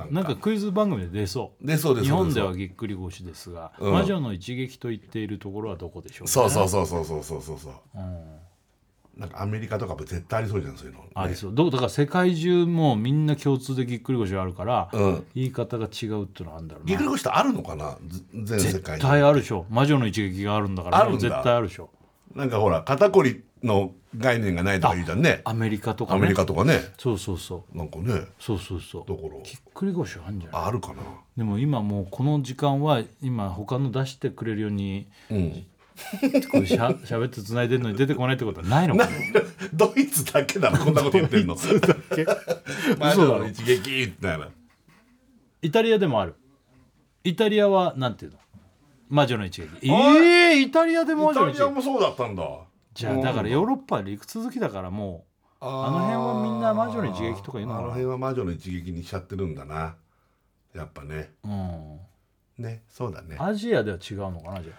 Speaker 2: んうんなんかクイズ番組で出そう
Speaker 3: 出そうです
Speaker 2: 日本ではぎっくり腰ですが、
Speaker 3: うん
Speaker 2: 魔女の一撃と言っているところはどこでしょう、
Speaker 3: そうそううそうそうそうそうそうそう
Speaker 2: うん、
Speaker 3: なんかアメリカとかも絶対ありそうじゃんそういうの、ね、
Speaker 2: ありそうどうだから世界中もうみんな共通でぎっくり腰があるから、
Speaker 3: うん
Speaker 2: 言い方が違うっていうのはあるんだろう
Speaker 3: ぎっく
Speaker 2: な
Speaker 3: り腰ってあるのかなず全世界
Speaker 2: 絶
Speaker 3: に
Speaker 2: 対あるでしょ魔女の一撃があるんだから
Speaker 3: あるん
Speaker 2: も
Speaker 3: だ
Speaker 2: う絶対あるでしょ
Speaker 3: なんかほら肩こりの概念がないとか言うじゃんね
Speaker 2: アメリカとか
Speaker 3: ア
Speaker 2: ね
Speaker 3: メリカとかね
Speaker 2: そうそうそう
Speaker 3: なんかね
Speaker 2: そうそうそう
Speaker 3: ところ
Speaker 2: ぎっくり腰あるんじゃない
Speaker 3: ああるかな
Speaker 2: でも今もうこの時間は今他の出してくれるように *laughs*
Speaker 3: うん *laughs*
Speaker 2: こうしゃ喋って繋いでるのに出てこないってことはないのかな
Speaker 3: ドイツだけだろこんなこと言ってんの
Speaker 2: だけ
Speaker 3: 魔女の一撃みたいな
Speaker 2: イタリアでもあるイタリアはなんていうの魔女の一撃ええイタリアで魔
Speaker 3: イ
Speaker 2: 女
Speaker 3: タ
Speaker 2: の一
Speaker 3: リア
Speaker 2: 撃
Speaker 3: もそうだったんだ
Speaker 2: じゃあだからヨーロッパは陸続きだからも
Speaker 3: あ
Speaker 2: の辺はみんな魔女の一撃とか言うの
Speaker 3: あ
Speaker 2: かな
Speaker 3: の辺は魔女の一撃にしちゃってるんだなやっぱね
Speaker 2: う、うん、
Speaker 3: ねそうだね
Speaker 2: アジアでは違うのかなじゃ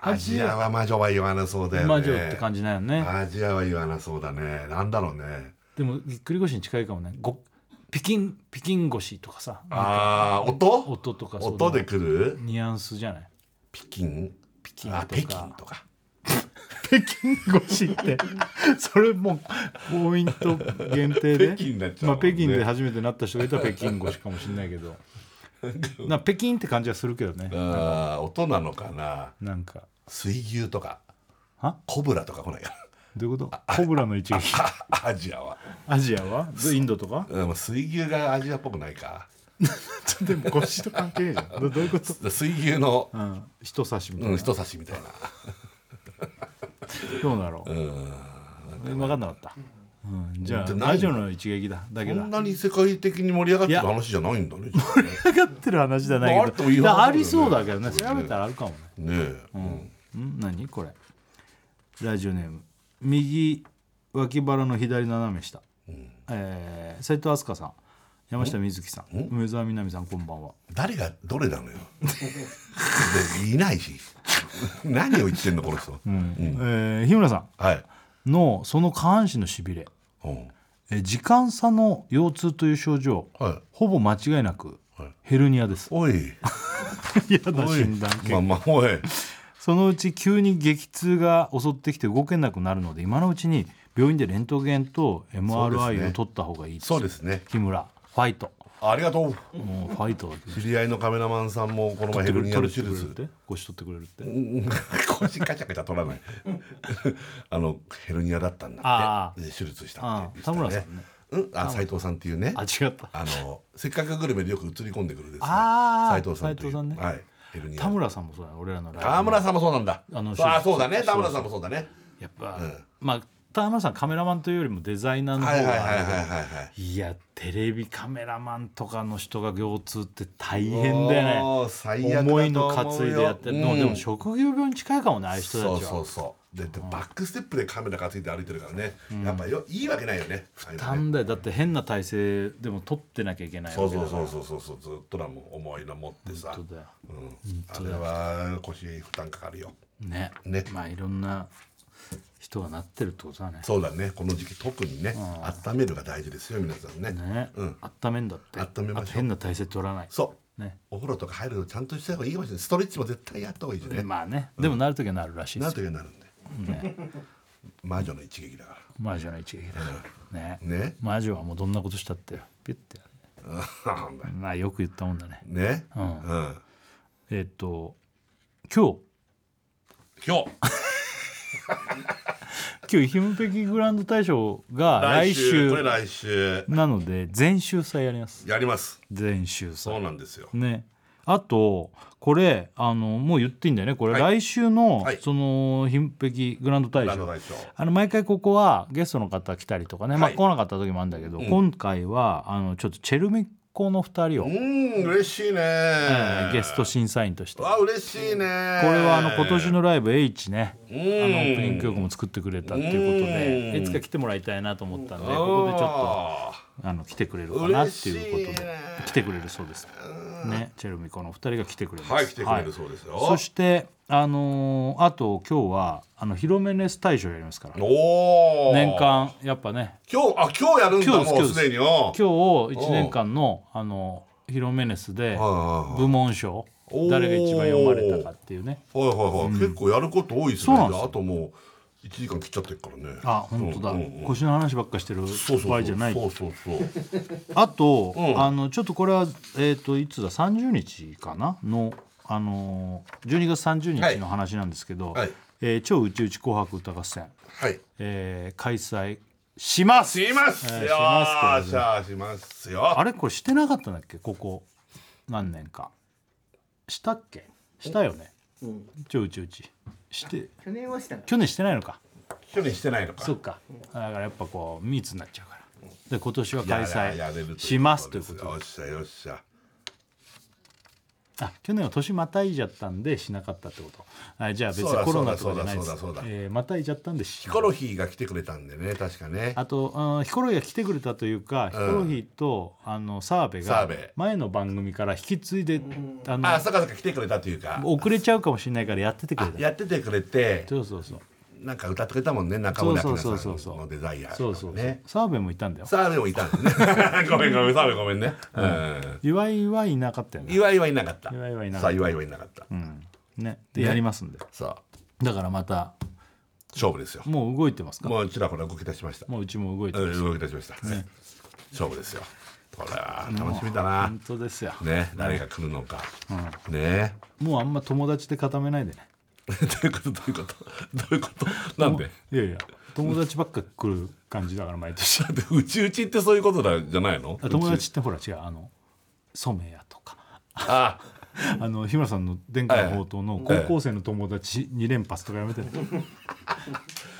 Speaker 3: アジアは魔女は言わなそうだ
Speaker 2: あ
Speaker 3: よね
Speaker 2: 魔女って感じなんよね
Speaker 3: アジアは言わなそうだねなんだろうね
Speaker 2: でもぎっくり腰に近いかもねごピキンピキン腰とかさ
Speaker 3: あー音
Speaker 2: 音とかそうだ
Speaker 3: 音で来る
Speaker 2: ニュアンスじゃない
Speaker 3: ピキン
Speaker 2: ピキン
Speaker 3: あ
Speaker 2: と
Speaker 3: 北京
Speaker 2: か
Speaker 3: とか
Speaker 5: 北
Speaker 2: *laughs*
Speaker 5: 京越しってそれも
Speaker 2: ポイント限定で
Speaker 3: 北京になっちゃう
Speaker 2: ま
Speaker 3: も
Speaker 2: あ、
Speaker 3: んね
Speaker 2: 北京で初めてなった人がいたら北京語しかもしれないけ
Speaker 3: *laughs*
Speaker 2: どな北京って感じはするけどね
Speaker 3: あー音なのかな
Speaker 2: なんか
Speaker 3: 水牛とか
Speaker 2: は
Speaker 3: コブラとか来ないか *laughs*
Speaker 2: どういうことコブラの一撃
Speaker 3: なアジアは
Speaker 2: アジアはどインドとか
Speaker 3: うん水牛がアジアっぽくないか
Speaker 5: でも腰と関係ねえじ
Speaker 2: *laughs*
Speaker 5: ゃんどどういうこと
Speaker 3: 水牛の、
Speaker 2: うん人差しみたい
Speaker 3: うん、
Speaker 2: な
Speaker 3: 人差しみたいな
Speaker 2: どうだろう分かんなかった、うん、じゃあ
Speaker 3: でない
Speaker 2: 魔女の一撃だだけ
Speaker 3: こ
Speaker 2: だ
Speaker 3: んなに世界的に盛り上がってる
Speaker 2: いや
Speaker 3: 話じゃないんだね。
Speaker 2: *laughs* かかってる話じゃない
Speaker 3: あ
Speaker 2: け
Speaker 3: ると
Speaker 2: ど
Speaker 3: も言い
Speaker 2: だ
Speaker 3: よう
Speaker 2: から
Speaker 3: がないよ
Speaker 2: あ
Speaker 3: ね
Speaker 2: りそうだけどね調べたらあるかもね
Speaker 3: ねえ、うん
Speaker 2: ん何これラジオネーム右脇腹の左斜め下、えー、斉藤飛鳥さん山下美月さん梅澤美波さんこんばんは
Speaker 3: 誰がどれなのよ。でいないし。何を言ってんのこの人。うん
Speaker 2: えー日村さ
Speaker 3: はい。
Speaker 2: んのその下半身のしびれ、
Speaker 3: うん
Speaker 2: えー時間差の腰痛という症状、
Speaker 3: はい
Speaker 2: ほぼ間違いなく
Speaker 3: はい
Speaker 2: ヘルニアです、
Speaker 3: おい。
Speaker 2: 嫌な
Speaker 3: おい
Speaker 2: 診断。
Speaker 3: まあまあおい。
Speaker 2: そのうち急に激痛が襲ってきて動けなくなるので今のうちに病院でレントゲンと
Speaker 3: そうです
Speaker 2: MRI
Speaker 3: ね
Speaker 2: を取った方がいいです
Speaker 3: そうですね。
Speaker 2: 木村ファイト
Speaker 3: ありがとう。
Speaker 2: もうファイトだ
Speaker 3: 知り合いのカメラマンさんもこの前ヘルニアの手
Speaker 2: 取れ
Speaker 3: 術
Speaker 2: てくれるって腰取ってくれるって、
Speaker 3: うん *laughs* 腰カチャカチャ取らないあのヘルニアだったんだ
Speaker 2: あ
Speaker 3: ってで手術した
Speaker 2: あ
Speaker 3: って言
Speaker 2: あ
Speaker 3: って
Speaker 2: 田
Speaker 3: た
Speaker 2: 村さ
Speaker 3: ね
Speaker 2: んね
Speaker 3: うんあ斉藤さんっていうね
Speaker 2: あ違った
Speaker 3: あのせっかくグルメでよく映り込んでくるですね
Speaker 2: あー
Speaker 3: 斉藤さんという
Speaker 2: 斉藤さんね
Speaker 3: はいヘルニア
Speaker 2: 田村さんもそうだよ俺らのライブ
Speaker 3: 田村さんもそうなんだ
Speaker 2: あ
Speaker 3: あ
Speaker 2: の
Speaker 3: あそうだね田村さんもそうだね
Speaker 2: やっぱ、まあ田村さんカメラマンというよりもデザイナーの方
Speaker 3: はいはいはいはい
Speaker 2: が
Speaker 3: はいはい
Speaker 2: いやテレビカメラマンとかの人が腰痛って大変だよ
Speaker 3: おー
Speaker 2: ね
Speaker 3: 最悪だと
Speaker 2: 重
Speaker 3: 思うよ
Speaker 2: いの担いでやってるの、
Speaker 3: うん
Speaker 2: でも職業病に近いかもねああいう人たちは
Speaker 3: そうそうそうででバックステップでカメラ担いで歩いてるからねやっぱよいいわけないよね負
Speaker 2: 負担だよだって変な体勢でも取ってなきゃいけない
Speaker 3: そ
Speaker 2: わ
Speaker 3: う
Speaker 2: けだ
Speaker 3: そ
Speaker 2: か
Speaker 3: う
Speaker 2: ら
Speaker 3: そうそうそうそうずっとだもん重いの持ってさ
Speaker 2: 本当だよ
Speaker 3: あれは腰負担かかるよ
Speaker 2: ね
Speaker 3: ね
Speaker 2: まあいろんな人がなってるってことだね
Speaker 3: そうだねこの時期特にね温めるが大事ですよ皆さんね
Speaker 2: ね、
Speaker 3: うん
Speaker 2: 温めんだって
Speaker 3: 温めましょう
Speaker 2: あと変な体勢取らない
Speaker 3: そう
Speaker 2: ね
Speaker 3: お風呂とか入るのちゃんとした方がいいかもしれないストレッチも絶対やった方がいいしね
Speaker 2: まあねでもなるときはなるらしいで
Speaker 3: なん
Speaker 2: す
Speaker 3: とい
Speaker 2: よ、
Speaker 3: うなるんで
Speaker 2: ね、
Speaker 3: 魔女の一撃だか
Speaker 2: 魔女の一撃だからね
Speaker 3: らね
Speaker 2: 魔女はもうどんなことしたってピュッてや
Speaker 3: なんだ
Speaker 2: る *laughs* まあよく言ったもんだね
Speaker 3: ね
Speaker 2: う
Speaker 3: うん
Speaker 2: ん
Speaker 3: 今
Speaker 2: えっと今日
Speaker 3: 日
Speaker 2: 今日ヒムペキグランド大賞が来週
Speaker 3: これ *laughs* 来週
Speaker 2: なので全週祭やります
Speaker 3: やります
Speaker 2: 全週
Speaker 3: そう
Speaker 2: 祭
Speaker 3: なんですよ
Speaker 2: ねあとこれあのもう言っていいんだよねこれ、
Speaker 3: は
Speaker 2: 来週の、
Speaker 3: はい
Speaker 2: そのヒムペキグランド大
Speaker 3: ラ
Speaker 2: 賞
Speaker 3: ノ大賞
Speaker 2: あの毎回ここはゲストの方来たりとかね、まあ、
Speaker 3: はい
Speaker 2: 来なかった時もあるんだけど、
Speaker 3: ん
Speaker 2: 今回はあのちょっとチェルミコの2人を、
Speaker 3: うーん嬉しいね
Speaker 2: えーゲスト審査員としてこ
Speaker 3: わ嬉しいねこれ
Speaker 2: れはあの今年のライブ H ねあ
Speaker 3: ん
Speaker 2: のオープニング曲も作ってくれたっていうこと
Speaker 3: う
Speaker 2: で
Speaker 3: ん
Speaker 2: いつか来てもらいたいなと思ったんでここでちょっとあの来てくれるかなっていう
Speaker 3: 嬉
Speaker 2: こ
Speaker 3: し
Speaker 2: と
Speaker 3: い
Speaker 2: で
Speaker 3: ね
Speaker 2: 来てくれるそうですねチェルミコの2人が来てくれます
Speaker 3: はい来てくれるそうですよ
Speaker 2: はいそしてあのーあと今日はあの広めネス大賞やりますから
Speaker 3: おお
Speaker 2: 年間やっぱね
Speaker 3: 今日あ今日やるん
Speaker 2: 今
Speaker 3: だ
Speaker 2: 日で
Speaker 3: も
Speaker 2: す
Speaker 3: う
Speaker 2: 今日です
Speaker 3: すでによ
Speaker 2: 今日1年間のあのヒロメネス
Speaker 3: は
Speaker 2: で
Speaker 3: いはい
Speaker 2: 部門賞
Speaker 3: おー
Speaker 2: 誰が一番読まれたかっていうね
Speaker 3: はいはいはい、結構やること多いです
Speaker 2: そう
Speaker 3: ね
Speaker 2: なんですよ
Speaker 3: あともう1時間切っちゃってるからね
Speaker 2: あ本当だ、
Speaker 3: うんうんうん
Speaker 2: 腰の話ばっかしてる
Speaker 3: そうそうそう
Speaker 2: 場合じゃない
Speaker 3: そうそうそう
Speaker 2: あと、
Speaker 3: うん
Speaker 2: あのちょっとこれは、えー、といつだ30日かなの、あのー12月30日の話なんですけど「
Speaker 3: はい
Speaker 2: えー超うちうち紅白歌合戦
Speaker 3: はい」
Speaker 2: えー開催します
Speaker 3: しますよ
Speaker 2: えー
Speaker 3: ーし
Speaker 2: しますけれども
Speaker 3: ゃあしますよ
Speaker 2: あれこれしてなかったんだっけここ何年かしたっけしたよね
Speaker 4: うん、
Speaker 2: ちょうちうちして
Speaker 4: 去年はしたな
Speaker 2: 去年してないのか
Speaker 3: 去年してないのか
Speaker 2: そうかだからやっぱこう密になっちゃうからで今年は開
Speaker 3: やらやれるということ
Speaker 2: 催しますということ
Speaker 3: ですよっ
Speaker 2: で
Speaker 3: しゃよっしゃ
Speaker 2: あ去年は年またいじゃったんでしなかったってことあじゃあ別
Speaker 3: そう
Speaker 2: に
Speaker 3: だ
Speaker 2: コロナとかじゃないです
Speaker 3: そうだそうだそうだ
Speaker 2: えーまたいじゃったんでし
Speaker 3: ヒコロヒーが来てくれたんでね確かね
Speaker 2: あと、うんヒコロヒーが来てくれたというか、ヒコロヒーとあの澤部
Speaker 3: 澤
Speaker 2: が
Speaker 3: 部
Speaker 2: 前の番組から引き継いで、あの
Speaker 3: あそっかそっか来てくれたというか
Speaker 2: 遅れちゃうかもしれないからやっててくれ
Speaker 3: あ
Speaker 2: た
Speaker 3: やっててくれて
Speaker 2: そうそうそう
Speaker 3: なんか歌ってくれたもんね中村明菜さん
Speaker 2: そうそうそうそ
Speaker 3: の
Speaker 2: う
Speaker 3: デザイア
Speaker 2: そうそうそう
Speaker 3: ね
Speaker 2: 澤部もいたんだよ
Speaker 3: 澤部もいたんですね
Speaker 2: *laughs*
Speaker 3: ごめんごめん澤部ごめんねうん
Speaker 2: 岩井はいなかったよね
Speaker 3: 岩井はいなかった
Speaker 2: 岩井はいなかった
Speaker 3: さあ岩井はいなかった
Speaker 2: ねでやりますんで
Speaker 3: さあ
Speaker 2: だからまた
Speaker 3: 勝負ですよ
Speaker 2: もう動いてますか
Speaker 3: もうちらほら動き出しました
Speaker 2: もううちも動いて
Speaker 3: う
Speaker 2: ま
Speaker 3: ん
Speaker 2: す
Speaker 3: 動き出しました勝負ですよこれは楽しみだな
Speaker 2: 本当ですよ
Speaker 3: ね誰が来るのかね *laughs*
Speaker 2: もうあんま友達で固めないでね
Speaker 3: どういうことどういうことどういうことなんで
Speaker 2: いやいや友達ばっか来る感じだから
Speaker 3: *laughs*
Speaker 2: 毎年
Speaker 3: だってうちうちってそういうことだじゃないの
Speaker 2: あ友達ってほら違うあの染谷とか
Speaker 3: *laughs* あ
Speaker 2: あの日村さんの殿下の宝刀の高校生の友達2連発とかやめてね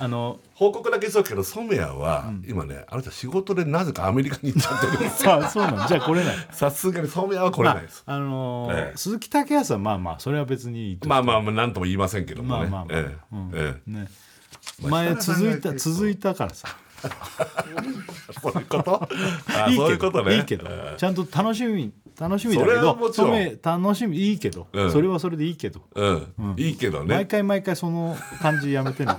Speaker 2: あの
Speaker 3: 報告だけしとくけど染谷は今ねあなた仕事でなぜかアメリカに行っちゃって
Speaker 2: *laughs*
Speaker 3: る
Speaker 2: さあそうなんじゃあ来れない
Speaker 3: さすがに染谷は来れないです
Speaker 2: まああのー
Speaker 3: ええ
Speaker 2: 鈴木武也さんまあまあそれは別にいいと
Speaker 3: まあまあまあなんとも言いませんけど
Speaker 2: ま
Speaker 3: も
Speaker 2: あ
Speaker 3: ね
Speaker 2: まあまあ
Speaker 3: ええ
Speaker 2: うん
Speaker 3: ええ
Speaker 2: ね前続いた続いたからさ
Speaker 3: そういうこと
Speaker 2: *laughs*
Speaker 3: あ
Speaker 2: いいけど
Speaker 3: そういうことね
Speaker 2: いいけど
Speaker 3: ええ
Speaker 2: ちゃんと楽しみ楽しみだけ
Speaker 3: それは
Speaker 2: ど
Speaker 3: もちろん
Speaker 2: 染谷楽しみいいけど、
Speaker 3: うん
Speaker 2: それはそれでいいけど、
Speaker 3: うんいいけどね
Speaker 2: 毎回毎回その感じやめて
Speaker 3: *laughs*
Speaker 2: ね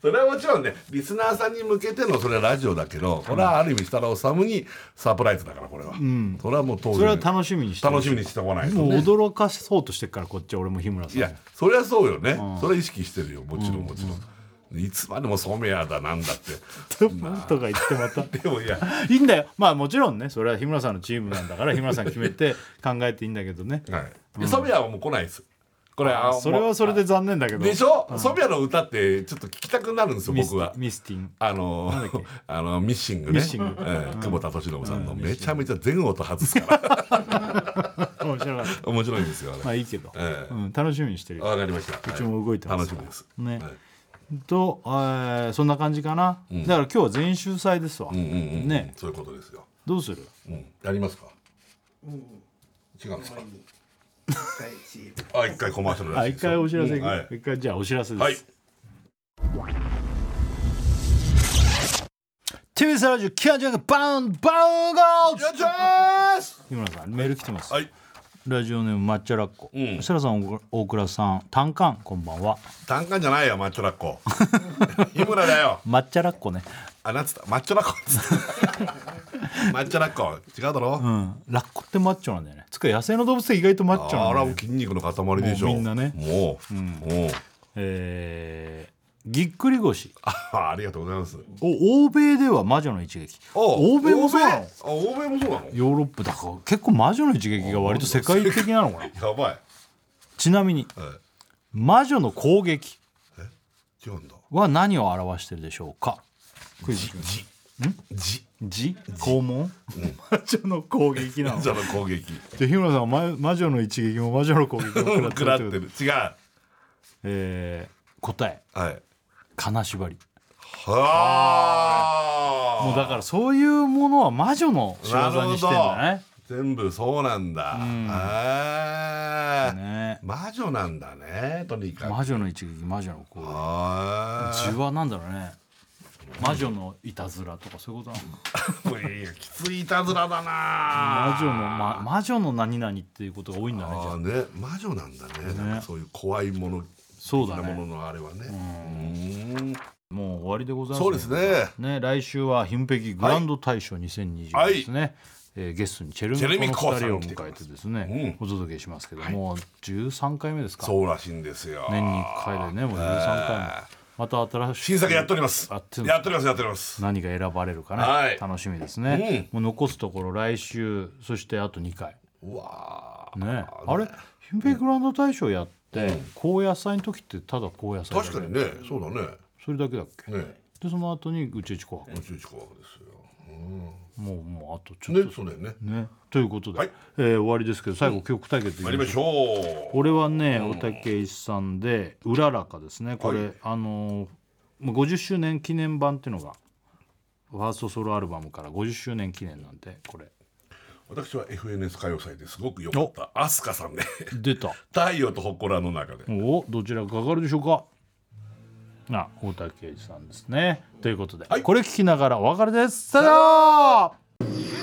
Speaker 3: それはもちろんねリスナーさんに向けてのそれはラジオだけどこれはある意味設楽治にサプライズだからこれは、それはもう当然
Speaker 2: それは楽しみにして
Speaker 3: 楽しみにしておかないと
Speaker 2: もう驚かそうとしてっからこっちは俺も日村さん
Speaker 3: いやそりゃそうよね、それは意識してるよもちろんもちろん、いつまでも染谷だなんだっ
Speaker 2: ととか言ってまた
Speaker 3: て *laughs* でもいや
Speaker 2: いいんだよまあもちろんねそれは日村さんのチームなんだから日村さん決めて考えていいんだけどね
Speaker 3: はい、染谷はもう来ないですこれ *laughs* あ
Speaker 2: それはそれで残念だけど
Speaker 3: でしょ染谷の歌ってちょっと聞きたくなるんですよ
Speaker 2: ミス
Speaker 3: 僕は
Speaker 2: ミスティン
Speaker 3: あの
Speaker 2: だっけ
Speaker 3: *laughs* あのミッシングね
Speaker 2: ミッシング
Speaker 3: ええ久保田利伸さんのめちゃめちゃ全音外すから
Speaker 2: *laughs* 面白かった
Speaker 3: 面白いんですよあれ
Speaker 2: まあいいけど、
Speaker 3: ええ
Speaker 2: うん、楽しみにしてるよ
Speaker 3: わかりました。う
Speaker 2: ちも動いてます
Speaker 3: 楽しみです。
Speaker 2: ね
Speaker 3: はい
Speaker 2: と、えーそんな感じかな、だから今日は全集祭ですわ、
Speaker 3: うんうんうん。
Speaker 2: ね
Speaker 3: そういうことですよ。
Speaker 2: どうする
Speaker 3: うん。やりますか。違うんですか。
Speaker 4: はい CM
Speaker 3: あ、一回コマーシャルら
Speaker 2: あ
Speaker 3: しいで
Speaker 2: 一
Speaker 3: すよ
Speaker 2: 回お知らせ、
Speaker 3: うんはい
Speaker 2: 一回じゃあお知らせです、
Speaker 3: はい。
Speaker 2: TBS ラジオキャンジャーバウンバウンゴー
Speaker 3: よっしゃーす。
Speaker 2: 日村さんメール来てます、
Speaker 3: はい。
Speaker 2: ラジオネーム抹茶ラッコ、
Speaker 3: うん
Speaker 2: 設楽さんお大倉さんタンカンこんばんは
Speaker 3: 単価じゃないよ、マッチョラッ
Speaker 2: *laughs*
Speaker 3: コ。日村だよ。
Speaker 2: 抹茶ラッコね、
Speaker 3: あ、なんつった、マッチョラッコ *laughs* っつった。マッチョラッコ、違うだろ
Speaker 2: う。ん、ラッコってマッチョなんだよねつうか野生の動物って意外とマッチョな
Speaker 3: あ
Speaker 2: んだ
Speaker 3: ら、
Speaker 2: よ
Speaker 3: もう
Speaker 2: ね
Speaker 3: 筋肉の塊でしょ。
Speaker 2: もうみんなね
Speaker 3: もう。もう。
Speaker 2: えーぎっくり腰
Speaker 3: あ、ありがとうございます。
Speaker 2: お欧米では魔女の一撃
Speaker 3: お
Speaker 2: 欧米もそうなの
Speaker 3: 欧米あ、欧米もそうなの。
Speaker 2: ヨーロッパだから結構魔女の一撃が割と世界的なの *laughs* かな
Speaker 3: やばい。
Speaker 2: ちなみに
Speaker 3: は
Speaker 2: 魔女の攻撃
Speaker 3: い。違うんだ。
Speaker 2: は何を表してるでしょうかクイズ
Speaker 3: じ。じ。
Speaker 2: 字肛門 *laughs* 魔女の攻撃 *laughs* なの
Speaker 3: じゃあの攻撃。
Speaker 2: で日村さんは魔魔女の一撃も魔女の攻撃も
Speaker 3: 食
Speaker 2: *laughs* 食
Speaker 3: ら
Speaker 2: ら
Speaker 3: っ
Speaker 2: ってて
Speaker 3: る。
Speaker 2: る、
Speaker 3: 違う。は
Speaker 2: えー、答え
Speaker 3: い。
Speaker 2: 金縛り
Speaker 3: はあ。
Speaker 2: もうだからそういうものは魔女の仕業にしてんだ
Speaker 3: 全部そうなんだ。へえ
Speaker 2: ねね
Speaker 3: 魔女なんだね。とにかく。
Speaker 2: 魔女の一撃魔女の攻撃
Speaker 3: は
Speaker 2: 字はなんだろうね魔女のいたずらとかそういうことなのか
Speaker 3: い。いやきついいたずらだな。
Speaker 2: 魔
Speaker 3: 魔
Speaker 2: 女の、ま、魔女の何々っていうことが多いんだねじゃ
Speaker 3: あ
Speaker 2: あ
Speaker 3: ーね、魔女なんだね。なんかそういう怖いもの。
Speaker 2: そうだ
Speaker 3: な
Speaker 2: ね
Speaker 3: もののあれはね。うーん
Speaker 2: もう終わりでございます
Speaker 3: そうですね。
Speaker 2: ね来週は「ひんぺきグランド大賞2020」ですね、えーゲストにチェルミコの2人を迎えてですね、お届けしますけど、もう13回目ですか
Speaker 3: そうらしいんですよ。
Speaker 2: 年に1回でねもう13回目また新しい
Speaker 3: 新作やっております。
Speaker 2: あ
Speaker 3: や
Speaker 2: っ
Speaker 3: ってて
Speaker 2: ん
Speaker 3: お
Speaker 2: の
Speaker 3: ります。やっております。
Speaker 2: 何が選ばれるかね、
Speaker 3: はい
Speaker 2: 楽しみですね、もう残すところ来週そしてあと2回
Speaker 3: うわー
Speaker 2: ねあれひんぺきグランド大賞やって、高野菜の時ってただ高野菜だけ
Speaker 3: 確かにね、そうだね。
Speaker 2: それだけだっけ、
Speaker 3: ね、
Speaker 2: でその後にうちうち紅白
Speaker 3: 宇宙一怖くですよ。
Speaker 2: もうもうあとちょっと
Speaker 3: ね、そうだよね。
Speaker 2: ね、ということで、
Speaker 3: はい
Speaker 2: えー終わりですけど最後曲対決いきま
Speaker 3: 参
Speaker 2: し
Speaker 3: り
Speaker 2: ょう
Speaker 3: ましょう。
Speaker 2: 俺はねおたけいさんで「うららか」ですねこれ、
Speaker 3: はい
Speaker 2: あのーまあ50周年記念版っていうのがファーストソロアルバムから50周年記念なんでこれ
Speaker 3: 私は FNS 歌謡祭ですごく良かったアスカさんで
Speaker 2: 出た
Speaker 3: 太陽と祠の中で
Speaker 2: おどちらがかかるでしょうかあ大竹圭司さんですねということで、
Speaker 3: はい
Speaker 2: これ聞きながらお別れですさよなら